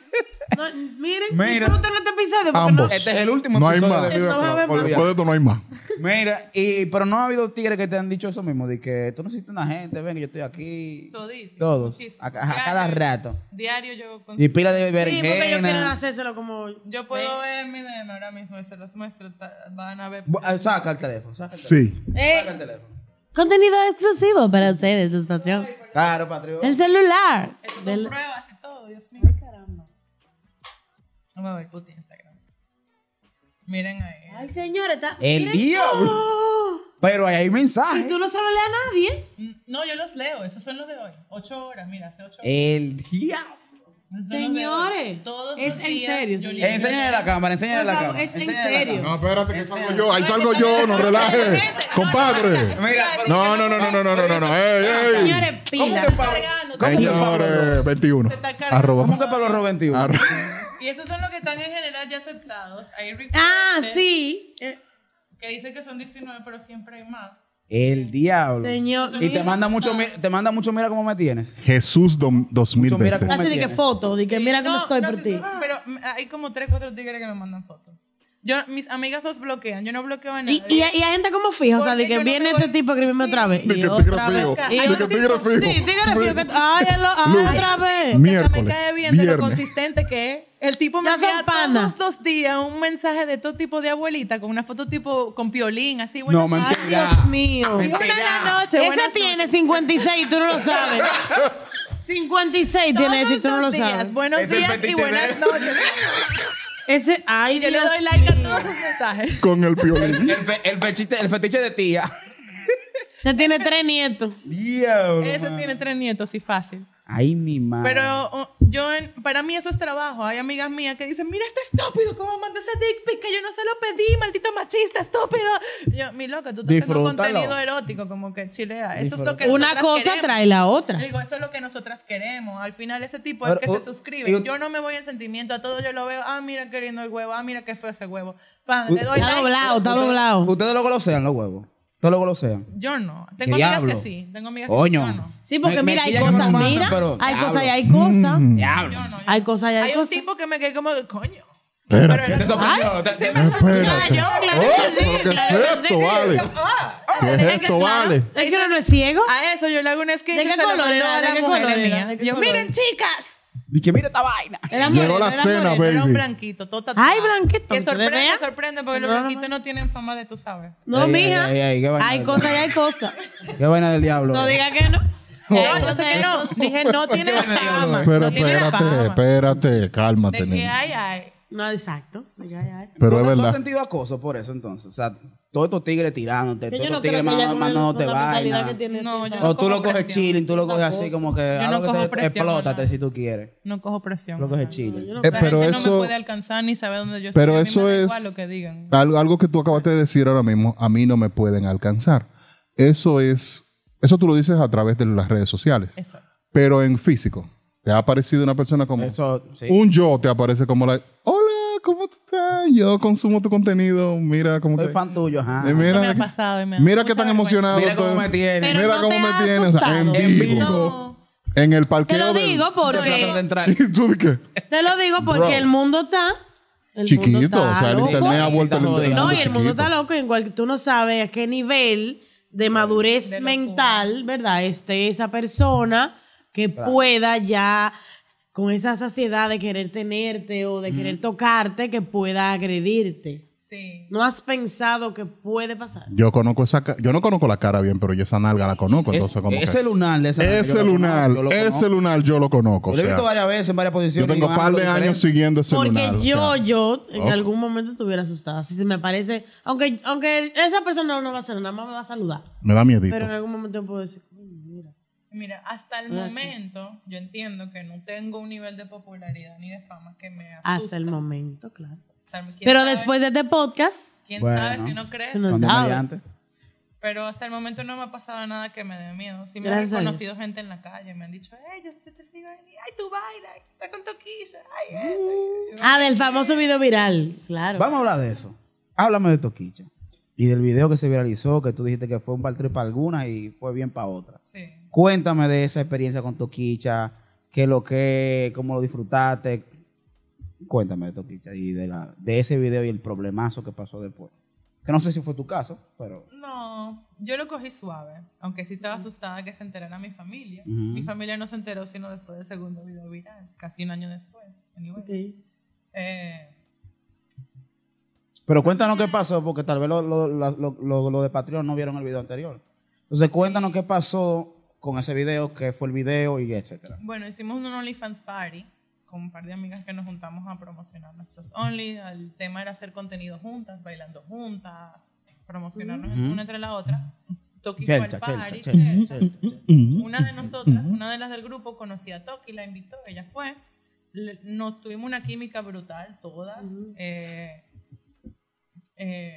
[SPEAKER 4] No, Miren,
[SPEAKER 1] Mira.
[SPEAKER 4] disfruten este episodio. porque
[SPEAKER 3] Ambos.
[SPEAKER 1] Este es el último
[SPEAKER 3] No hay
[SPEAKER 1] episodio
[SPEAKER 3] más.
[SPEAKER 1] de Vive
[SPEAKER 4] No va a
[SPEAKER 1] Pro.
[SPEAKER 4] haber
[SPEAKER 3] Por- Después de esto no hay más.
[SPEAKER 1] Mira, y, pero no ha habido tigres que te han dicho eso mismo, de que tú no hiciste una gente, ven, que yo estoy aquí.
[SPEAKER 2] Todísimo,
[SPEAKER 1] Todos.
[SPEAKER 2] muchísimo.
[SPEAKER 1] A, ca- a cada rato.
[SPEAKER 2] Diario yo con-
[SPEAKER 1] Y pila de
[SPEAKER 4] No, sí, porque ellos quieren
[SPEAKER 1] berenjena.
[SPEAKER 4] hacérselo como...
[SPEAKER 2] Yo puedo ver mi DM ahora mismo y se los muestro. ta- Van a ver. Eh,
[SPEAKER 1] Bu- ah, Saca el teléfono, saca el teléfono.
[SPEAKER 3] Sí.
[SPEAKER 1] Saca el teléfono.
[SPEAKER 4] Contenido exclusivo para ustedes, los patrón.
[SPEAKER 1] Claro, Patrio.
[SPEAKER 4] El celular.
[SPEAKER 2] Esto con
[SPEAKER 4] Del-
[SPEAKER 2] pruebas y todo, Dios mío. caramba. Vamos a ver puto Instagram. Miren ahí.
[SPEAKER 4] Ay, señores, está...
[SPEAKER 1] El
[SPEAKER 4] miren-
[SPEAKER 1] diablo.
[SPEAKER 4] ¡Oh!
[SPEAKER 1] Pero ahí hay
[SPEAKER 4] Y
[SPEAKER 1] mensajes.
[SPEAKER 4] tú no se lo lees a nadie.
[SPEAKER 2] Mm, No, yo los leo. Esos son los de hoy. Ocho horas, mira, hace ocho horas.
[SPEAKER 1] El diablo.
[SPEAKER 2] Esos son los de hoy.
[SPEAKER 4] señores,
[SPEAKER 2] Todos
[SPEAKER 4] es
[SPEAKER 2] los
[SPEAKER 4] en
[SPEAKER 2] días
[SPEAKER 4] serio,
[SPEAKER 2] yo
[SPEAKER 4] señores.
[SPEAKER 2] leo.
[SPEAKER 1] Enséñale la cámara, enséñale
[SPEAKER 4] Por
[SPEAKER 1] la
[SPEAKER 4] favor,
[SPEAKER 1] cámara.
[SPEAKER 4] es en
[SPEAKER 1] enséñale la
[SPEAKER 4] serio.
[SPEAKER 1] cámara.
[SPEAKER 3] No, espérate, que salgo yo. Ahí
[SPEAKER 4] pues,
[SPEAKER 3] salgo yo, no relaje. Compadre.
[SPEAKER 1] Mira, pero-
[SPEAKER 3] No, no, no, no, no, no, no, no. no. Ey, ey.
[SPEAKER 4] Señores,
[SPEAKER 1] ¿Cómo que
[SPEAKER 4] pila.
[SPEAKER 1] Pablo? ¿Cómo que Pablo?
[SPEAKER 3] Señores, 21.
[SPEAKER 2] está cargando.
[SPEAKER 1] ¿Cómo
[SPEAKER 3] Arroba.
[SPEAKER 1] que Pablo Ro 21?
[SPEAKER 3] arro-
[SPEAKER 2] Y esos son los que están en general ya aceptados. Hay requests
[SPEAKER 4] Ah, sí. Eh,
[SPEAKER 2] que dicen que son 19, pero siempre hay más.
[SPEAKER 1] El diablo.
[SPEAKER 4] Señor.
[SPEAKER 1] Y te manda mucho, mi- te manda mucho, mira cómo me tienes.
[SPEAKER 3] Jesús dom- dos mil
[SPEAKER 1] Mucho mira
[SPEAKER 3] veces.
[SPEAKER 1] cómo-
[SPEAKER 4] Así Ah, de que
[SPEAKER 1] tienes.
[SPEAKER 4] foto, de que mira cómo
[SPEAKER 2] No,
[SPEAKER 4] estoy
[SPEAKER 2] no,
[SPEAKER 4] por
[SPEAKER 2] sí,
[SPEAKER 4] ti.
[SPEAKER 2] Pero mm, hay como 3, 4 tigres que me mandan fotos. Yo, mis amigas los bloquean, yo no bloqueo a
[SPEAKER 4] Y,
[SPEAKER 2] nadie.
[SPEAKER 4] y, hay- y hay gente como fija, o sea, de
[SPEAKER 2] Porque
[SPEAKER 4] que
[SPEAKER 2] yo no
[SPEAKER 4] viene
[SPEAKER 2] me
[SPEAKER 4] este
[SPEAKER 2] voy-
[SPEAKER 4] tipo a escribirme otra vez.
[SPEAKER 3] De
[SPEAKER 4] Y
[SPEAKER 3] que tigre
[SPEAKER 4] otra vez.
[SPEAKER 3] fijo.
[SPEAKER 2] ca-
[SPEAKER 4] Y
[SPEAKER 3] De que
[SPEAKER 4] otro
[SPEAKER 3] tigre
[SPEAKER 4] tipo-
[SPEAKER 3] fijo.
[SPEAKER 4] Sí, tigre fijo. que- Ay, él lo-
[SPEAKER 3] Lunes.
[SPEAKER 4] ay, otra vez.
[SPEAKER 2] Porque hasta
[SPEAKER 3] Miércoles,
[SPEAKER 2] me cae bien de lo
[SPEAKER 3] viernes.
[SPEAKER 2] consistente que es. El tipo me
[SPEAKER 4] Ya son
[SPEAKER 2] envía
[SPEAKER 4] panas.
[SPEAKER 2] todos los días un mensaje de todo tipo de abuelita con una foto tipo con piolín, así,
[SPEAKER 1] No,
[SPEAKER 2] bueno.
[SPEAKER 4] Ay,
[SPEAKER 1] mentira.
[SPEAKER 4] Dios mío.
[SPEAKER 1] Mentira.
[SPEAKER 2] una de la noche,
[SPEAKER 4] Ese
[SPEAKER 2] buenas
[SPEAKER 4] tiene 56 y tú no lo sabes. 56 tiene ese y tú no lo sabes.
[SPEAKER 2] Buenos días y buenas noches.
[SPEAKER 4] Ese, ay,
[SPEAKER 2] Y yo le
[SPEAKER 4] Dios
[SPEAKER 2] doy like a
[SPEAKER 4] mío.
[SPEAKER 2] todos sus mensajes.
[SPEAKER 3] Con el piolín.
[SPEAKER 1] El, fe- el fetiche, el fetiche de tía.
[SPEAKER 4] Se tiene tres nietos.
[SPEAKER 1] Diablo,
[SPEAKER 2] Ese
[SPEAKER 1] mano.
[SPEAKER 2] tiene tres nietos y fácil.
[SPEAKER 1] Ay, mi madre.
[SPEAKER 2] Pero oh, yo, en- para mí eso es trabajo. Hay amigas mías que dicen, mira este estúpido, cómo mandó ese dick pic que yo no se lo pedí, maldito machista, estúpido. Y yo, mi loca, tú estás haciendo
[SPEAKER 1] Disfrútalo.
[SPEAKER 2] contenido erótico, como que chilea. Eso es lo que
[SPEAKER 4] Una
[SPEAKER 2] nosotras
[SPEAKER 4] cosa
[SPEAKER 2] queremos.
[SPEAKER 4] trae la otra.
[SPEAKER 2] Digo, eso es lo que nosotras queremos. Al final ese tipo
[SPEAKER 1] Pero,
[SPEAKER 2] es el que
[SPEAKER 1] uh,
[SPEAKER 2] se suscribe.
[SPEAKER 1] y-
[SPEAKER 2] yo no me voy en sentimiento a todo, yo lo veo, ah, mira qué lindo el huevo, ah, mira qué feo ese huevo. Pam, le doy
[SPEAKER 4] Está
[SPEAKER 2] like.
[SPEAKER 4] doblado, está doblado.
[SPEAKER 1] Ustedes lo sean los huevos. Ustedes lo golosean.
[SPEAKER 2] Yo no. Tengo
[SPEAKER 1] ¿Qué
[SPEAKER 2] amigas
[SPEAKER 1] diablo?
[SPEAKER 2] que sí. Tengo amigas
[SPEAKER 1] Coño.
[SPEAKER 2] que sí, yo no.
[SPEAKER 4] Sí, porque
[SPEAKER 1] Me- me
[SPEAKER 4] mira, hay
[SPEAKER 1] quilla que me
[SPEAKER 4] cosas,
[SPEAKER 1] matan,
[SPEAKER 4] mira,
[SPEAKER 1] pero- Mm.
[SPEAKER 4] hay
[SPEAKER 1] Diablo.
[SPEAKER 4] cosas y hay cosas.
[SPEAKER 1] Diablo.
[SPEAKER 2] Yo no, yo
[SPEAKER 4] Hay
[SPEAKER 2] no.
[SPEAKER 4] cosas y hay,
[SPEAKER 2] Hay un
[SPEAKER 4] cosas.
[SPEAKER 2] tipo que me quedé como, coño.
[SPEAKER 3] Espérate.
[SPEAKER 1] Te sorprendió, te- te-
[SPEAKER 3] Espérate.
[SPEAKER 4] Ah, yo, claro
[SPEAKER 3] Oh,
[SPEAKER 4] que sí,
[SPEAKER 3] pero ¿Qué es
[SPEAKER 4] claro que
[SPEAKER 3] esto,
[SPEAKER 4] sí.
[SPEAKER 3] vale? ¿Qué es esto, vale?
[SPEAKER 4] Es que uno no es ciego.
[SPEAKER 2] A eso yo le hago un sketch.
[SPEAKER 4] ¿De
[SPEAKER 2] y
[SPEAKER 4] qué
[SPEAKER 2] se lo
[SPEAKER 4] color
[SPEAKER 2] mando
[SPEAKER 4] era?
[SPEAKER 2] a
[SPEAKER 4] ¿De
[SPEAKER 2] las
[SPEAKER 4] qué
[SPEAKER 2] mujeres
[SPEAKER 4] color era?
[SPEAKER 2] mías.
[SPEAKER 4] ¿De qué
[SPEAKER 2] Yo,
[SPEAKER 4] color?
[SPEAKER 2] miren, chicas.
[SPEAKER 1] Y que mira esta vaina.
[SPEAKER 4] Era
[SPEAKER 3] Llegó
[SPEAKER 4] moreno,
[SPEAKER 3] la
[SPEAKER 4] era
[SPEAKER 3] cena,
[SPEAKER 4] moreno.
[SPEAKER 3] baby.
[SPEAKER 2] Era un blanquito, todo tatuado.
[SPEAKER 4] Ay, blanquito,
[SPEAKER 2] Que
[SPEAKER 4] ¿te
[SPEAKER 2] sorprende,
[SPEAKER 4] veas?
[SPEAKER 2] sorprende, porque los
[SPEAKER 4] No, no,
[SPEAKER 2] blanquitos no tienen fama de tú sabes.
[SPEAKER 4] No,
[SPEAKER 1] Ey,
[SPEAKER 4] mija.
[SPEAKER 1] ey, ey, qué vaina
[SPEAKER 4] hay
[SPEAKER 1] del
[SPEAKER 4] cosas y hay cosas.
[SPEAKER 1] diablo. Qué vaina del diablo.
[SPEAKER 4] No diga que no.
[SPEAKER 1] Oh.
[SPEAKER 2] No,
[SPEAKER 4] Hay
[SPEAKER 2] yo
[SPEAKER 4] cosas
[SPEAKER 2] sé
[SPEAKER 4] y
[SPEAKER 2] que
[SPEAKER 4] hay
[SPEAKER 2] no.
[SPEAKER 4] cosas.
[SPEAKER 2] Dije, no tienen
[SPEAKER 1] vaina, diablo,
[SPEAKER 2] fama.
[SPEAKER 3] Pero
[SPEAKER 2] no tienen
[SPEAKER 3] espérate,
[SPEAKER 2] fama.
[SPEAKER 3] espérate, cálmate.
[SPEAKER 2] De que
[SPEAKER 3] niña.
[SPEAKER 2] hay, hay.
[SPEAKER 4] No, exacto. Ay, ay, ay.
[SPEAKER 1] ¿Tú-
[SPEAKER 3] Pero es
[SPEAKER 1] tú has
[SPEAKER 3] verdad. Eh,
[SPEAKER 1] sentido acoso por eso entonces? O sea, todos estos tigres tirándote,
[SPEAKER 4] Que
[SPEAKER 1] todos
[SPEAKER 4] Yo no
[SPEAKER 1] estos
[SPEAKER 4] creo
[SPEAKER 1] tigres
[SPEAKER 4] que ella
[SPEAKER 1] man-
[SPEAKER 4] con el-
[SPEAKER 1] mandándote
[SPEAKER 4] con la mentalidad que
[SPEAKER 1] vaina.
[SPEAKER 4] tiene.
[SPEAKER 2] No,
[SPEAKER 4] esa-
[SPEAKER 2] yo
[SPEAKER 1] O tú lo
[SPEAKER 2] cojo
[SPEAKER 1] coges
[SPEAKER 2] presión.
[SPEAKER 1] chilling, tú lo coges así como que
[SPEAKER 2] Yo no
[SPEAKER 1] algo que
[SPEAKER 2] cojo
[SPEAKER 1] te-
[SPEAKER 2] presión,
[SPEAKER 1] explótate
[SPEAKER 2] no.
[SPEAKER 1] si tú quieres.
[SPEAKER 2] No cojo presión.
[SPEAKER 1] Lo coges
[SPEAKER 2] no.
[SPEAKER 1] chilling.
[SPEAKER 4] yo no-
[SPEAKER 3] Eh,
[SPEAKER 2] La
[SPEAKER 3] pero
[SPEAKER 2] gente no me
[SPEAKER 3] eso,
[SPEAKER 2] puede alcanzar ni saber dónde yo estoy.
[SPEAKER 3] pero
[SPEAKER 2] A mí
[SPEAKER 3] eso
[SPEAKER 2] me da
[SPEAKER 3] es
[SPEAKER 2] igual lo que digan.
[SPEAKER 3] algo, algo que tú acabaste de decir ahora mismo, a mí no me pueden alcanzar. Eso es, eso tú lo dices a través de las redes sociales,
[SPEAKER 2] Eso.
[SPEAKER 3] pero en físico. Te ha aparecido una persona como
[SPEAKER 1] Eso, sí.
[SPEAKER 3] un yo te aparece como la, hola, ¿cómo tú estás? Yo consumo tu contenido, mira cómo
[SPEAKER 1] Soy
[SPEAKER 3] te-
[SPEAKER 1] fan tuyo, ajá.
[SPEAKER 3] Eh,
[SPEAKER 2] Eso me ha
[SPEAKER 3] mira,
[SPEAKER 2] pasado y me da
[SPEAKER 3] mira
[SPEAKER 2] mucha
[SPEAKER 3] qué tan
[SPEAKER 2] vergüenza.
[SPEAKER 3] emocionado
[SPEAKER 1] Mira cómo
[SPEAKER 3] estoy.
[SPEAKER 1] me tienes.
[SPEAKER 4] Pero
[SPEAKER 3] Mira
[SPEAKER 4] no
[SPEAKER 3] cómo
[SPEAKER 4] te
[SPEAKER 3] me
[SPEAKER 4] ha
[SPEAKER 3] tienes, o sea, en
[SPEAKER 4] asustado.
[SPEAKER 1] En
[SPEAKER 3] vivo,
[SPEAKER 1] vivo.
[SPEAKER 2] No.
[SPEAKER 3] en el
[SPEAKER 4] Te
[SPEAKER 3] parqueo
[SPEAKER 4] lo
[SPEAKER 3] del-
[SPEAKER 4] digo
[SPEAKER 1] Plaza
[SPEAKER 4] porque,
[SPEAKER 1] Central.
[SPEAKER 3] ¿Y tú de qué?
[SPEAKER 4] te lo digo porque el mundo está. el mundo
[SPEAKER 3] Chiquito,
[SPEAKER 4] está
[SPEAKER 3] o sea, el
[SPEAKER 4] loco.
[SPEAKER 3] internet ha vuelto al
[SPEAKER 1] Está
[SPEAKER 3] internet.
[SPEAKER 1] jodido.
[SPEAKER 4] No,
[SPEAKER 1] mundo
[SPEAKER 4] y el mundo está loco en cual tú no sabes a qué nivel de madurez
[SPEAKER 2] De locura.
[SPEAKER 4] mental, ¿verdad? Esté esa persona que
[SPEAKER 1] Claro.
[SPEAKER 4] pueda ya con esa saciedad de querer tenerte o de querer tocarte que pueda agredirte.
[SPEAKER 2] Sí.
[SPEAKER 4] ¿No has pensado que puede pasar?
[SPEAKER 3] Yo conozco esa ca- yo no conozco la cara bien, pero yo esa nalga la conozco, entonces como
[SPEAKER 1] Es-
[SPEAKER 3] que-
[SPEAKER 1] Ese lunar de esa yo
[SPEAKER 3] Ese
[SPEAKER 1] lo
[SPEAKER 3] lunar,
[SPEAKER 1] conozco, yo lo
[SPEAKER 3] ese
[SPEAKER 1] conozco.
[SPEAKER 3] lunar yo lo conozco.
[SPEAKER 1] Yo lo he
[SPEAKER 3] o sea,
[SPEAKER 1] visto varias veces en varias
[SPEAKER 3] yo
[SPEAKER 1] posiciones.
[SPEAKER 3] tengo
[SPEAKER 1] un
[SPEAKER 3] par de
[SPEAKER 1] ángulo
[SPEAKER 3] años
[SPEAKER 1] diferente.
[SPEAKER 3] siguiendo ese
[SPEAKER 4] Porque
[SPEAKER 3] lunar. o sea,
[SPEAKER 4] yo, yo en
[SPEAKER 3] Ojo.
[SPEAKER 4] algún momento estuviera asustada. Si se me parece, aunque, aunque esa persona no va a hacer nada más me va a saludar.
[SPEAKER 3] me da miedito.
[SPEAKER 4] Pero en algún momento yo puedo decir, "Coño, mira.
[SPEAKER 2] Mira, hasta el
[SPEAKER 4] Ok.
[SPEAKER 2] momento yo entiendo que no tengo un nivel de popularidad ni de fama que me asusta.
[SPEAKER 4] Hasta el momento, claro.
[SPEAKER 2] Hasta el- ¿quién
[SPEAKER 4] Ah, Pero
[SPEAKER 2] sabe?
[SPEAKER 4] después de este podcast,
[SPEAKER 2] ¿Quién
[SPEAKER 1] Bueno.
[SPEAKER 2] sabe si no crees?
[SPEAKER 4] tú no
[SPEAKER 1] Donde
[SPEAKER 4] sabes.
[SPEAKER 1] mediante.
[SPEAKER 2] Pero hasta el momento no me ha pasado nada que me dé miedo. Sí me
[SPEAKER 4] Gracias a
[SPEAKER 2] han
[SPEAKER 4] Dios.
[SPEAKER 2] conocido gente en la calle, me han dicho, ¡Ey, yo te, te sigo! ahí. ¡Ay, tú bailas! ¡Está con toquilla! ¡Ay, esto".
[SPEAKER 4] Ah, del famoso video viral. Claro.
[SPEAKER 1] Vamos a hablar de eso. Háblame de Toquicha. Y del video que se viralizó, que tú dijiste que fue un bad trip para algunas y fue bien para otras.
[SPEAKER 2] Sí.
[SPEAKER 1] Cuéntame de esa experiencia con Toquicha, qué lo que, cómo lo disfrutaste. Cuéntame de Toquicha y de, la, de ese video y el problemazo que pasó después. Que no sé si fue tu caso, pero...
[SPEAKER 2] No, yo lo cogí suave, aunque sí estaba asustada que se enterara mi familia.
[SPEAKER 1] Ujú.
[SPEAKER 2] Mi familia no se enteró sino después del segundo video viral, casi un año después. anyway.
[SPEAKER 4] Ok.
[SPEAKER 2] Eh,
[SPEAKER 1] Pero cuéntanos qué pasó, porque tal vez los lo, la- lo- lo- lo de Patreon no vieron el video anterior. Entonces cuéntanos qué pasó con ese video, qué fue el video y etcétera.
[SPEAKER 2] bueno, hicimos un OnlyFans Party con un par de amigas que nos juntamos a promocionar nuestros Only. El tema era hacer contenido juntas, bailando juntas, promocionarnos
[SPEAKER 1] Ujú.
[SPEAKER 2] una entre la otra. Toki fue
[SPEAKER 1] Chelcha,
[SPEAKER 2] al
[SPEAKER 1] chelcha,
[SPEAKER 2] party.
[SPEAKER 1] chelcha,
[SPEAKER 2] chelcha.
[SPEAKER 1] chelcha, chelcha.
[SPEAKER 3] Mm,
[SPEAKER 2] una de nosotras, una de las del grupo, conocía a Toki, la invitó, ella fue. Le- nos tuvimos una química brutal, todas. Eh, eh,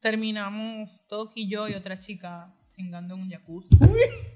[SPEAKER 2] terminamos Toki, yo y otra chica singando en un jacuzzi.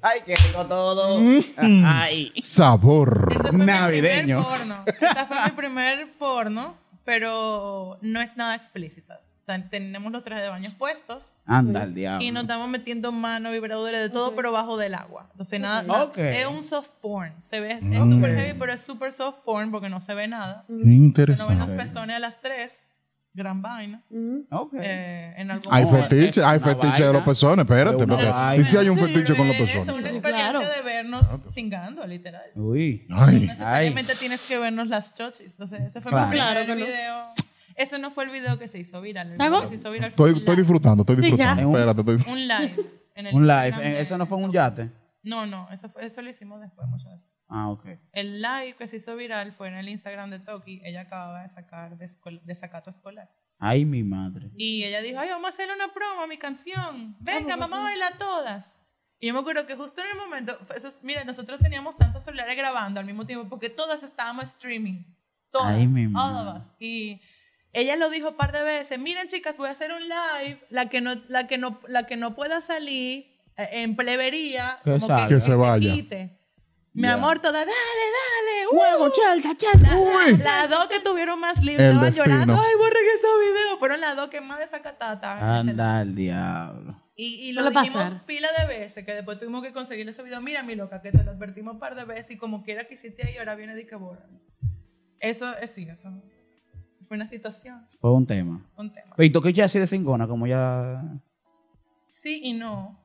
[SPEAKER 1] Ay, qué rico todo. Ah, Ay.
[SPEAKER 3] mm. Sabor.
[SPEAKER 2] Ese fue mi
[SPEAKER 1] Navideño.
[SPEAKER 2] primer porno. Ese fue mi primer porno, pero no es nada explícita. Tan- Tenemos los trajes de baños puestos
[SPEAKER 1] Anda el diablo.
[SPEAKER 2] y nos estamos metiendo mano, vibradores, de todo, pero bajo del agua. Entonces, nada, nada.
[SPEAKER 1] Ok.
[SPEAKER 2] es un soft porn. Se ve, es
[SPEAKER 3] Mm.
[SPEAKER 2] súper heavy, pero es súper soft porn porque no se ve nada. No ven los
[SPEAKER 3] Interesante.
[SPEAKER 2] pezones a las tres gran vaina.
[SPEAKER 4] Ujú.
[SPEAKER 1] Ok.
[SPEAKER 2] eh, en algún
[SPEAKER 3] Hay
[SPEAKER 1] No,
[SPEAKER 2] momento.
[SPEAKER 1] fetiche,
[SPEAKER 3] fetiches, hay
[SPEAKER 1] es una
[SPEAKER 3] fetiches de los
[SPEAKER 1] vaina.
[SPEAKER 3] pezones, espérate.
[SPEAKER 1] Es una
[SPEAKER 3] Porque, ¿Y
[SPEAKER 1] vaina.
[SPEAKER 3] si hay un
[SPEAKER 2] Sí,
[SPEAKER 3] fetiche con los
[SPEAKER 2] pero Es una
[SPEAKER 3] pezones?
[SPEAKER 2] experiencia
[SPEAKER 4] Claro.
[SPEAKER 2] de vernos cingando, literal.
[SPEAKER 1] Uy.
[SPEAKER 3] Ay,
[SPEAKER 2] Necesariamente tienes que vernos las chochis. Entonces, ese fue
[SPEAKER 1] Claro.
[SPEAKER 2] mi primer
[SPEAKER 4] Claro que no.
[SPEAKER 2] video. Ese no fue el video que se hizo viral. El
[SPEAKER 4] ¿Algo?
[SPEAKER 2] video que se hizo viral fue
[SPEAKER 3] estoy,
[SPEAKER 2] un
[SPEAKER 3] estoy
[SPEAKER 2] live.
[SPEAKER 3] disfrutando, estoy
[SPEAKER 4] Sí, ya.
[SPEAKER 3] disfrutando. Espérate, estoy-
[SPEAKER 2] un live. en el
[SPEAKER 1] Un live.
[SPEAKER 2] Instagram
[SPEAKER 1] Eh,
[SPEAKER 2] de-
[SPEAKER 1] ¿Eso no fue en un yate?
[SPEAKER 2] No, no, eso, fue- eso lo hicimos después muchas veces.
[SPEAKER 1] Ah, ok.
[SPEAKER 2] El live que se hizo viral fue en el Instagram de Toki. Ella acababa de sacar de, escuel- de sacato escolar.
[SPEAKER 1] Ay, mi madre.
[SPEAKER 2] Y ella dijo, ay, vamos a hacerle una promo a mi
[SPEAKER 1] Ah,
[SPEAKER 2] canción.
[SPEAKER 1] pues
[SPEAKER 2] Venga, mamá, baila todas. Y yo me acuerdo que justo en el momento, pues, eso es- mira, nosotros teníamos tantos celulares grabando al mismo tiempo porque todas estábamos streaming. Todas,
[SPEAKER 1] Ay, mi
[SPEAKER 2] all
[SPEAKER 1] madre.
[SPEAKER 2] of us. Y ella lo dijo un par de veces, miren chicas, voy a hacer un live, la que no, la que no, la que no pueda salir eh, en plebería,
[SPEAKER 1] Que salga.
[SPEAKER 3] Que se vaya.
[SPEAKER 2] quite". Mi
[SPEAKER 1] Ya.
[SPEAKER 2] amor, todas, dale, dale, uh,
[SPEAKER 4] Huevo, chalta, chalta.
[SPEAKER 3] Uy.
[SPEAKER 2] las dos que tuvieron más libre
[SPEAKER 3] El
[SPEAKER 2] estaban
[SPEAKER 3] destino.
[SPEAKER 2] llorando. Ay, borren estos videos. Fueron las dos que más desacatadas estaban. en ese live.
[SPEAKER 1] Anda al diablo.
[SPEAKER 2] Y, y lo
[SPEAKER 4] Suele
[SPEAKER 2] dijimos
[SPEAKER 4] pasar.
[SPEAKER 2] pila de veces, que después tuvimos que conseguir ese video. Mira, mi loca, que te lo advertimos un par de veces y como quiera que hiciste ahí, ahora viene de que borra. Eso, es sí, eso fue una situación,
[SPEAKER 1] Fue un tema.
[SPEAKER 2] un tema.
[SPEAKER 1] Y toqué ya así de cingona, como ya.
[SPEAKER 2] Sí y no.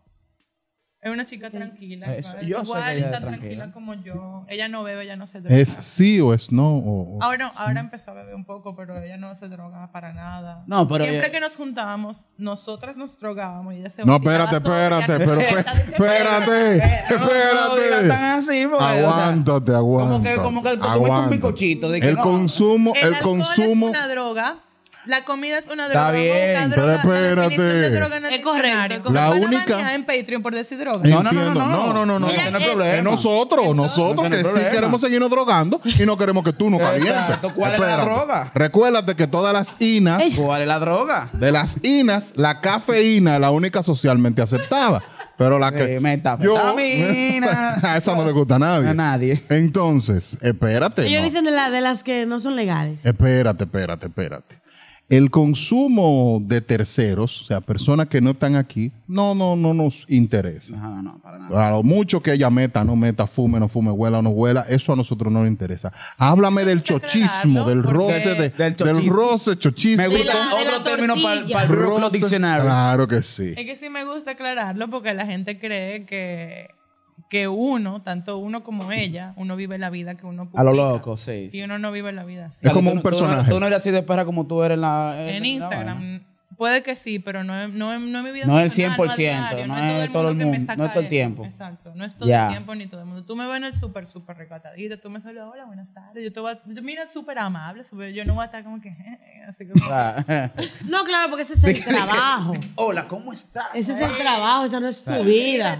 [SPEAKER 2] Es una chica tranquila.
[SPEAKER 1] Eh, Eso,
[SPEAKER 2] igual,
[SPEAKER 1] yo sé que
[SPEAKER 2] igual
[SPEAKER 1] ella es
[SPEAKER 2] tan
[SPEAKER 1] tranquila.
[SPEAKER 2] tranquila como yo. Ella no bebe, ella no se droga.
[SPEAKER 3] ¿Es sí o es no? O, o-
[SPEAKER 2] Ahora, ahora empezó a beber un poco, pero ella no se drogaba para nada.
[SPEAKER 1] No, pero
[SPEAKER 2] Siempre
[SPEAKER 1] ella-
[SPEAKER 2] que nos juntábamos, nosotras nos drogábamos y ella se
[SPEAKER 3] No,
[SPEAKER 2] vaciaba
[SPEAKER 3] espérate,
[SPEAKER 2] sola,
[SPEAKER 3] espérate,
[SPEAKER 2] ya
[SPEAKER 3] pero
[SPEAKER 2] está,
[SPEAKER 3] espérate,
[SPEAKER 2] está, está,
[SPEAKER 3] espérate, espérate.
[SPEAKER 1] tan así, porque, o sea,
[SPEAKER 3] Aguántate,
[SPEAKER 1] Como que,
[SPEAKER 3] aguántate.
[SPEAKER 1] como que tú comiste un
[SPEAKER 3] aguántate.
[SPEAKER 1] picochito. De que
[SPEAKER 3] El
[SPEAKER 1] no.
[SPEAKER 3] consumo,
[SPEAKER 2] El,
[SPEAKER 3] el,
[SPEAKER 2] alcohol
[SPEAKER 3] consumo.
[SPEAKER 2] es una droga. La comida es una
[SPEAKER 1] Está
[SPEAKER 2] droga.
[SPEAKER 1] bien,
[SPEAKER 2] nunca
[SPEAKER 3] pero
[SPEAKER 2] droga, la definición
[SPEAKER 3] espérate.
[SPEAKER 2] de droga no
[SPEAKER 4] Es
[SPEAKER 2] existe en
[SPEAKER 4] correcto,
[SPEAKER 2] área.
[SPEAKER 4] es
[SPEAKER 3] correcto. La
[SPEAKER 2] Van a
[SPEAKER 3] única-
[SPEAKER 2] banear en Patreon por decir droga.
[SPEAKER 1] No, no, no,
[SPEAKER 3] Entiendo.
[SPEAKER 1] no, no.
[SPEAKER 3] no, no, no,
[SPEAKER 1] Ella-
[SPEAKER 3] no,
[SPEAKER 1] no hay problema.
[SPEAKER 3] Es nosotros, nosotros
[SPEAKER 1] No hay
[SPEAKER 3] que sí
[SPEAKER 1] problema.
[SPEAKER 3] queremos seguirnos drogando y no queremos que tú nos calientes.
[SPEAKER 1] Exacto. ¿Cuál es la
[SPEAKER 3] Espérate.
[SPEAKER 1] droga?
[SPEAKER 3] Recuérdate que todas las inas,
[SPEAKER 1] ¿Cuál es la droga?
[SPEAKER 3] de las inas, la cafeína es la única socialmente aceptada. Pero la que.
[SPEAKER 1] Eh, metanfetamina.
[SPEAKER 3] a esa no le gusta a nadie.
[SPEAKER 1] A nadie.
[SPEAKER 3] Entonces, espérate.
[SPEAKER 4] Ellos
[SPEAKER 3] no.
[SPEAKER 4] dicen de, la, de las que no son legales.
[SPEAKER 1] Eh.
[SPEAKER 3] Espérate, espérate, espérate. El consumo de terceros, o sea, personas que no están aquí, no, no, no nos interesa.
[SPEAKER 1] No, no, no, para nada.
[SPEAKER 3] A lo mucho que ella meta, no meta, fume, no fume, huela, no huela, eso a nosotros no nos interesa. Háblame del
[SPEAKER 2] Tenemos que
[SPEAKER 3] chochismo,
[SPEAKER 2] aclararlo,
[SPEAKER 3] del
[SPEAKER 2] porque-
[SPEAKER 3] roce, de-
[SPEAKER 1] Del
[SPEAKER 3] del,
[SPEAKER 1] chochismo.
[SPEAKER 3] roce chochismo.
[SPEAKER 1] Me gusta
[SPEAKER 4] la- de la
[SPEAKER 1] otro término para
[SPEAKER 4] tortilla.
[SPEAKER 1] el Brooklyn
[SPEAKER 3] roce-
[SPEAKER 1] Dictionary.
[SPEAKER 3] Claro que sí.
[SPEAKER 2] Es que sí me gusta aclararlo porque la gente cree que, que uno, tanto uno como ella, uno vive la vida que uno publica.
[SPEAKER 1] A lo loco, sí.
[SPEAKER 2] Y uno no vive la vida así.
[SPEAKER 3] Es como
[SPEAKER 1] tú no-
[SPEAKER 3] un
[SPEAKER 1] tú no-
[SPEAKER 3] personaje.
[SPEAKER 1] Tú no eres así de perra como tú eres en la.
[SPEAKER 2] En
[SPEAKER 1] la vaina.
[SPEAKER 2] Instagram. Puede que sí, pero no, es- no, es- no es mi vida
[SPEAKER 1] No es el
[SPEAKER 2] personal,
[SPEAKER 1] 100%,
[SPEAKER 2] al diario,
[SPEAKER 1] no es todo el
[SPEAKER 2] que me
[SPEAKER 1] mundo,
[SPEAKER 2] saca
[SPEAKER 1] no es todo el
[SPEAKER 2] eso.
[SPEAKER 1] tiempo.
[SPEAKER 2] Exacto, no es todo
[SPEAKER 1] Ya.
[SPEAKER 2] el tiempo ni todo el mundo. Tú me ves en el súper, súper recatadita, tú me saludas, hola, buenas tardes. Yo te voy a, yo- mira, súper amable, súper- yo no voy a estar como que, así como,
[SPEAKER 1] Ah,
[SPEAKER 4] No, claro, porque ese es el trabajo.
[SPEAKER 1] Hola, ¿cómo estás?
[SPEAKER 4] Ese es el trabajo, esa no es tu vida.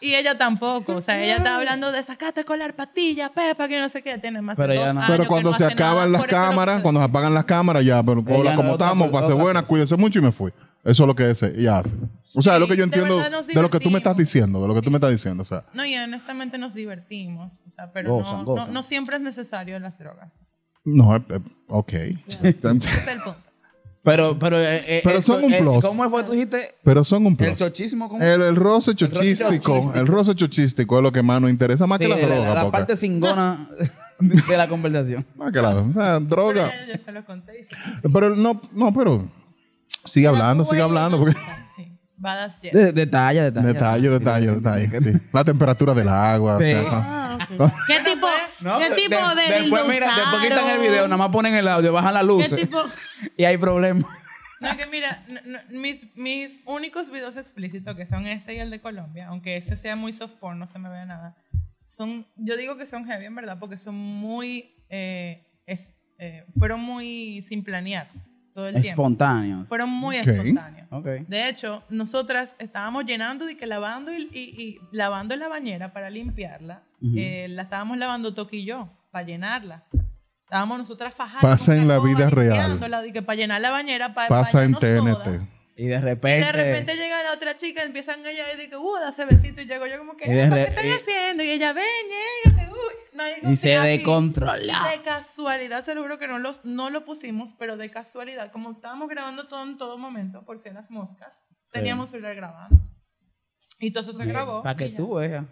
[SPEAKER 2] Y ella tampoco, o sea, ella está hablando de sacato escolar, patilla, pepa, que no sé qué, tiene más de
[SPEAKER 1] Pero
[SPEAKER 2] dos
[SPEAKER 1] ella no-
[SPEAKER 2] años
[SPEAKER 3] Pero
[SPEAKER 2] que
[SPEAKER 3] cuando
[SPEAKER 2] no
[SPEAKER 3] se
[SPEAKER 2] hace nada.
[SPEAKER 3] acaban las
[SPEAKER 2] Por eso lo que
[SPEAKER 3] cámaras,
[SPEAKER 2] te-
[SPEAKER 3] cuando se apagan las cámaras, ya, pero
[SPEAKER 1] Ella
[SPEAKER 3] hola,
[SPEAKER 1] no,
[SPEAKER 3] ¿cómo
[SPEAKER 1] otra
[SPEAKER 3] estamos?
[SPEAKER 1] cosa,
[SPEAKER 3] Pase
[SPEAKER 1] otra
[SPEAKER 3] buena,
[SPEAKER 1] cosa.
[SPEAKER 3] cuídense mucho y me fui. Eso es lo que ese- ella hace. O sea, es lo que yo
[SPEAKER 2] Sí, de
[SPEAKER 3] entiendo
[SPEAKER 2] verdad nos
[SPEAKER 3] de lo que tú me estás
[SPEAKER 2] divertimos.
[SPEAKER 3] diciendo, de lo que tú me estás diciendo. O sea,
[SPEAKER 2] No, y honestamente nos divertimos, o sea, pero
[SPEAKER 1] Gozan,
[SPEAKER 2] no,
[SPEAKER 1] gozan.
[SPEAKER 2] No, no siempre es necesario las drogas. o sea,
[SPEAKER 3] no, eh, eh, ok.
[SPEAKER 2] ese es el punto.
[SPEAKER 1] Pero, pero, eh, eh,
[SPEAKER 3] Pero
[SPEAKER 1] el
[SPEAKER 3] son
[SPEAKER 1] cho-
[SPEAKER 3] un
[SPEAKER 1] eh,
[SPEAKER 3] plus.
[SPEAKER 1] ¿Cómo fue? Tú dijiste
[SPEAKER 3] Pero son un
[SPEAKER 1] el
[SPEAKER 3] plus.
[SPEAKER 1] chochismo. ¿cómo?
[SPEAKER 3] El, el roce
[SPEAKER 1] roce
[SPEAKER 3] chochístico,
[SPEAKER 1] chochístico.
[SPEAKER 3] el roce chochístico es lo que más nos interesa, más
[SPEAKER 1] Sí,
[SPEAKER 3] que la
[SPEAKER 1] de la,
[SPEAKER 3] droga.
[SPEAKER 1] la
[SPEAKER 3] porque-
[SPEAKER 1] parte cingona de la conversación.
[SPEAKER 3] Más que la o sea,
[SPEAKER 2] Pero
[SPEAKER 3] droga.
[SPEAKER 2] ya yo se lo conté. y sí.
[SPEAKER 3] Pero no, no, pero sigue hablando, sigue
[SPEAKER 2] Bueno,
[SPEAKER 3] hablando. Porque...
[SPEAKER 2] Sí, badass yes.
[SPEAKER 1] De- detalle, detalle.
[SPEAKER 3] Detalle, detalle, detalle. sí. La temperatura del agua. o
[SPEAKER 1] Sí.
[SPEAKER 3] sea, no.
[SPEAKER 4] Ah, ok. ¿Qué tipo,
[SPEAKER 1] No,
[SPEAKER 4] ¿qué
[SPEAKER 1] de-
[SPEAKER 4] tipo
[SPEAKER 1] de-
[SPEAKER 4] de,
[SPEAKER 1] Después, mira, después quitan el video, nada más ponen el audio, bajan las
[SPEAKER 4] ¿Qué
[SPEAKER 1] luces
[SPEAKER 4] tipo?
[SPEAKER 1] y hay problemas.
[SPEAKER 2] No, que mira, no- no, mis, mis únicos videos explícitos, que son ese y el de Colombia, aunque ese sea muy soft porn, no se me vea nada, son, yo digo que son heavy en verdad, porque son muy, eh, es- eh, fueron muy sin planear todo el tiempo.
[SPEAKER 1] Espontáneos.
[SPEAKER 2] Fueron muy
[SPEAKER 3] Ok.
[SPEAKER 2] espontáneos.
[SPEAKER 1] Ok.
[SPEAKER 2] De hecho, nosotras estábamos llenando y que lavando y, y- y lavando la bañera para limpiarla.
[SPEAKER 1] Ujú.
[SPEAKER 2] eh, la estábamos lavando toquillo para llenarla. Estábamos nosotras fajadas.
[SPEAKER 3] Pasa
[SPEAKER 2] con
[SPEAKER 3] en la
[SPEAKER 2] escoba,
[SPEAKER 3] vida real.
[SPEAKER 2] limpiándola, y que para llenar la bañera para
[SPEAKER 3] Pasa en TNT.
[SPEAKER 1] Y de
[SPEAKER 2] Y
[SPEAKER 1] repente.
[SPEAKER 2] de repente llega la otra chica, empiezan ella y dice, uh, dase besito. Y llego yo como que,
[SPEAKER 1] Y de
[SPEAKER 2] "Ah, ¿qué
[SPEAKER 1] re-
[SPEAKER 2] están
[SPEAKER 1] y-
[SPEAKER 2] haciendo? Y ella, ven, llégate, uy". Marico,
[SPEAKER 1] Y
[SPEAKER 2] que
[SPEAKER 1] se
[SPEAKER 2] así,
[SPEAKER 1] descontrola.
[SPEAKER 2] De casualidad, se lo juro que no, los, no lo pusimos, pero de casualidad, como estábamos grabando todo en todo momento, por si las moscas, teníamos celular grabando. Y todo eso se grabó.
[SPEAKER 1] Para que
[SPEAKER 2] y ya.
[SPEAKER 1] tú veas.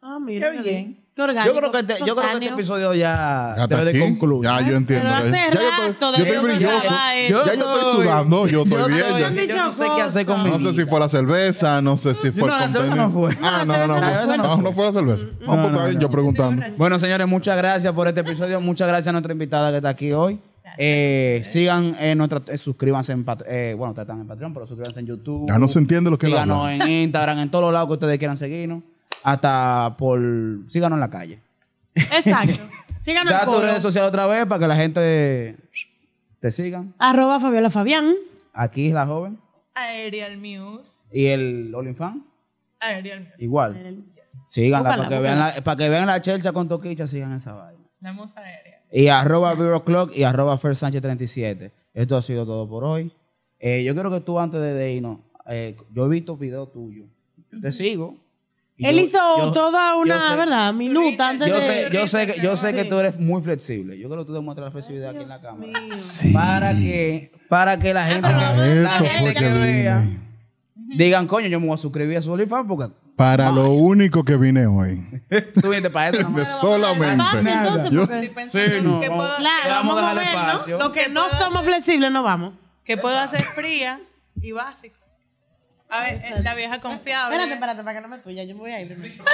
[SPEAKER 4] Ah, mira.
[SPEAKER 1] Qué bien.
[SPEAKER 4] Qué orgánico.
[SPEAKER 1] yo creo que este, yo creo que este
[SPEAKER 4] espontáneo.
[SPEAKER 1] episodio ya
[SPEAKER 3] Hasta
[SPEAKER 1] debe de
[SPEAKER 3] aquí,
[SPEAKER 1] concluir.
[SPEAKER 3] Ya yo entiendo.
[SPEAKER 4] Pero hace
[SPEAKER 3] ya yo
[SPEAKER 4] rato
[SPEAKER 3] estoy, yo estoy
[SPEAKER 4] debemos
[SPEAKER 3] brilloso.
[SPEAKER 4] grabar esto.
[SPEAKER 3] Ya yo estoy sudando, yo estoy bien, ya.
[SPEAKER 1] Yo no sé qué hacer con mi
[SPEAKER 3] No sé si
[SPEAKER 1] vida.
[SPEAKER 3] fue la cerveza, no sé si fue
[SPEAKER 1] No, la
[SPEAKER 3] el
[SPEAKER 1] cerveza
[SPEAKER 3] contenido.
[SPEAKER 1] no fue.
[SPEAKER 3] Ah, no, no,
[SPEAKER 1] La
[SPEAKER 3] no.
[SPEAKER 1] cerveza no
[SPEAKER 3] No,
[SPEAKER 1] fue.
[SPEAKER 3] no fue la cerveza.
[SPEAKER 1] No,
[SPEAKER 3] No, pues
[SPEAKER 1] no,
[SPEAKER 3] está bien,
[SPEAKER 1] no.
[SPEAKER 3] yo preguntando.
[SPEAKER 1] Bueno, señores, muchas gracias por este episodio. Muchas gracias a nuestra invitada que está aquí hoy. Eh, sigan eh, nuestra, eh, suscríbanse en Pat- eh, bueno, ustedes están en Patreon, pero suscríbanse en YouTube.
[SPEAKER 3] Ya no se entiende lo que él
[SPEAKER 1] Síganos
[SPEAKER 3] habla.
[SPEAKER 1] en Instagram, en todos los lados que ustedes quieran seguirnos. Hasta por síganos en la calle.
[SPEAKER 4] este. Exacto. Síganos
[SPEAKER 1] Da
[SPEAKER 4] el
[SPEAKER 1] tus
[SPEAKER 4] coro.
[SPEAKER 1] redes sociales otra vez para que la gente te siga.
[SPEAKER 4] Arroba Fabiola Fabián.
[SPEAKER 1] Aquí es la joven.
[SPEAKER 2] Aerial Muse.
[SPEAKER 1] Y el Olinfan,
[SPEAKER 2] Aerial Muse.
[SPEAKER 1] igual. Síganla
[SPEAKER 4] Búscala,
[SPEAKER 1] para que, vean la, para que vean la chelcha con toquicha, sigan esa vaina.
[SPEAKER 2] La musa aérea.
[SPEAKER 1] Y arroba Clock y arroba Fer Sánchez 37. Esto ha sido todo por hoy. Eh, yo creo que tú antes de, de irnos, eh, yo he visto videos tuyos. Te sigo. Y
[SPEAKER 4] Él
[SPEAKER 1] yo-
[SPEAKER 4] hizo
[SPEAKER 1] yo-
[SPEAKER 4] toda
[SPEAKER 1] yo
[SPEAKER 4] una,
[SPEAKER 1] sé-
[SPEAKER 4] ¿verdad? Minuta antes
[SPEAKER 1] Yo
[SPEAKER 4] de...
[SPEAKER 1] sé, yo sé, que, yo sé que
[SPEAKER 4] Sí.
[SPEAKER 1] tú eres muy flexible. Yo creo que tú demuestras la flexibilidad aquí en la cámara. Para que, para que la
[SPEAKER 4] Ah,
[SPEAKER 1] gente, que, la
[SPEAKER 3] Ah, Esto fue
[SPEAKER 1] gente
[SPEAKER 3] que
[SPEAKER 1] que vea
[SPEAKER 3] vine.
[SPEAKER 1] digan, coño, yo me voy a suscribir a su OnlyFans porque
[SPEAKER 3] Para lo único que vine hoy.
[SPEAKER 1] tú viniste para eso.
[SPEAKER 3] De
[SPEAKER 1] nomás.
[SPEAKER 4] Fácil,
[SPEAKER 3] solamente.
[SPEAKER 4] entonces,
[SPEAKER 3] Yo-
[SPEAKER 4] porque-
[SPEAKER 2] Estoy pensando
[SPEAKER 1] Sí, no,
[SPEAKER 2] que
[SPEAKER 1] vamos.
[SPEAKER 2] puedo,
[SPEAKER 4] Claro,
[SPEAKER 1] Vamos
[SPEAKER 4] vamos,
[SPEAKER 1] a
[SPEAKER 4] a
[SPEAKER 1] darle
[SPEAKER 4] movernos.
[SPEAKER 1] espacio.
[SPEAKER 4] Lo que no somos flexibles, no vamos.
[SPEAKER 2] que puedo hacer fría y básico. A ver, eh, la vieja confiable.
[SPEAKER 4] Espérate, espérate, para que no me tuya. Yo me voy a ir primero.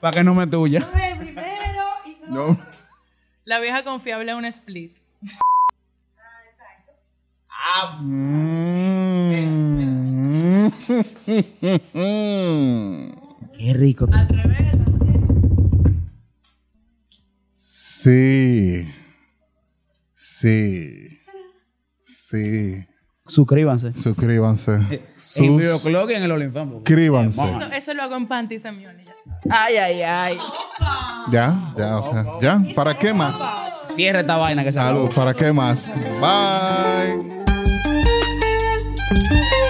[SPEAKER 1] Para que no me tuya.
[SPEAKER 4] Me voy a ir primero y no.
[SPEAKER 3] No.
[SPEAKER 2] La vieja confiable es un split.
[SPEAKER 1] Qué rico.
[SPEAKER 2] Al revés.
[SPEAKER 3] Sí. Sí. Sí.
[SPEAKER 1] Suscríbanse.
[SPEAKER 3] Suscríbanse.
[SPEAKER 1] En
[SPEAKER 3] Sus-
[SPEAKER 1] Videoclog y en el OnlyFans. porque-
[SPEAKER 3] Suscríbanse.
[SPEAKER 2] Eso, eso lo hago en panty, Samiones.
[SPEAKER 1] Ay, ay, ay.
[SPEAKER 3] Ya, ya, o sea, ya. ¿Para qué más?
[SPEAKER 1] Cierra esta vaina que se acabó.
[SPEAKER 3] Salud, ¿para qué más? Bye.
[SPEAKER 6] Thank you.